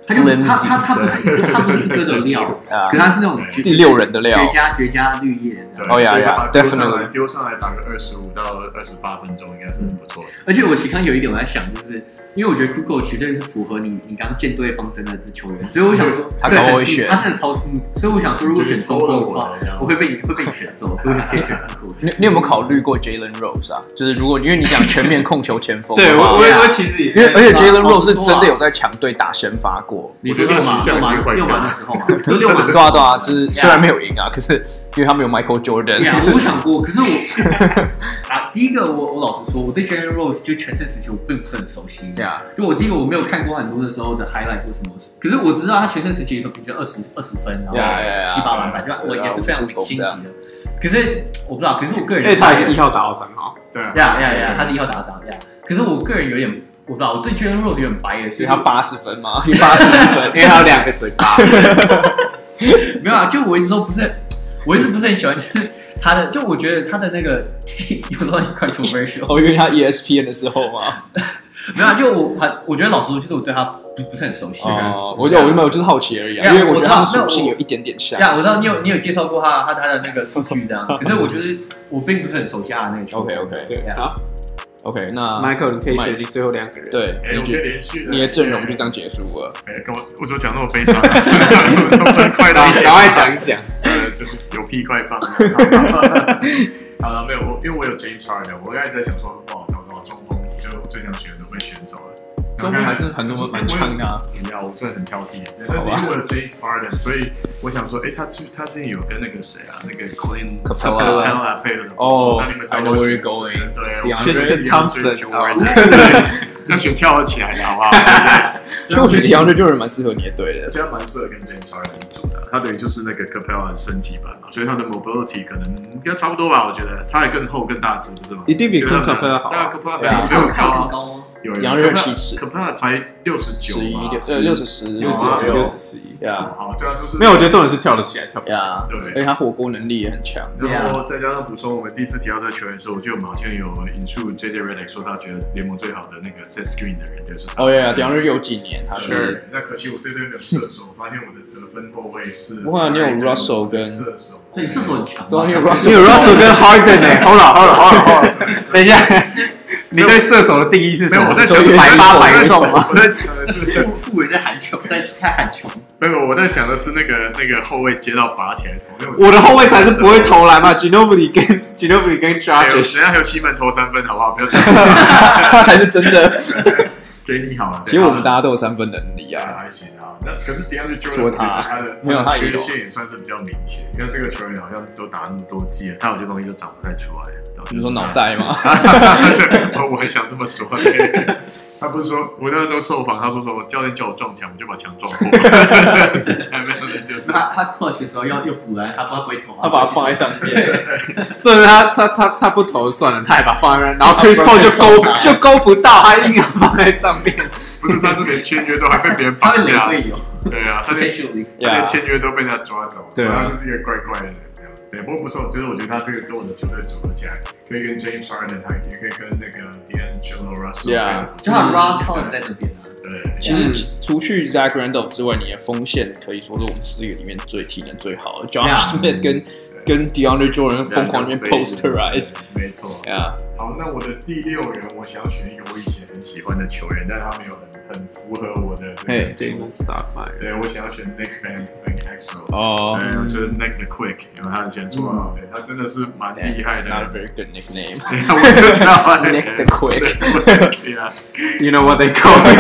Speaker 4: 他就他他
Speaker 1: flimsy
Speaker 4: 他不是一个他不是一个的 料，
Speaker 1: 啊
Speaker 4: 可是他是那种
Speaker 2: 对
Speaker 1: 第六人的料
Speaker 4: 绝佳绝佳绿叶这
Speaker 2: 对，
Speaker 4: 样。
Speaker 1: Oh, yeah,
Speaker 2: 所以他把
Speaker 1: yeah,
Speaker 2: 丢上来
Speaker 1: definitely.
Speaker 2: 丢上来打个二十五到二十八分钟，应该是很不错的。
Speaker 4: 而且我其实刚有一点我在想，就是因为我觉得 Kuko 绝对是符合你你刚刚建队方针的这球员，所以我想说，
Speaker 1: 他
Speaker 4: 对
Speaker 1: 搞我
Speaker 4: 很
Speaker 1: 选
Speaker 4: 他真的超 smooth，所以我想说，如果选中锋
Speaker 2: 就
Speaker 4: 的话，
Speaker 2: 是偷了我的这样
Speaker 4: 我会被你会被你选走，所以我想先选 Kuko。
Speaker 1: 你你有没有考虑过 Jalen Rose 啊？就是如果因为你讲全面控球前锋，
Speaker 3: 对
Speaker 1: 的话
Speaker 3: 我我
Speaker 4: 啊
Speaker 3: 我其实也
Speaker 1: 因为而且 Jalen
Speaker 4: 老
Speaker 1: Rose
Speaker 4: 实
Speaker 1: 是
Speaker 4: 说啊
Speaker 1: 真的有在强队打先发过。
Speaker 4: 你说六马六马六马的 时候嘛，有六马的时候
Speaker 1: 对啊对啊，就是虽然没
Speaker 4: 有。
Speaker 1: 有赢啊，可是因为他们有 Michael
Speaker 4: 对啊
Speaker 1: Jordan，，
Speaker 4: 我想过，可是我啊，第一个我我老实说，我对 Jalen Rose 就全盛时期我并不是很熟悉。
Speaker 1: 对啊，
Speaker 4: 就我第一个我没有看过很多的时候的 highlight 或什么，可是我知道他全盛时期的时候平均二十二十分，然后
Speaker 1: Yeah, yeah, yeah.
Speaker 4: 七八篮板，就我
Speaker 1: 对啊
Speaker 4: 也是非常明星级的。可是我不知道，可是我个人
Speaker 3: 因为他也是一号打到三号，
Speaker 1: 嗯
Speaker 2: 对啊，
Speaker 4: 呀呀呀，他是一号打赏呀。可是我个人有点我不知道，我对 Jalen Rose 有点白眼，
Speaker 1: 因为
Speaker 4: 所以
Speaker 1: 他
Speaker 4: 他
Speaker 1: 八十分 嘛，因为八十一分，
Speaker 3: 因为他有两个嘴巴。
Speaker 4: 没有啊，就我一直都不是，我一直不是很喜欢，就是他的，就我觉得他的那个 有时候很 controversial。
Speaker 1: 哦，因为他 ESPN 的时候嘛。
Speaker 4: 没有啊，就我还我觉得老实说，就是我对他不不是很熟悉。
Speaker 1: 哦，我有我没有，我就是好奇而已啊，
Speaker 4: Yeah，
Speaker 1: 因为我觉得他们
Speaker 4: 我知道
Speaker 1: 属性
Speaker 4: 那我
Speaker 1: 有一点点像。
Speaker 4: 呀，我知道你有你有介绍过他他他的那个数据 这样，可是我觉得我并不是很熟悉他的那个球员。
Speaker 1: OK，OK
Speaker 3: 对
Speaker 4: Yeah，
Speaker 3: 好
Speaker 1: OK，那
Speaker 3: Michael，你可以
Speaker 1: Mike
Speaker 3: 选定最后两个人。
Speaker 1: 对，
Speaker 2: 哎，
Speaker 1: 你
Speaker 2: 我可以
Speaker 1: 觉
Speaker 2: 连续
Speaker 1: 你的阵容就这样结束了。
Speaker 2: 哎，跟我我怎么讲那么 悲伤啊？快到
Speaker 3: 赶
Speaker 2: 一
Speaker 3: 快，
Speaker 2: 点
Speaker 3: 赶快讲一讲。
Speaker 2: 呃，就是有屁快 放。好了，没有我，因为我有 James Harden，我刚才在想说，哇，糟糕，中锋就最想选的被选走了。然后刚才
Speaker 1: 的啊。
Speaker 2: 我也。没有，我真的很挑剔。但是因为我有 James Harden，所以我想说，哎，他去他之前有跟那个谁啊，那个 Colin
Speaker 1: Capella
Speaker 2: Capella 配合的不错
Speaker 1: 哦
Speaker 2: 那你们知道
Speaker 1: I know where
Speaker 2: 我选
Speaker 1: you're going
Speaker 2: 对
Speaker 1: DeAndre Thompson，
Speaker 2: Thompson，要选跳起来的好不好？
Speaker 1: 因为我觉得 d e a n d 就是蛮适合你的队的
Speaker 2: 我。觉得蛮适合跟 James Harden 一组的，他等于就是那个 Capella 的身体版嘛，所以他的 mobility 可能应该差不多吧，我觉得他也更厚更大只，不是吗？
Speaker 3: 一定比 Clint
Speaker 2: 对他们
Speaker 3: Capella 好啊
Speaker 2: 当然 Capella
Speaker 1: 对啊
Speaker 2: 比我
Speaker 4: 他
Speaker 2: 高
Speaker 4: 有更
Speaker 2: 啊，
Speaker 4: 高吗？
Speaker 2: 有人
Speaker 1: 洋人七尺
Speaker 2: Capella 才六十九，
Speaker 1: 十一六呃六十十
Speaker 2: 六十
Speaker 1: 十
Speaker 2: 十
Speaker 3: 六
Speaker 1: 啊六
Speaker 3: 十十一。
Speaker 1: 呀
Speaker 2: 好，对啊，就是
Speaker 3: 没有，我觉得重点是跳得起来，跳不起来。
Speaker 1: 呀，
Speaker 2: 对
Speaker 1: 而且他火锅能力也很强。
Speaker 2: 然后再加上补充，我们第一次提到这个球员的时候，我记得我们好像有引述 JJ Redick 说他觉得联盟最好的那个 set screen 的人就是他。
Speaker 1: 哦呀 d e a n d 有几年他是
Speaker 2: 是，那可惜我这队没有射手，我发现我的得分后卫是。
Speaker 1: 不过你有 Russell 跟
Speaker 2: 射手，
Speaker 4: 对，你射手很强。
Speaker 1: 对啊，你 有 Russell，
Speaker 3: 你有 Russell 跟 Harden 哎，Hold on，Hold on，Hold on，等一下，你对射手的定义是
Speaker 2: 没
Speaker 3: 什
Speaker 2: 有，
Speaker 3: 么？
Speaker 2: 我在
Speaker 3: 说
Speaker 2: 想
Speaker 3: 百发百中吗？
Speaker 2: 我在想的是，
Speaker 4: 富富人在喊穷，在在喊穷。
Speaker 2: 没有，我在想的是那个那个后卫接到拔起来投，因为
Speaker 3: 我的后卫才是不会。投篮嘛，Ginobili 跟 Ginobili 跟
Speaker 2: 哎呦人
Speaker 3: Judge，
Speaker 2: 家还有西门投三分，好不好？不要这
Speaker 1: 他才是真 的。
Speaker 2: 给你好了。
Speaker 1: 其实我们大家都有三分能力啊。
Speaker 2: 还行啊，那可是 DeAndre Jordan
Speaker 1: 说他
Speaker 2: 我觉得他的
Speaker 1: 没有他也有
Speaker 2: 缺陷也算是比较明显，因为这个球员好像都打那么多季了，他有些东西就长不太出来。
Speaker 1: 比如说脑袋嘛，
Speaker 2: 对，我我很想这么说。对他不是说，我那时候受访，他说什么教练叫我撞墙，我就把墙 撞破。前面的就是
Speaker 4: 他他 clutch 的时候要要补篮，他不他不会投， 啊
Speaker 1: 他把它放在上 面。
Speaker 3: 这是他他他他不投算了，他也把它放在那，然后 Chris Paul 就勾就勾不到，他硬要放在上面。
Speaker 2: 不是他是连签约都还被别人
Speaker 4: 他
Speaker 2: 绑
Speaker 4: 会
Speaker 2: 架
Speaker 4: 累，赘有
Speaker 2: 对啊，他连
Speaker 4: potentially。
Speaker 2: 他连
Speaker 1: Yeah
Speaker 2: 签约都被人家抓走，
Speaker 3: 对啊
Speaker 2: 他就是一个怪怪的人。这样对，不过不错，就是我觉得他这个跟我的球队组合起来，可以跟 James Harden，还也可以跟那个 D'Angelo Russell，
Speaker 1: Yeah
Speaker 4: 就他 raw talent 在那边啊。
Speaker 2: 对，
Speaker 1: 啊其实除去 Zach Randolph 之外，你的锋线可以说是我们四个里面最体能最好的。John
Speaker 4: Yeah
Speaker 1: Smith 跟跟 DeAndre Jordan 疯狂那边 posterize。
Speaker 2: 没错。
Speaker 1: 啊，
Speaker 2: 好，那我的第六人，我想要选一个我以前很喜欢的球员，但他没有很很符合我的这个
Speaker 1: 嘿
Speaker 3: James Stoudemire，
Speaker 2: 对我想要选 Nick Van Van Exel。
Speaker 1: 哦嗯
Speaker 2: 对，我觉得 Nick the Quick，因为他以前做到，对他真的是蛮厉害
Speaker 1: It's Not a
Speaker 2: 的。
Speaker 1: very good nickname.
Speaker 2: 我知道啊
Speaker 1: Nick the Quick.
Speaker 2: 对啊，
Speaker 3: you know what they call me？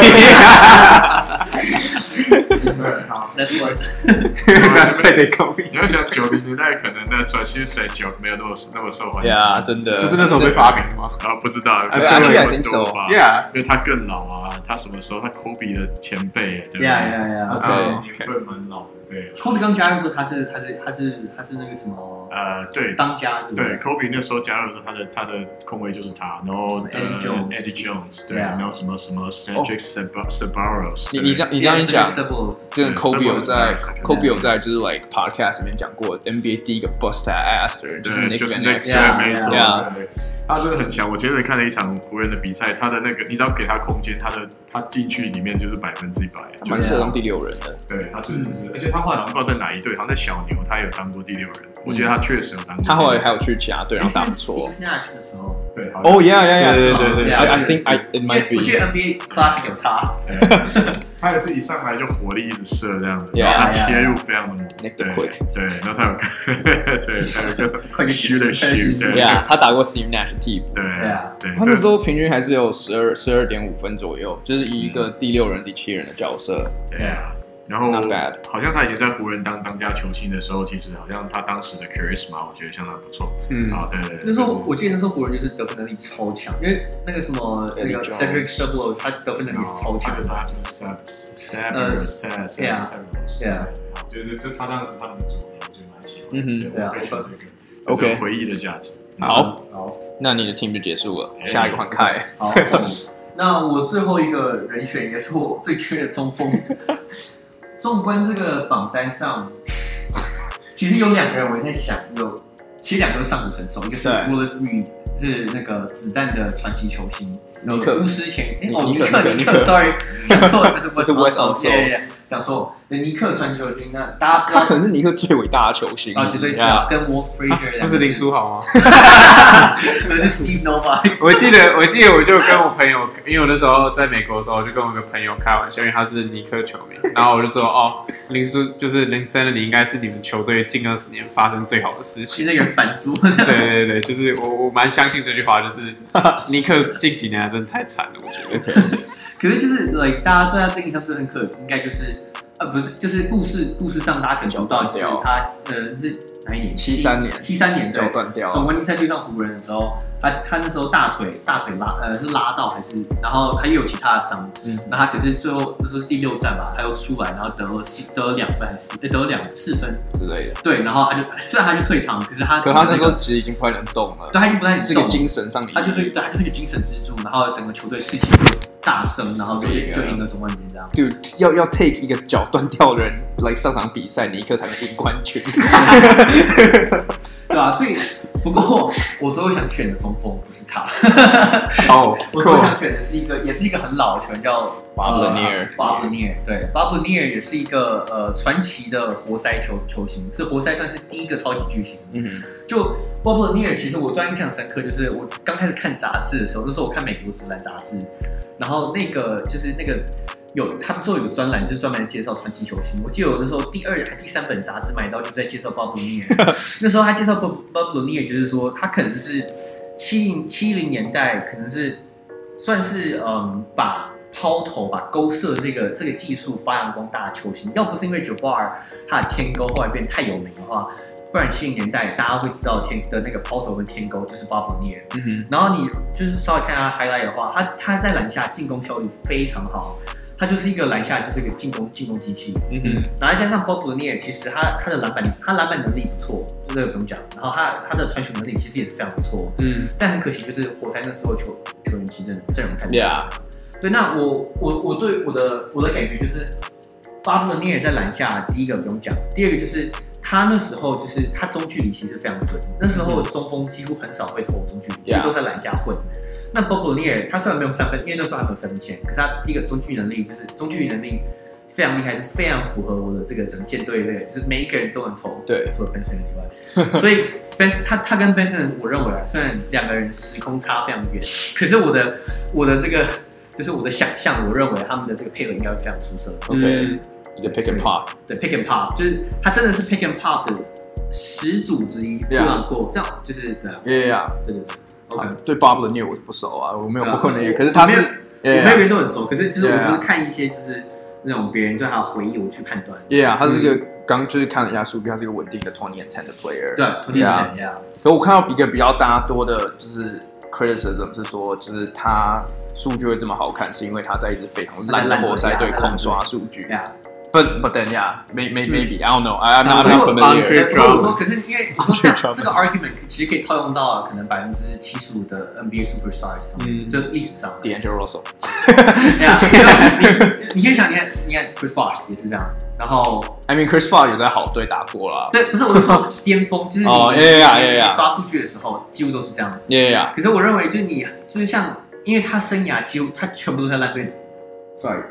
Speaker 2: 对，好。
Speaker 4: That's worse。
Speaker 3: That's what they call me。
Speaker 2: 你要想九零年代可能那转系赛九没有那么那么受欢迎
Speaker 1: 呀，真的
Speaker 3: 不是那时候被发明的吗
Speaker 2: 啊，不知道，
Speaker 3: I-
Speaker 2: 可能
Speaker 3: I think I
Speaker 2: 有很
Speaker 1: think
Speaker 2: 多
Speaker 1: so.
Speaker 2: 吧
Speaker 3: ？Yeah，
Speaker 2: 因为他更老啊，他什么时候他 Kobe 的前辈，啊对不对
Speaker 4: Yeah yeah
Speaker 2: 他这
Speaker 4: yeah。
Speaker 2: 个
Speaker 3: 哦
Speaker 2: 年份蛮老的，对，
Speaker 4: Kobe 刚加入说他是他是他是他是那个什么
Speaker 2: 呃，对，
Speaker 4: 当家的
Speaker 2: 对，Kobe 那时候加入的时候，他的他的控卫就是他，然后
Speaker 4: 什么
Speaker 2: 呃
Speaker 4: Eddie Jones
Speaker 2: Eddie Jones，对，
Speaker 4: 对啊
Speaker 2: 然后什么什么 Cedric Seba- Sabaros，
Speaker 1: 你
Speaker 2: 对
Speaker 1: 你这样你这样一讲，
Speaker 4: Staples
Speaker 1: 真的
Speaker 2: 对
Speaker 1: Kobe 有在
Speaker 2: 生活中
Speaker 1: Kobe 有在就是 like podcast 里面讲过 NBA 第一个 bust that ass 的人就是
Speaker 2: 对，
Speaker 1: Nick
Speaker 2: 就是
Speaker 1: Van
Speaker 2: Nick，
Speaker 1: Exel，
Speaker 4: Yeah，
Speaker 2: 对没错
Speaker 1: Yeah，
Speaker 2: 对他真的很强。我前阵看了一场湖人的比赛，他的那个，你只要给他空间，他的他进去里面就是百分之一百，
Speaker 1: 他
Speaker 2: 就
Speaker 1: 蛮嗯
Speaker 2: 是
Speaker 1: 适合当第六人的。
Speaker 2: 对，他确实是，而且他后来好像不知道在哪一队，好像在小牛，他
Speaker 1: 嗯
Speaker 2: 也有当过第六人，我觉得他确实有当过第六人。
Speaker 1: 他后来还有去其他队，然后打不错。
Speaker 4: Nash 的时候，
Speaker 2: 对，好像
Speaker 1: Oh yeah, yeah, yeah.
Speaker 3: 对对对对
Speaker 1: I, I
Speaker 4: Yeah,
Speaker 1: think I it
Speaker 4: 因为
Speaker 1: might
Speaker 4: 我记
Speaker 1: be.
Speaker 4: 得 NBA Classic 有他，
Speaker 2: 他也是一上来就火力一直射这样子，
Speaker 1: Yeah,
Speaker 2: 然后他
Speaker 4: yeah,
Speaker 2: 切入非常的猛，对
Speaker 1: Nick the Quick
Speaker 2: 对，然后他有 个对，他有个
Speaker 4: 快点
Speaker 2: shooter
Speaker 4: 快点
Speaker 2: shoot，对
Speaker 1: Yeah，他打过 Steve Nash 的替补。
Speaker 2: 对
Speaker 4: Yeah
Speaker 2: 对，
Speaker 1: 他那时
Speaker 2: 这
Speaker 1: 候平均还是有十二十二点五分左右，就是以一个第六人、第七人的角色。
Speaker 2: 对啊。然后
Speaker 1: Not bad
Speaker 2: 好像他已经在湖人当当家球星的时候，其实好像他当时的 charisma 我觉得相当不错
Speaker 3: 嗯，
Speaker 2: 啊，对对对，
Speaker 4: 那时候
Speaker 2: 就是
Speaker 4: 我记得那时候湖人就是得分能力超强，因为那个什么那
Speaker 1: Eddie
Speaker 4: 个
Speaker 1: Jones
Speaker 4: Cedric s u b l o 他得分能力是超强的。
Speaker 2: 他什么 s a b s a b s a b s a b s a
Speaker 4: yeah
Speaker 2: b 啊就是就他当时他们的组合，我觉得蛮喜欢的。
Speaker 1: 嗯
Speaker 2: 对，我非常这个就是回忆的价值。
Speaker 1: 哼，好，
Speaker 4: 好，
Speaker 1: 那你的 team 就结束了，
Speaker 2: 哎
Speaker 1: 下一个换凯。
Speaker 4: 好，那我最后一个人选也是我最缺的 中锋。纵观这个榜单上，其实有两个人我在想，有其实两个都上古神兽，一个是
Speaker 1: 对
Speaker 4: Willis Reed，是那个子弹的传奇球星，
Speaker 1: 尼克
Speaker 4: 巫师前哎
Speaker 1: 尼
Speaker 4: 哦
Speaker 1: 尼克
Speaker 4: 克
Speaker 1: 尼
Speaker 4: 尼
Speaker 1: 克
Speaker 4: 克，sorry，讲 错了，那
Speaker 1: 那是
Speaker 4: 是
Speaker 1: West
Speaker 4: West
Speaker 1: 奥
Speaker 4: Oso，对对对讲错，对尼克传奇球星，那大家知
Speaker 1: 他可
Speaker 4: 道
Speaker 1: 能是尼克最伟大的球星
Speaker 4: 啊，绝对是
Speaker 1: Yeah
Speaker 4: 啊，跟 Wolf Fraser 两个
Speaker 3: 不是林书豪吗？
Speaker 4: 那是 Steve Novak，
Speaker 3: 我记得，我记得，我就跟我朋友，因为我那时候在美国的时候，我就跟我一个朋友开玩笑，因为他是尼克球迷，然后我就说，哦，林书就是林森，你应该是你们球队近二十年发生最好的事
Speaker 4: 其
Speaker 3: 情。
Speaker 4: 实有人反租。
Speaker 3: 对对对，就是我我蛮相信这句话，就是 尼克近几年真的太惨了，我觉得。
Speaker 4: 可是就是，like 大家对他这印象最深刻，应该就是，呃，不是，就是故事故事上大家可能读到，就是他，呃，是哪一年？
Speaker 1: 73年
Speaker 4: 七三年
Speaker 1: 脚
Speaker 4: 对。
Speaker 1: 断掉啊
Speaker 4: 总
Speaker 1: 了。
Speaker 4: 冠军赛对上湖人的时候，他他那时候大腿大腿拉呃是拉到还是，然后他又有其他的伤，
Speaker 1: 嗯
Speaker 4: 那他可是最后就是第六战吧，他又出来，然后得了四得了两分还是四呃得了两四分，
Speaker 1: 之类的。
Speaker 4: 对，然后他就虽然他就退场，可是他
Speaker 1: 可他那
Speaker 4: 整
Speaker 1: 时
Speaker 4: 个
Speaker 1: 候其实已经不太能动了，
Speaker 4: 对他已经不太能
Speaker 1: 是个
Speaker 4: 动了
Speaker 1: 精神上的，
Speaker 4: 他就是对，他就是一个精神支柱，然后整个球队士气就大升，然后就
Speaker 1: 就赢了
Speaker 4: 就赢了总冠军这样。
Speaker 1: 就要要 take 一个脚断掉的人来上场比赛，尼克才能赢冠军。
Speaker 4: 对啊，所以不过我最后想选的中锋不是他，
Speaker 3: 哦
Speaker 4: 我最后
Speaker 3: ，cool，
Speaker 4: 想选的是一个，也是一个很老的球员叫
Speaker 1: Bob Lanier
Speaker 4: 巴布尼尔，对，巴布尼尔也是一个呃传奇的活塞球球星，是活塞算是第一个超级巨星。
Speaker 1: 嗯
Speaker 4: 就巴布尼尔，其实我最印象深刻就是我刚开始看杂志的时候，那时候我看美国职篮杂志，然后那个就是那个有他们做有个专栏，就是专门介绍传奇球星。我记得我那时候第二还第三本杂志买到，就是在介绍巴布尼尔。那时候他介绍巴巴布尼尔，就是说他可能就是七零七零年代，可能是算是嗯把。抛投把勾射这个这个技术发扬光大的球星，要不是因为 Jabbar 他的天勾后来变太有名的话，不然七零年代大家会知道天的那个抛投跟天钩就是巴布涅尔。
Speaker 1: 哼，嗯
Speaker 4: 然后你就是稍微看他 highlight 的话，他他在篮下进攻效率非常好，他就是一个篮下就是一个进攻进攻机器。
Speaker 1: 哼，嗯哼，
Speaker 4: 然后再加上鲍勃尼尔，其实他他的篮板他篮板能力不错，就这个不用讲。然后他他的传球能力其实也是非常不错，
Speaker 3: 嗯，
Speaker 4: 但很可惜就是活塞那时候球球员其实阵阵容太不好。
Speaker 1: ，Yeah，
Speaker 4: 对，那我我我对我的我的感觉就是，巴布涅尔在篮下，第一个不用讲，第二个就是他那时候就是他中距离其实非常准，那时候中锋几乎很少会投中距离，
Speaker 1: Yeah
Speaker 4: 就都在篮下混。那巴布涅尔他虽然没有三分，因为那时候还没有三分线，可是他第一个中距离能力就是中距离能力非常厉害，是非常符合我的这个整个舰队这个，就是每一个人都能投，
Speaker 1: 对
Speaker 4: 除了 Ben Simmons 以外。所以 Ben 他他跟 Ben Simmons，我认为啊，虽然两个人时空差非常远，可是我的我的这个就是我的想象，我认为他们的这个配合应该会非常出色。
Speaker 1: OK
Speaker 3: 嗯
Speaker 1: 你的 pick and pop，
Speaker 4: 对 pick and pop，就是他真的是 pick and pop 的始祖之一，布
Speaker 1: Yeah
Speaker 4: 朗过这样就是对啊，
Speaker 1: y e a
Speaker 4: 对对对，OK。
Speaker 1: 呃对 Bob 的虐我是不熟啊，我没有
Speaker 4: 对啊
Speaker 1: follow 那个，
Speaker 4: 我
Speaker 1: 可是他
Speaker 4: 我没
Speaker 1: 是
Speaker 4: 有我每个人
Speaker 1: ，Yeah，Yeah，
Speaker 4: 都很熟，可是就是我
Speaker 1: Yeah
Speaker 4: 就是看一些就是那种别人对他的回忆，我去判断。
Speaker 1: 他是一个刚就是看了一下数据，他是一个稳定的 twenty and ten 的 player，
Speaker 4: 嗯对，啊同理
Speaker 1: Yeah
Speaker 4: 一样。
Speaker 1: 可我看到一个比较大家多的就是 criticism 是说，就是他数据会这么好看，是因为他在一支非常烂的活塞队狂刷数据。
Speaker 4: Yeah 嗯
Speaker 1: But but then yeah, may, may, maybe I don't know. I- I'm not, I'm
Speaker 4: 如
Speaker 1: not
Speaker 4: 果
Speaker 1: familiar.
Speaker 4: 对，
Speaker 3: Andre
Speaker 4: 不过我说，可是因为你说这
Speaker 1: Andre Drummond
Speaker 4: 样这个 argument 其实可以套用到可能百分之七十五的 NBA superstars 上面，
Speaker 3: 嗯
Speaker 4: 就历史上。
Speaker 1: D'Angelo Russell，
Speaker 4: 对啊，你你可以想，你看你看 Chris Bosh 也是这样，然后
Speaker 1: I mean Chris Paul 有在好队打过 啦。
Speaker 4: 对，不是我是说巅峰，就是你
Speaker 1: 哦
Speaker 4: 你
Speaker 1: yeah, yeah, yeah, yeah
Speaker 4: 你刷数据的时候几乎都是这样。
Speaker 1: Yeah, yeah.
Speaker 4: 可是我认为就是你啊就是像，因为他生涯几乎他全部都在烂队，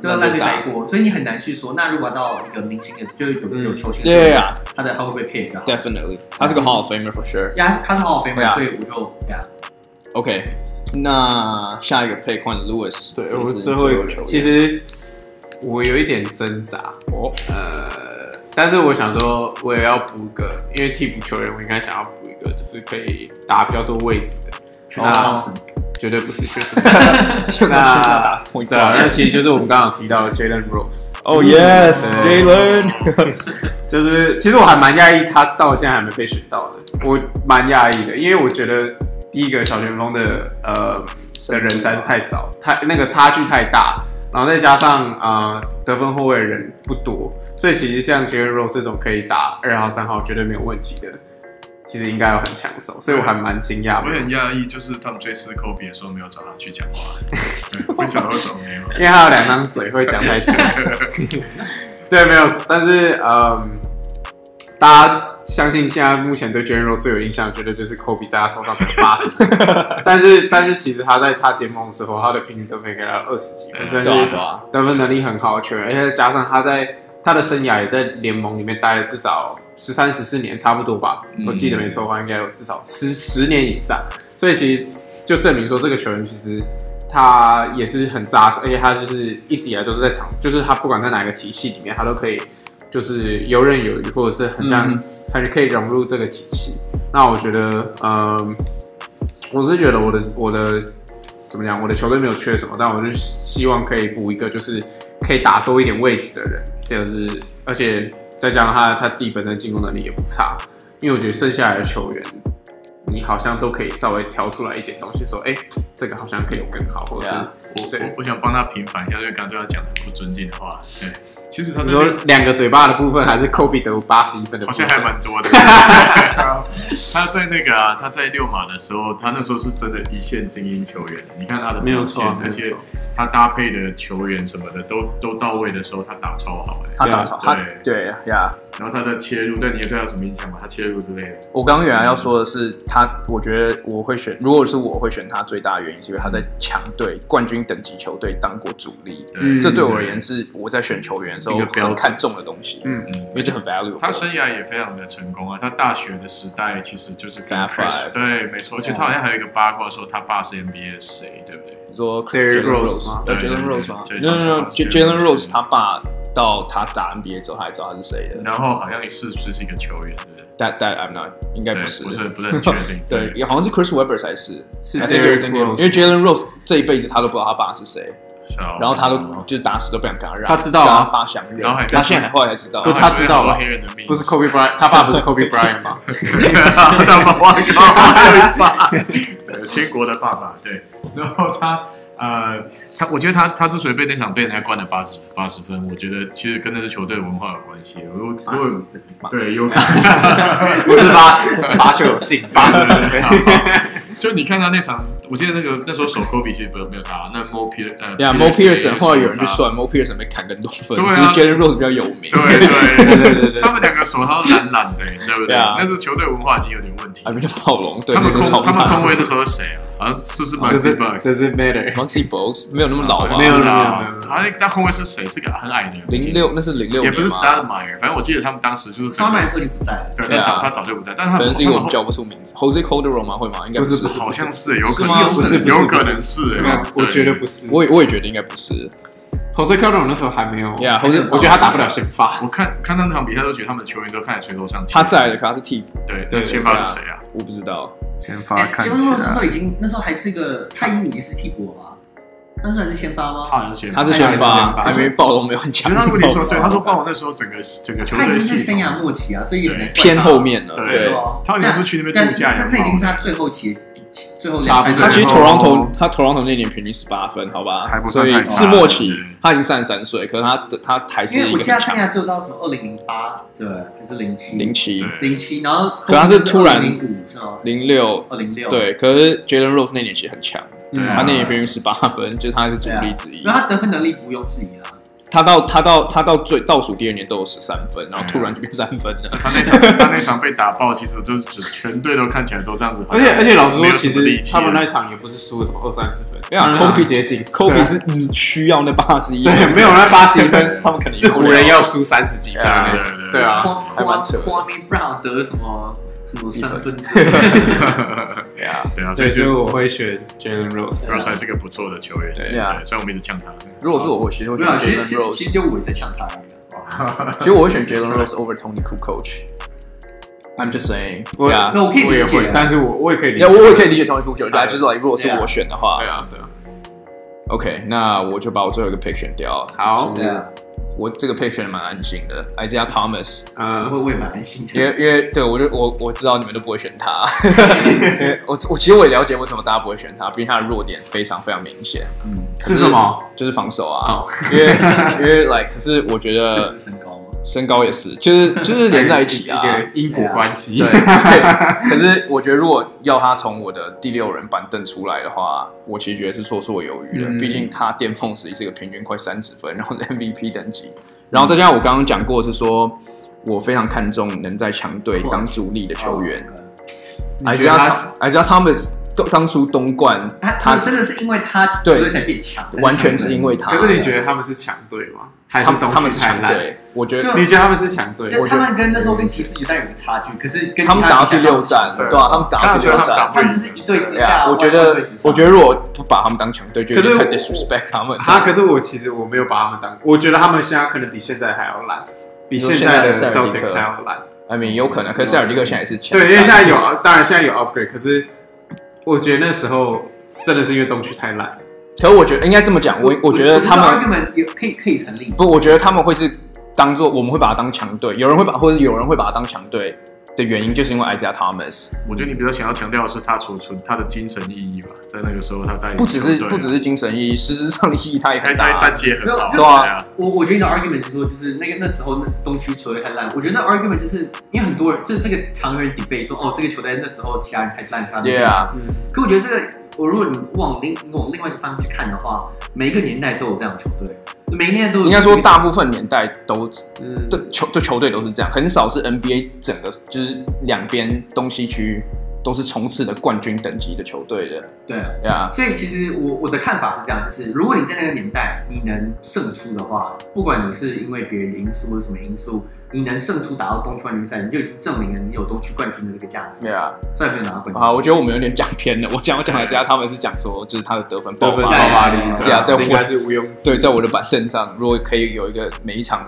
Speaker 4: 都在烂队待过，所以你很难去说，那如果到一个明星的，就是有有
Speaker 3: 嗯
Speaker 4: 球星的
Speaker 1: Yeah, yeah.
Speaker 4: 他的他会不会配比较好？
Speaker 1: Definitely. 他是个 Hall of Famer for sure.
Speaker 4: 呀，他是 Hall of Famer，
Speaker 1: Yeah
Speaker 4: 所以我就呀，
Speaker 1: OK，那下一个 pick 换 Lewis，
Speaker 3: 对
Speaker 1: 这
Speaker 3: 我
Speaker 1: 是
Speaker 3: 最后一
Speaker 1: 个
Speaker 3: 个
Speaker 1: 球，员
Speaker 3: 其实我有一点挣扎，
Speaker 1: 哦，
Speaker 3: 呃，但是我想说，我也要补个，因为替补球员，我应该想要补一个，就是可以打比较多位置的，那
Speaker 4: 哦
Speaker 3: 绝对不是确实。 那对啊，那其实就是我们刚刚有提到的 Jalen Rose，
Speaker 1: 哦 yes
Speaker 3: 对嗯
Speaker 1: Jalen，
Speaker 3: 就是其实我还蛮讶异他到现在还没被选到的，我蛮讶异的，因为我觉得第一个小前锋的呃的人实在是太少，太那个差距太大，然后再加上啊、呃得分后卫的人不多，所以其实像 Jalen Rose 这种可以打二号、三号绝对没有问题的，其实应该要很抢手，所以我还蛮惊讶
Speaker 2: 我
Speaker 3: 的，
Speaker 2: 很讶异，就是他们追思科比的时候没有找他去讲话，对不晓得为什么没有。
Speaker 3: 因为他有两张嘴会讲太久。对，没有，但是嗯，大家相信现在目前对 j e r o 最有印象，觉得就是 Kobe 在他头上得八十，但是但是其实他在他巅峰的时候，他的平均得分也给他二十几分，算是
Speaker 1: 对啊对啊
Speaker 3: 得分能力很好的球员，而且再加上他在他的生涯也在联盟里面待了至少十三十四年差不多吧，我记得没错的话，应该有至少十十年以上，所以其实就证明说这个球员其实。他也是很扎实，而且他就是一直以来都是在场，就是他不管在哪个体系里面，他都可以就是游刃有余，或者是很像、
Speaker 1: 嗯
Speaker 3: 很可以融入这个体系。那我觉得，嗯，我是觉得我的我的怎么讲，我的球队没有缺什么，但我就希望可以补一个就是可以打多一点位置的人，这个是，而且再加上他他自己本身进攻能力也不差，因为我觉得剩下来的球员。你好像都可以稍微挑出来一点东西，说，哎、这个好像可以更好，或者是
Speaker 1: Yeah
Speaker 2: 我
Speaker 3: 对
Speaker 2: 我我想帮他平反一下，就刚才他讲的不尊敬的话。对，其实他
Speaker 3: 你
Speaker 2: 这
Speaker 3: 说
Speaker 2: 边
Speaker 3: 两个嘴巴的部分，还是 Kobe 得八十一分的部
Speaker 2: 好
Speaker 3: 分？
Speaker 2: 像还蛮 多的。他在那个啊，他在六马的时候，他那时候是真的一线精英球员。你看他的
Speaker 3: 没有
Speaker 2: 表现
Speaker 3: 错，没
Speaker 2: 而
Speaker 3: 有
Speaker 2: 且
Speaker 3: 错。
Speaker 2: 他搭配的球员什么的都都到位的时候，他打超好哎、
Speaker 1: 他打超他
Speaker 2: 对
Speaker 1: 对呀。
Speaker 2: 然后他的切入，但你也对他有什么印象吗？他切入之类的，
Speaker 1: 我刚刚原来要说的是，他我觉得我会选，如果是我会选他，最大的原因是因为他在强队、冠军等级球队当过主力，
Speaker 2: 对，
Speaker 3: 嗯
Speaker 1: 这对我而言是我在选球员的时候
Speaker 3: 一个标
Speaker 1: 很
Speaker 3: 准
Speaker 1: 看重的东西，
Speaker 3: 嗯
Speaker 2: 嗯
Speaker 1: 因为这很 value。
Speaker 2: 他生涯也非常的成功啊，他大学的时代其实就是跟
Speaker 1: Fab Five
Speaker 2: Chris- 对，没错，而且他好像还有一个八卦说他爸是 NBA 谁，对不对？
Speaker 1: 你说
Speaker 3: Derrick
Speaker 1: Jalen
Speaker 3: Rose 吗
Speaker 1: 对
Speaker 2: 对
Speaker 1: Jalen
Speaker 2: 对
Speaker 1: Rose 吗
Speaker 2: 对
Speaker 1: ？No No
Speaker 2: Jalen
Speaker 1: No，Jalen
Speaker 2: Rose
Speaker 1: Rose 他爸到他打 NBA 之后，他还知道他是谁的。
Speaker 2: 然后好像也是不是一个球员，对不对？
Speaker 1: That That I'm not，应该
Speaker 2: 对，
Speaker 1: 不是。。
Speaker 2: 不是不是很确定
Speaker 1: 对，也好像是 Chris Webber 才是，
Speaker 3: 是
Speaker 1: I think you're
Speaker 3: Derrick
Speaker 1: thinking-
Speaker 3: Rose
Speaker 1: 因为 Jalen Rose 这一辈子他都不知道他爸是谁，
Speaker 2: 是啊
Speaker 1: 然后他都
Speaker 2: 然后
Speaker 1: 就是打死都不想跟他让，
Speaker 3: 他知道啊
Speaker 1: 让他爸想认，
Speaker 2: 然后还
Speaker 1: 他现在后来才知道，
Speaker 3: 不是他知道吧
Speaker 2: 还有很多黑人的命，
Speaker 3: 不是 Kobe Bryant，他爸不是 Kobe Bryant 吗？
Speaker 2: 他把忘掉了爸，对，天国的爸爸，对，然后他。呃，他我觉得他他之所以被那场被人家灌了八十八十分，我觉得其实跟那支球队文化有关系。如果如果 对有
Speaker 3: 不是八八球进八十分，
Speaker 1: 啊
Speaker 2: 就你看他那场，我记得那个那时候手科比其实没有没有打，那 Mo Peter 呃
Speaker 1: 呀，Mo Pearson 后来有人去
Speaker 2: 去。
Speaker 1: 算，Mo Pearson 被砍更多分，
Speaker 2: 对
Speaker 1: 只
Speaker 2: 啊
Speaker 1: 是 Jalen Rose 比较有名。
Speaker 2: 对啊对
Speaker 3: 对
Speaker 2: 对
Speaker 3: 对对对
Speaker 2: 他们两个手套懒懒的，对不对？
Speaker 1: 对啊
Speaker 2: 那是球队文化已经有点问 题
Speaker 1: 还。没有暴龙，对，哦
Speaker 2: 他
Speaker 1: 那
Speaker 2: 们
Speaker 1: 时候超
Speaker 2: 空他们
Speaker 1: 烂
Speaker 2: 空位那时候是谁啊？好像是不是 m a
Speaker 3: 这
Speaker 2: x
Speaker 3: 是
Speaker 2: b u c
Speaker 3: 这是 matter。
Speaker 1: Monty Bugs 没有那么老吧？
Speaker 3: 没有
Speaker 2: 啦
Speaker 3: 没有没有没，有
Speaker 2: 好像那空位是谁？是个很矮的人，
Speaker 1: 零六，那是零六
Speaker 2: 也
Speaker 1: 年
Speaker 2: 不
Speaker 1: 嘛
Speaker 2: 是 s t a d m e y e r 反正我记得他们当时就是整
Speaker 4: 双
Speaker 2: 个
Speaker 4: 板说你不在了，
Speaker 2: 对，
Speaker 1: 对
Speaker 2: 那
Speaker 1: 啊
Speaker 2: 早他早就不在，但是他
Speaker 1: 可能是因为 我们
Speaker 2: 他
Speaker 1: 叫不出名字，Jose Cordero 吗？会吗？应该
Speaker 3: 不是
Speaker 1: 是
Speaker 3: 不，
Speaker 2: 好像是有
Speaker 1: 是
Speaker 2: 可
Speaker 1: 吗
Speaker 2: 能
Speaker 1: 不
Speaker 3: 是不是
Speaker 2: 有可能是，哎
Speaker 3: 我觉得
Speaker 2: 对
Speaker 3: 不是，我
Speaker 1: 我也我也觉得应该不是。
Speaker 3: Jose c a r d o 那时候还没有
Speaker 1: Yeah，Jose-
Speaker 3: 我觉得他打不了先发。
Speaker 2: 我看看那场比赛都觉得他们球员都看在垂头丧气。
Speaker 1: 他在的，可他是替补，
Speaker 2: 对，
Speaker 1: 对
Speaker 2: 那先发是
Speaker 1: 对
Speaker 2: 谁啊？
Speaker 1: 我不知道。
Speaker 2: 先
Speaker 1: 啊
Speaker 4: 哎，结果那时候已经那时候还是一个太一已经是替补了吧？那时候还是先发吗？
Speaker 2: 好像先
Speaker 1: 他
Speaker 2: 发。
Speaker 1: 是先发，
Speaker 3: 他
Speaker 1: 还
Speaker 3: 哎是先发
Speaker 1: 没暴龙没有很
Speaker 2: 其
Speaker 1: 强的时候。
Speaker 2: 实他问题说，对，他说帮我那时候整个整个球
Speaker 4: 他已
Speaker 2: 队
Speaker 4: 经是
Speaker 2: 系
Speaker 4: 生
Speaker 2: 统，
Speaker 4: 涯末期啊，所以也很难怪他
Speaker 1: 偏后面了，
Speaker 2: 对
Speaker 1: 对。
Speaker 4: 啊
Speaker 2: 他好像是去那边
Speaker 4: 但
Speaker 2: 度假
Speaker 4: 但
Speaker 2: 有
Speaker 4: 这
Speaker 2: 没有
Speaker 4: 已经是他最后期最后
Speaker 3: 差
Speaker 4: 两
Speaker 3: 不多
Speaker 1: 他其实
Speaker 3: 然后
Speaker 1: Toronto 他 Toronto 那年平均十八分，好吧
Speaker 2: 还，不
Speaker 1: 所
Speaker 2: 算
Speaker 1: 以
Speaker 2: 太差
Speaker 1: 是末期
Speaker 2: 对，
Speaker 1: 他已经三十三岁，可是他他还是
Speaker 4: 因为
Speaker 1: 一
Speaker 4: 我
Speaker 1: 个
Speaker 4: 记得
Speaker 1: 很
Speaker 4: 他生
Speaker 1: 强
Speaker 4: 涯只有到什么二零零八，对，还是零七
Speaker 1: 零七
Speaker 2: 对
Speaker 4: 零七，然后
Speaker 1: 可他是突然
Speaker 4: 零五是吗？
Speaker 1: 零六，
Speaker 4: 二零六，
Speaker 1: 对，可是 Jalen Rose 那年其实很强，
Speaker 2: 对啊
Speaker 1: 他那年平均十八分，就是他是主
Speaker 4: 对啊
Speaker 1: 力之一
Speaker 4: 然。后他得分能力毋庸置疑啦。啊
Speaker 1: 他到他到他到最倒数第二年都有十三分，然后突然就变三分了。
Speaker 2: 他那场 他那场被打爆，其实就是只全队都看起来都这样子。
Speaker 3: 而且而且老实
Speaker 2: 没
Speaker 3: 说，
Speaker 2: 有
Speaker 3: 其
Speaker 2: 什么力
Speaker 3: 实
Speaker 2: 气啊
Speaker 3: 他们那一场也不是输了什么二三十分，
Speaker 1: 啊没有啊
Speaker 3: 他们
Speaker 1: Kobe
Speaker 3: 接近
Speaker 1: Kobe 是你需要那八十一，
Speaker 3: 啊
Speaker 1: 啊
Speaker 3: 对没有那81 分
Speaker 1: 他们肯定啊
Speaker 3: 是湖人要输三十几分的那
Speaker 2: 对
Speaker 3: 种
Speaker 2: 对，对
Speaker 3: 对啊，
Speaker 4: 匡
Speaker 1: 还蛮扯的
Speaker 4: 匡 Kwame Brown 得什么什么
Speaker 1: 一分
Speaker 4: 三分之，
Speaker 1: Yeah，
Speaker 2: 对啊，所
Speaker 3: 对，
Speaker 2: 以
Speaker 3: 所以
Speaker 2: 就
Speaker 3: 我会选 Jalen Rose。
Speaker 2: Rose 还是个不错的球员，
Speaker 3: 对
Speaker 2: 对
Speaker 1: Yeah
Speaker 2: 虽然我们一直呛他。
Speaker 1: 如果是我，我其实我
Speaker 4: 没
Speaker 1: 选
Speaker 4: 有啊，其
Speaker 1: Jalen
Speaker 4: 实其实其
Speaker 1: Rose，
Speaker 4: 实就我也在想他而已啊。
Speaker 1: 其实我会选 Jalen Rose over Tony Kukoc。I'm just saying，
Speaker 3: 我
Speaker 1: yeah
Speaker 4: 那我可以
Speaker 3: 我也
Speaker 4: 理解
Speaker 3: 会
Speaker 4: 啊，
Speaker 3: 但是我我也可以理解。
Speaker 1: Yeah，我我也可以理解 Tony Kukoc，
Speaker 3: 对
Speaker 1: 但就是 like 如果是
Speaker 3: 对啊
Speaker 1: 我选的话
Speaker 3: 对啊，对啊。
Speaker 1: ，OK，那我就把我最后一个 pick 选掉了。
Speaker 3: 好
Speaker 1: 其
Speaker 4: 对
Speaker 1: 实
Speaker 4: 啊
Speaker 1: 我这个 pick 选的蛮安心的，Isaiah Thomas。
Speaker 3: 嗯，
Speaker 4: 我我也蛮安心的。
Speaker 1: 因为因为对我就我我知道你们都不会选 他，因为我我其实我也了解为什么大家不会选他，毕竟他的弱点非常非常明显，
Speaker 4: 嗯，
Speaker 1: 可
Speaker 3: 是什么？
Speaker 1: 就是防守啊，
Speaker 3: 哦
Speaker 1: 因为因为 like 可是我觉
Speaker 4: 这
Speaker 1: 得
Speaker 4: 不是身高吗？
Speaker 1: 身高也是，就是就是连在一起 啊，
Speaker 3: 一个因果关系。
Speaker 1: 对， 对可是我觉得如果要他从我的第六人板凳出来的话，我其实觉得是绰绰有余的。
Speaker 3: 嗯
Speaker 1: 毕竟他巅峰时期是一个平均快三十分，然后是 MVP 等级，然后再加上我刚刚讲过是说。我非常看重能在强队当主力的球员，
Speaker 3: 哦你
Speaker 1: 还
Speaker 3: 觉
Speaker 1: 是
Speaker 3: 得
Speaker 1: 要
Speaker 3: 他
Speaker 1: 还是要他们当当初东冠，
Speaker 4: 他
Speaker 1: 他
Speaker 4: 他真的是因为他球
Speaker 1: 对
Speaker 4: 队才变强，
Speaker 1: 完全是因为他。
Speaker 3: 可是你觉得他们是强队吗？还
Speaker 1: 他
Speaker 3: 是
Speaker 1: 们
Speaker 3: 东
Speaker 1: 他们
Speaker 3: 区
Speaker 1: 是
Speaker 3: 太
Speaker 1: 强
Speaker 3: 烂？
Speaker 1: 队？我觉得
Speaker 4: 就
Speaker 3: 你觉得他们是强队？
Speaker 4: 就
Speaker 3: 我
Speaker 4: 他们跟那时候跟骑士有但有个差距，可是跟
Speaker 1: 他们打到第六
Speaker 4: 战，
Speaker 1: 战，对啊，他们打到第六
Speaker 2: 当然觉得他们打
Speaker 1: 战
Speaker 2: 不。
Speaker 4: 他们就是一对之
Speaker 1: 对啊
Speaker 4: 下，
Speaker 1: 我觉
Speaker 4: 万
Speaker 1: 得
Speaker 4: 对之上，
Speaker 1: 我觉得如果不把他们当强队，就有点
Speaker 3: 可
Speaker 1: 太
Speaker 3: 是我啊
Speaker 1: disrespect 他 们。
Speaker 3: 他可是我其实我没有把他们当，我觉得他们现在可能比现在还要烂，比现在的
Speaker 1: 你说现在的塞尔提
Speaker 3: Celtics
Speaker 1: 克
Speaker 3: 还要烂。
Speaker 1: I mean 有可能，可是塞尔蒂克现在也是强。
Speaker 3: 对，因为现在有，当然现在有 upgrade，可是我觉得那时候真的是因为东区太烂。
Speaker 1: 可是我觉得应该这么讲，我我觉得他们
Speaker 4: 根本也可以可以成立。
Speaker 1: 不，我觉得他们会是当做我们会把它当强队，有人会把或者有人会把它当强队的原因，就是因为 Isaiah Thomas
Speaker 2: 我觉得你比较想要强调的是他储存他的精神意义吧，在那个时候他带领
Speaker 1: 不只是
Speaker 2: 球队啊
Speaker 1: 不只是精神意义，实质上的意义它也
Speaker 2: 他
Speaker 1: 很
Speaker 2: 他他
Speaker 1: 大。
Speaker 2: 接很好，
Speaker 4: 没有
Speaker 1: 对啊
Speaker 2: 啊，
Speaker 4: 我我觉得你的 argument 是说，就是那个那时候那东区球队太烂。我觉得那 argument 就是因为很多人，就是这个常人 debate 说，哦，这个球队那时候其他人还烂，他们
Speaker 1: Yeah，
Speaker 3: 嗯，
Speaker 4: 可我觉得这个，我如果你往另你往另外一个方向去看的话，每一个年代都有这样的球队，每个年代都有。
Speaker 1: 应该说大部分年代都
Speaker 3: 嗯
Speaker 1: 对球对球队都是这样，很少是 NBA 整个就是两边东西区都是冲刺的冠军等级的球队的
Speaker 4: 对啊。
Speaker 1: 呀。
Speaker 4: 所以其实我我的看法是这样，就是如果你在那个年代你能胜出的话，不管你是因为别人的因素或者什么因素，你能胜出打到东区冠军赛，你就已经证明了你有东区冠军的这个价值。
Speaker 1: 对啊，
Speaker 4: 虽然没有拿到冠军，
Speaker 1: 好，我觉得我们有点讲偏了。我想要讲的是，他们是讲说，就是他的得分爆
Speaker 3: 得分爆
Speaker 1: 发
Speaker 4: 对对
Speaker 3: 发力，
Speaker 4: 对
Speaker 1: 对啊在
Speaker 3: 这应该
Speaker 1: 我
Speaker 3: 是毋庸置疑。
Speaker 1: 对，在我的板凳上，如果可以有一个每一场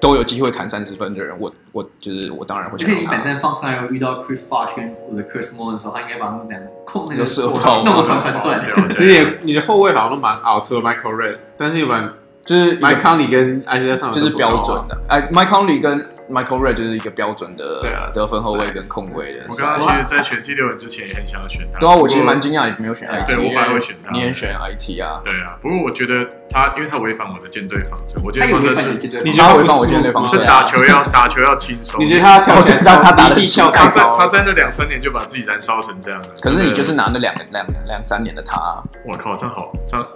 Speaker 1: 都有机会砍三十分的人，我我就是我当然会
Speaker 4: 而
Speaker 1: 想
Speaker 4: 且你
Speaker 1: 要
Speaker 4: 本
Speaker 1: 他。
Speaker 4: 身放上来遇到 Chris Bosh 跟或者 Chris Moore 的时候，他应该把他们两个控那
Speaker 1: 就
Speaker 4: 个
Speaker 1: 射爆
Speaker 4: 弄得团团转。
Speaker 2: 对啊对啊
Speaker 3: 其实也你的后卫好像都蛮熬，除了 Michael Red，但是你把
Speaker 1: 就是一个
Speaker 3: Mike Conley 跟 Isaiah 上
Speaker 1: 就是标
Speaker 2: 啊
Speaker 1: 准的，哎，Mike Conley 跟 Michael Red 就是一个标准的
Speaker 3: 对啊
Speaker 1: 得分后卫跟控卫的。
Speaker 2: 我刚刚其实，在选第六人之前也很想要选他，
Speaker 1: 对啊，我其实蛮惊讶你没有选 IT，
Speaker 2: 对我
Speaker 1: 因为
Speaker 2: 本来会选他
Speaker 1: 你也选 IT 啊。
Speaker 2: 对啊，不过我觉得他，因为他违反我的舰队方针，我
Speaker 4: 他
Speaker 2: 舰队
Speaker 4: 有
Speaker 2: 方
Speaker 4: 没有
Speaker 2: 针
Speaker 4: 犯
Speaker 2: 是
Speaker 4: 有。
Speaker 3: 你
Speaker 1: 觉
Speaker 3: 觉
Speaker 1: 得他
Speaker 3: 得他
Speaker 1: 会
Speaker 3: 会
Speaker 1: 放
Speaker 3: 放
Speaker 1: 我
Speaker 3: 我
Speaker 1: 进
Speaker 3: 进
Speaker 1: 对
Speaker 3: 对
Speaker 1: 方
Speaker 3: 方
Speaker 2: 是
Speaker 1: 式啊
Speaker 3: 式
Speaker 2: 打球要打球要轻松，
Speaker 3: 你觉得他跳起来
Speaker 1: 我觉得他打得
Speaker 3: 离地
Speaker 1: 很
Speaker 3: 跳
Speaker 1: 高
Speaker 3: 太
Speaker 2: 他在
Speaker 3: 高？啊
Speaker 2: 他在那两三年就把自己燃烧成这样了。
Speaker 1: 可是你就是
Speaker 2: 真的，
Speaker 1: 拿那两个两两三年的他啊，
Speaker 2: 我靠，这样好，这样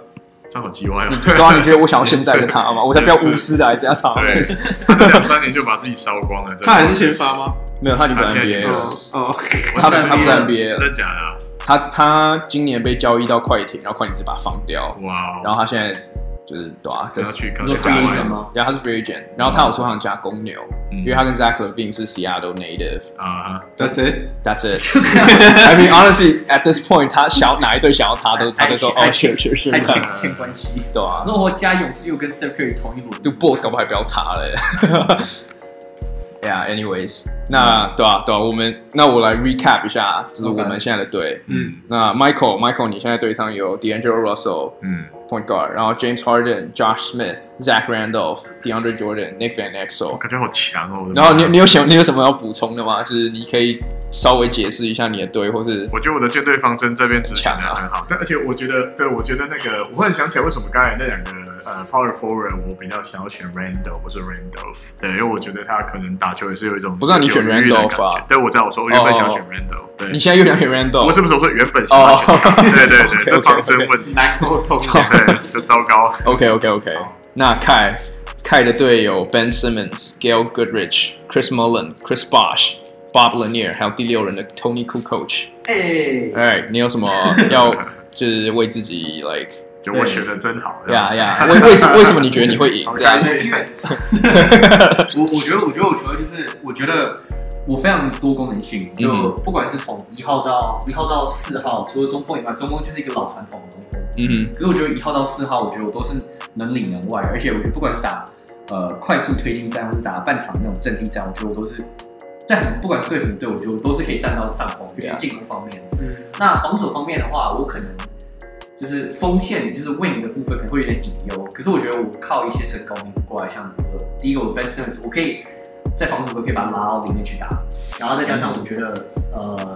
Speaker 2: 这样好叽歪哦。
Speaker 1: 对啊，你觉得我想要现在的他吗？我才不要巫师的 Isaiah Thomas。
Speaker 2: 对， 他这两三年就把自己烧光了。真的
Speaker 3: 他还是先发吗？
Speaker 1: 没有，他已经
Speaker 2: 他
Speaker 1: 在
Speaker 2: 现在
Speaker 1: NBA
Speaker 2: 已经
Speaker 1: 了
Speaker 2: 是。
Speaker 3: 哦哦，
Speaker 2: 我
Speaker 1: 他们他们在 NBA
Speaker 2: 真假的啊？
Speaker 1: 他他今年被交易到快艇，然后快艇只把他放掉，
Speaker 2: 哇
Speaker 1: 然
Speaker 2: 哦，
Speaker 1: 后他现在就是对啊，这
Speaker 2: 要去刚
Speaker 4: 你说
Speaker 2: 去国
Speaker 4: free
Speaker 2: 外
Speaker 4: agent 吗？
Speaker 1: 然后他是 free agent，然后他有说他想加公牛，
Speaker 2: 嗯
Speaker 1: 因为他跟 Zach Levine 是 Seattle native。
Speaker 2: 啊，
Speaker 3: that's it。
Speaker 1: That's it. I mean, honestly, at this point，他想要哪一队想要他都，他都说哦，
Speaker 4: 还
Speaker 1: 是是是，
Speaker 4: 还
Speaker 1: 对
Speaker 4: 欠欠关系。
Speaker 1: 啊
Speaker 4: 然。后我加勇士又跟 Steph Curry 同一轮，
Speaker 1: 就 boss 搞不好还不要他嘞。yeah, anyways，那对啊，对啊，我们那我来 recap 一下，就是我们
Speaker 4: OK
Speaker 1: 现在的队。
Speaker 3: 嗯，
Speaker 1: 那 Michael，Michael，你现在队上有 D'Angelo Russell
Speaker 2: 嗯
Speaker 1: point guard，然后 James Harden、Josh Smith、Zach Randolph、DeAndre Jordan、Nick Van Exel。
Speaker 2: 感觉好强哦。我的妈
Speaker 1: 然后你你有想你有什么要补充的吗？就是你可以稍微解释一下你的队，或是
Speaker 2: 我觉得我的舰队方针这边执行
Speaker 1: 很强
Speaker 2: 的
Speaker 1: 啊
Speaker 2: 很好，但而且我觉得，对我觉得那个，我很想起来为什么刚才那两个呃 power forward 我比较想要选 Randall 不是 Randolph，对，因为我觉得他可能打球也是有一种
Speaker 1: 不是啊你选
Speaker 2: 有余裕的感
Speaker 1: Randolph 啊
Speaker 2: 觉对，我知道，我说我原本想要选
Speaker 1: 哦
Speaker 2: Randall，对
Speaker 1: 你，现在又想选 Randall，
Speaker 2: 我是不是我说原本想要选他？对对对，是
Speaker 1: OK，OK，OK
Speaker 2: 方针问题，
Speaker 4: 哎
Speaker 3: 难沟通。
Speaker 2: 对，就糟糕。
Speaker 1: OK OK OK，那凯凯的队友 Ben Simmons、Gail Goodrich、Chris Mullen、Chris Bosh、Bob Lanier，还有第六人的 Tony Kukoc。
Speaker 4: 哎，
Speaker 1: 哎，你有什么要就是为自己 like
Speaker 2: 就我选的真好，这
Speaker 1: 呀
Speaker 2: 样
Speaker 1: 呀？为为什为什么你觉得你会赢？
Speaker 2: 好
Speaker 1: 这样
Speaker 2: 开心
Speaker 4: 因为我我觉得，我觉得我球队就是，我觉得我非常多功能性，就
Speaker 1: 嗯
Speaker 4: 不管是从一号到一号到四号，除了中锋以外，中锋就是一个老传统的中锋。
Speaker 1: 嗯
Speaker 4: 可是我觉得一号到四号，我觉得我都是能里能外，而且我觉得不管是打呃快速推进战，或是打半场那种阵地战，我觉得我都是在很不管是对什么队，我觉得我都是可以占到上风，尤其
Speaker 1: Yeah.
Speaker 4: 是进攻方面。
Speaker 3: 嗯
Speaker 4: 那防守方面的话，我可能就是锋线就是 win 的部分可能会有点隐忧，可是我觉得我靠一些身高弥补过来，像呃第一个我 Ben Simmons，我可以在防守的时候可以把他拉到里面去打，然后再加上我觉得呃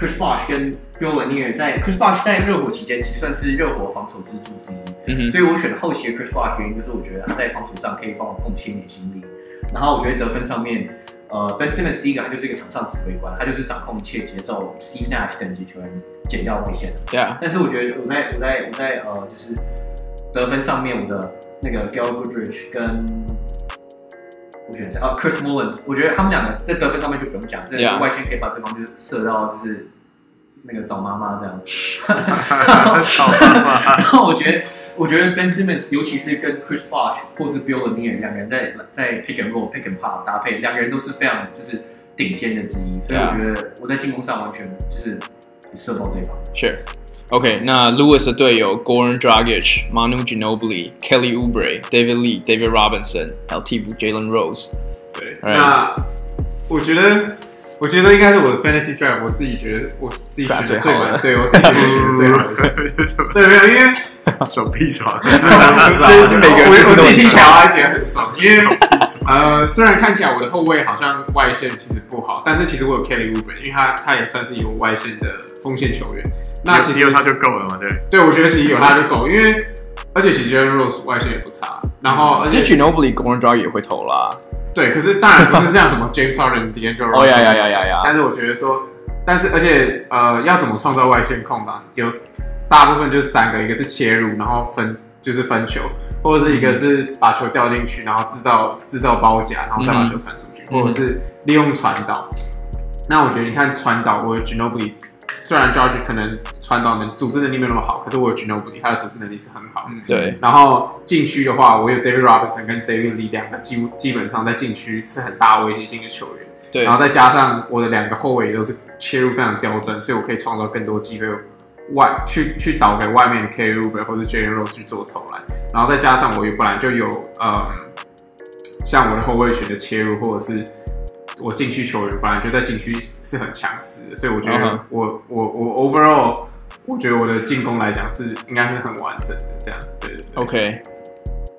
Speaker 4: Chris Bosh 跟 Bill l a n i e r 在 Chris Bosh 在热火期间其实算是热火防守支柱之一，
Speaker 1: 嗯
Speaker 4: 所以我选后期的 Chris Bosh 原因就是我觉得他在防守上可以帮我贡献一点心力，然后我觉得得分上面。呃，Ben Simmons 第一个他就是一个场上指挥官，他就是掌控一切节奏，Steve Nash 等级球员减掉外线的。
Speaker 1: ，Yeah，
Speaker 4: 啊但是我觉得我在我在我在呃，就是得分上面，我的那个 Gal Goodrich 跟我选谁啊，Chris Mullins，我觉得他们两个在得分上面就不用讲，真的是
Speaker 1: Yeah.
Speaker 4: 外线可以把对方就是射到就是那个找妈妈这样。
Speaker 2: 操他妈！
Speaker 4: 然后我觉得，我觉得 Ben Simmons，尤其是跟 Chris Bosh 或是 Bill l a n i e r 两个人在在 pick and roll、pick and pop 搭配，两个人都是非常就是顶尖的之一，所以
Speaker 1: Yeah.
Speaker 4: 我觉得我在进攻上完全就是射爆对方。
Speaker 1: Sure. OK，那 Lewis 的队友 Goran Dragic、Manu Ginobili、Kelly Oubre、David Lee、David Robinson，还有替补 Jalen Rose。
Speaker 3: 对，
Speaker 1: Alright
Speaker 3: 那我觉得，我觉得应该是我的 fantasy draft，我自己觉得我自己选的最
Speaker 1: 最好
Speaker 3: 好
Speaker 1: 的
Speaker 3: 的，对我自己觉得选的最好的一 次。对，没有，因为
Speaker 2: 手 臂爽，
Speaker 1: 就是每个人就是
Speaker 3: 我
Speaker 1: 都
Speaker 3: 我
Speaker 1: 很
Speaker 3: 自己
Speaker 1: 爽
Speaker 3: 想还觉得很爽，因为呃，虽然看起来我的后卫好像外线其实不好，但是其实我有 Kelly Oubre，因为他他也算是一个外线的锋线球员。那其
Speaker 2: 你
Speaker 3: 实
Speaker 2: 有他就够了嘛，对。
Speaker 3: 对我觉得其实有他就够，因为而且其实 Jalen Rose 外线也不差，然后而
Speaker 1: 而且
Speaker 3: 且
Speaker 1: Ginobili、Goran Dragic 也会投啦。
Speaker 3: 对，可是当然不是像什么 James Harden、D'Angelo，
Speaker 1: 哦呀呀呀呀呀！
Speaker 3: 但是我觉得说，但是而且呃，要怎么创造外线空档？有大部分就是三个，一个是切入，然后分就是分球，或者是一个是把球掉进去，然后制造制造包夹，然后再把球传出去，
Speaker 1: 嗯
Speaker 3: 或者是利用传导。那我觉得你看传导，我有 Ginobili，虽然 George 可能传导能组织能力没有那么好，可是我有 Ginobili，他的组织能力是很好。
Speaker 2: 嗯
Speaker 1: 对，
Speaker 3: 然后禁区的话，我有 David Robinson 跟 David Lee 两个基基本上在禁区是很大威胁性的球员。
Speaker 1: 对
Speaker 3: 然后再加上我的两个后卫都是切入非常刁钻，所以我可以创造更多机会外去去导给外面的 K. Uber 或者 Jalen Rose 去做投篮，然后再加上我有本来就有呃，像我的后卫选的切入或者是。我禁区球员本来就在禁区是很强势的，所以我觉
Speaker 1: 嗯
Speaker 3: 得
Speaker 1: 哼
Speaker 3: 我、我我 overall 我觉得我的进攻来讲是应该是很完整的这样，对对对。
Speaker 1: OK。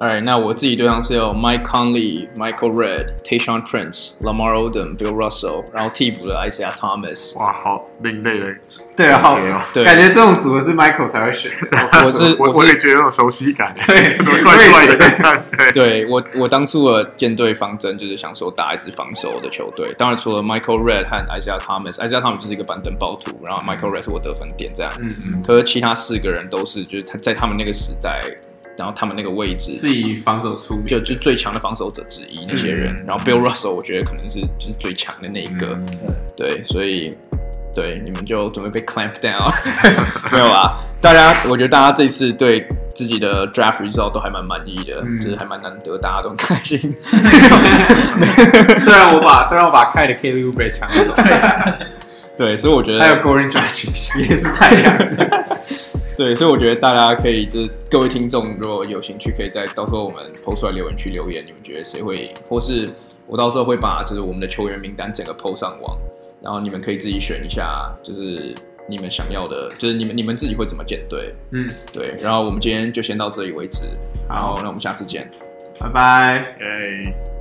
Speaker 1: Alright，那我自己队上是有 Mike Conley、Michael Red、Tayshawn Prince、Lamar Odom、Bill Russell，然后替补的 Isaiah Thomas。
Speaker 2: 哇，好另类的
Speaker 3: 对啊，好
Speaker 2: 感觉哦
Speaker 1: 对
Speaker 3: 感觉这种组合是 Michael 才会选。
Speaker 1: 我是
Speaker 2: 我
Speaker 1: 我
Speaker 2: 我
Speaker 1: 是
Speaker 2: 也觉得有种熟悉感，
Speaker 3: 对
Speaker 2: 怪怪的
Speaker 3: 我也
Speaker 2: 这样，对，
Speaker 1: 对我，我当初的舰队方针就是想说打一支防守的球队。当然，除了 Michael Red 和 Isaiah Thomas，Isaiah Thomas 就是一个板凳暴徒，然后 Michael Red 是我得分点这样。
Speaker 3: 嗯嗯，
Speaker 1: 可是其他四个人都是就是他在他们那个时代，然后他们那个位置
Speaker 3: 是以防守出名。
Speaker 1: 就就最强的防守者之一那些人。
Speaker 2: 嗯
Speaker 1: 然后 Bill Russell 我觉得可能是就是最强的那一个。
Speaker 3: 嗯
Speaker 1: 对，所以对你们就准备被 clamp down，没有啦。大家，我觉得大家这次对自己的 draft result 都还蛮满意的，
Speaker 3: 嗯
Speaker 1: 就是还蛮难得，大家都很开心。
Speaker 3: 虽然我把虽然我把开的 K. l u b r 抢了走，
Speaker 1: 对，所以我觉
Speaker 3: 还有
Speaker 1: 得，
Speaker 3: Goran Dragic 也是太阳的。
Speaker 1: 对，所以我觉得大家可以，就是各位听众，如果有兴趣，可以在到时候我们抛出来留言区留言，你们觉得谁会赢，或是我到时候会把就是我们的球员名单整个抛上网，然后你们可以自己选一下，就是你们想要的，就是你们你们自己会怎么建队，
Speaker 3: 嗯，
Speaker 1: 对，然后我们今天就先到这里为止，然后那我们下次见。
Speaker 3: 拜拜。
Speaker 2: 哎。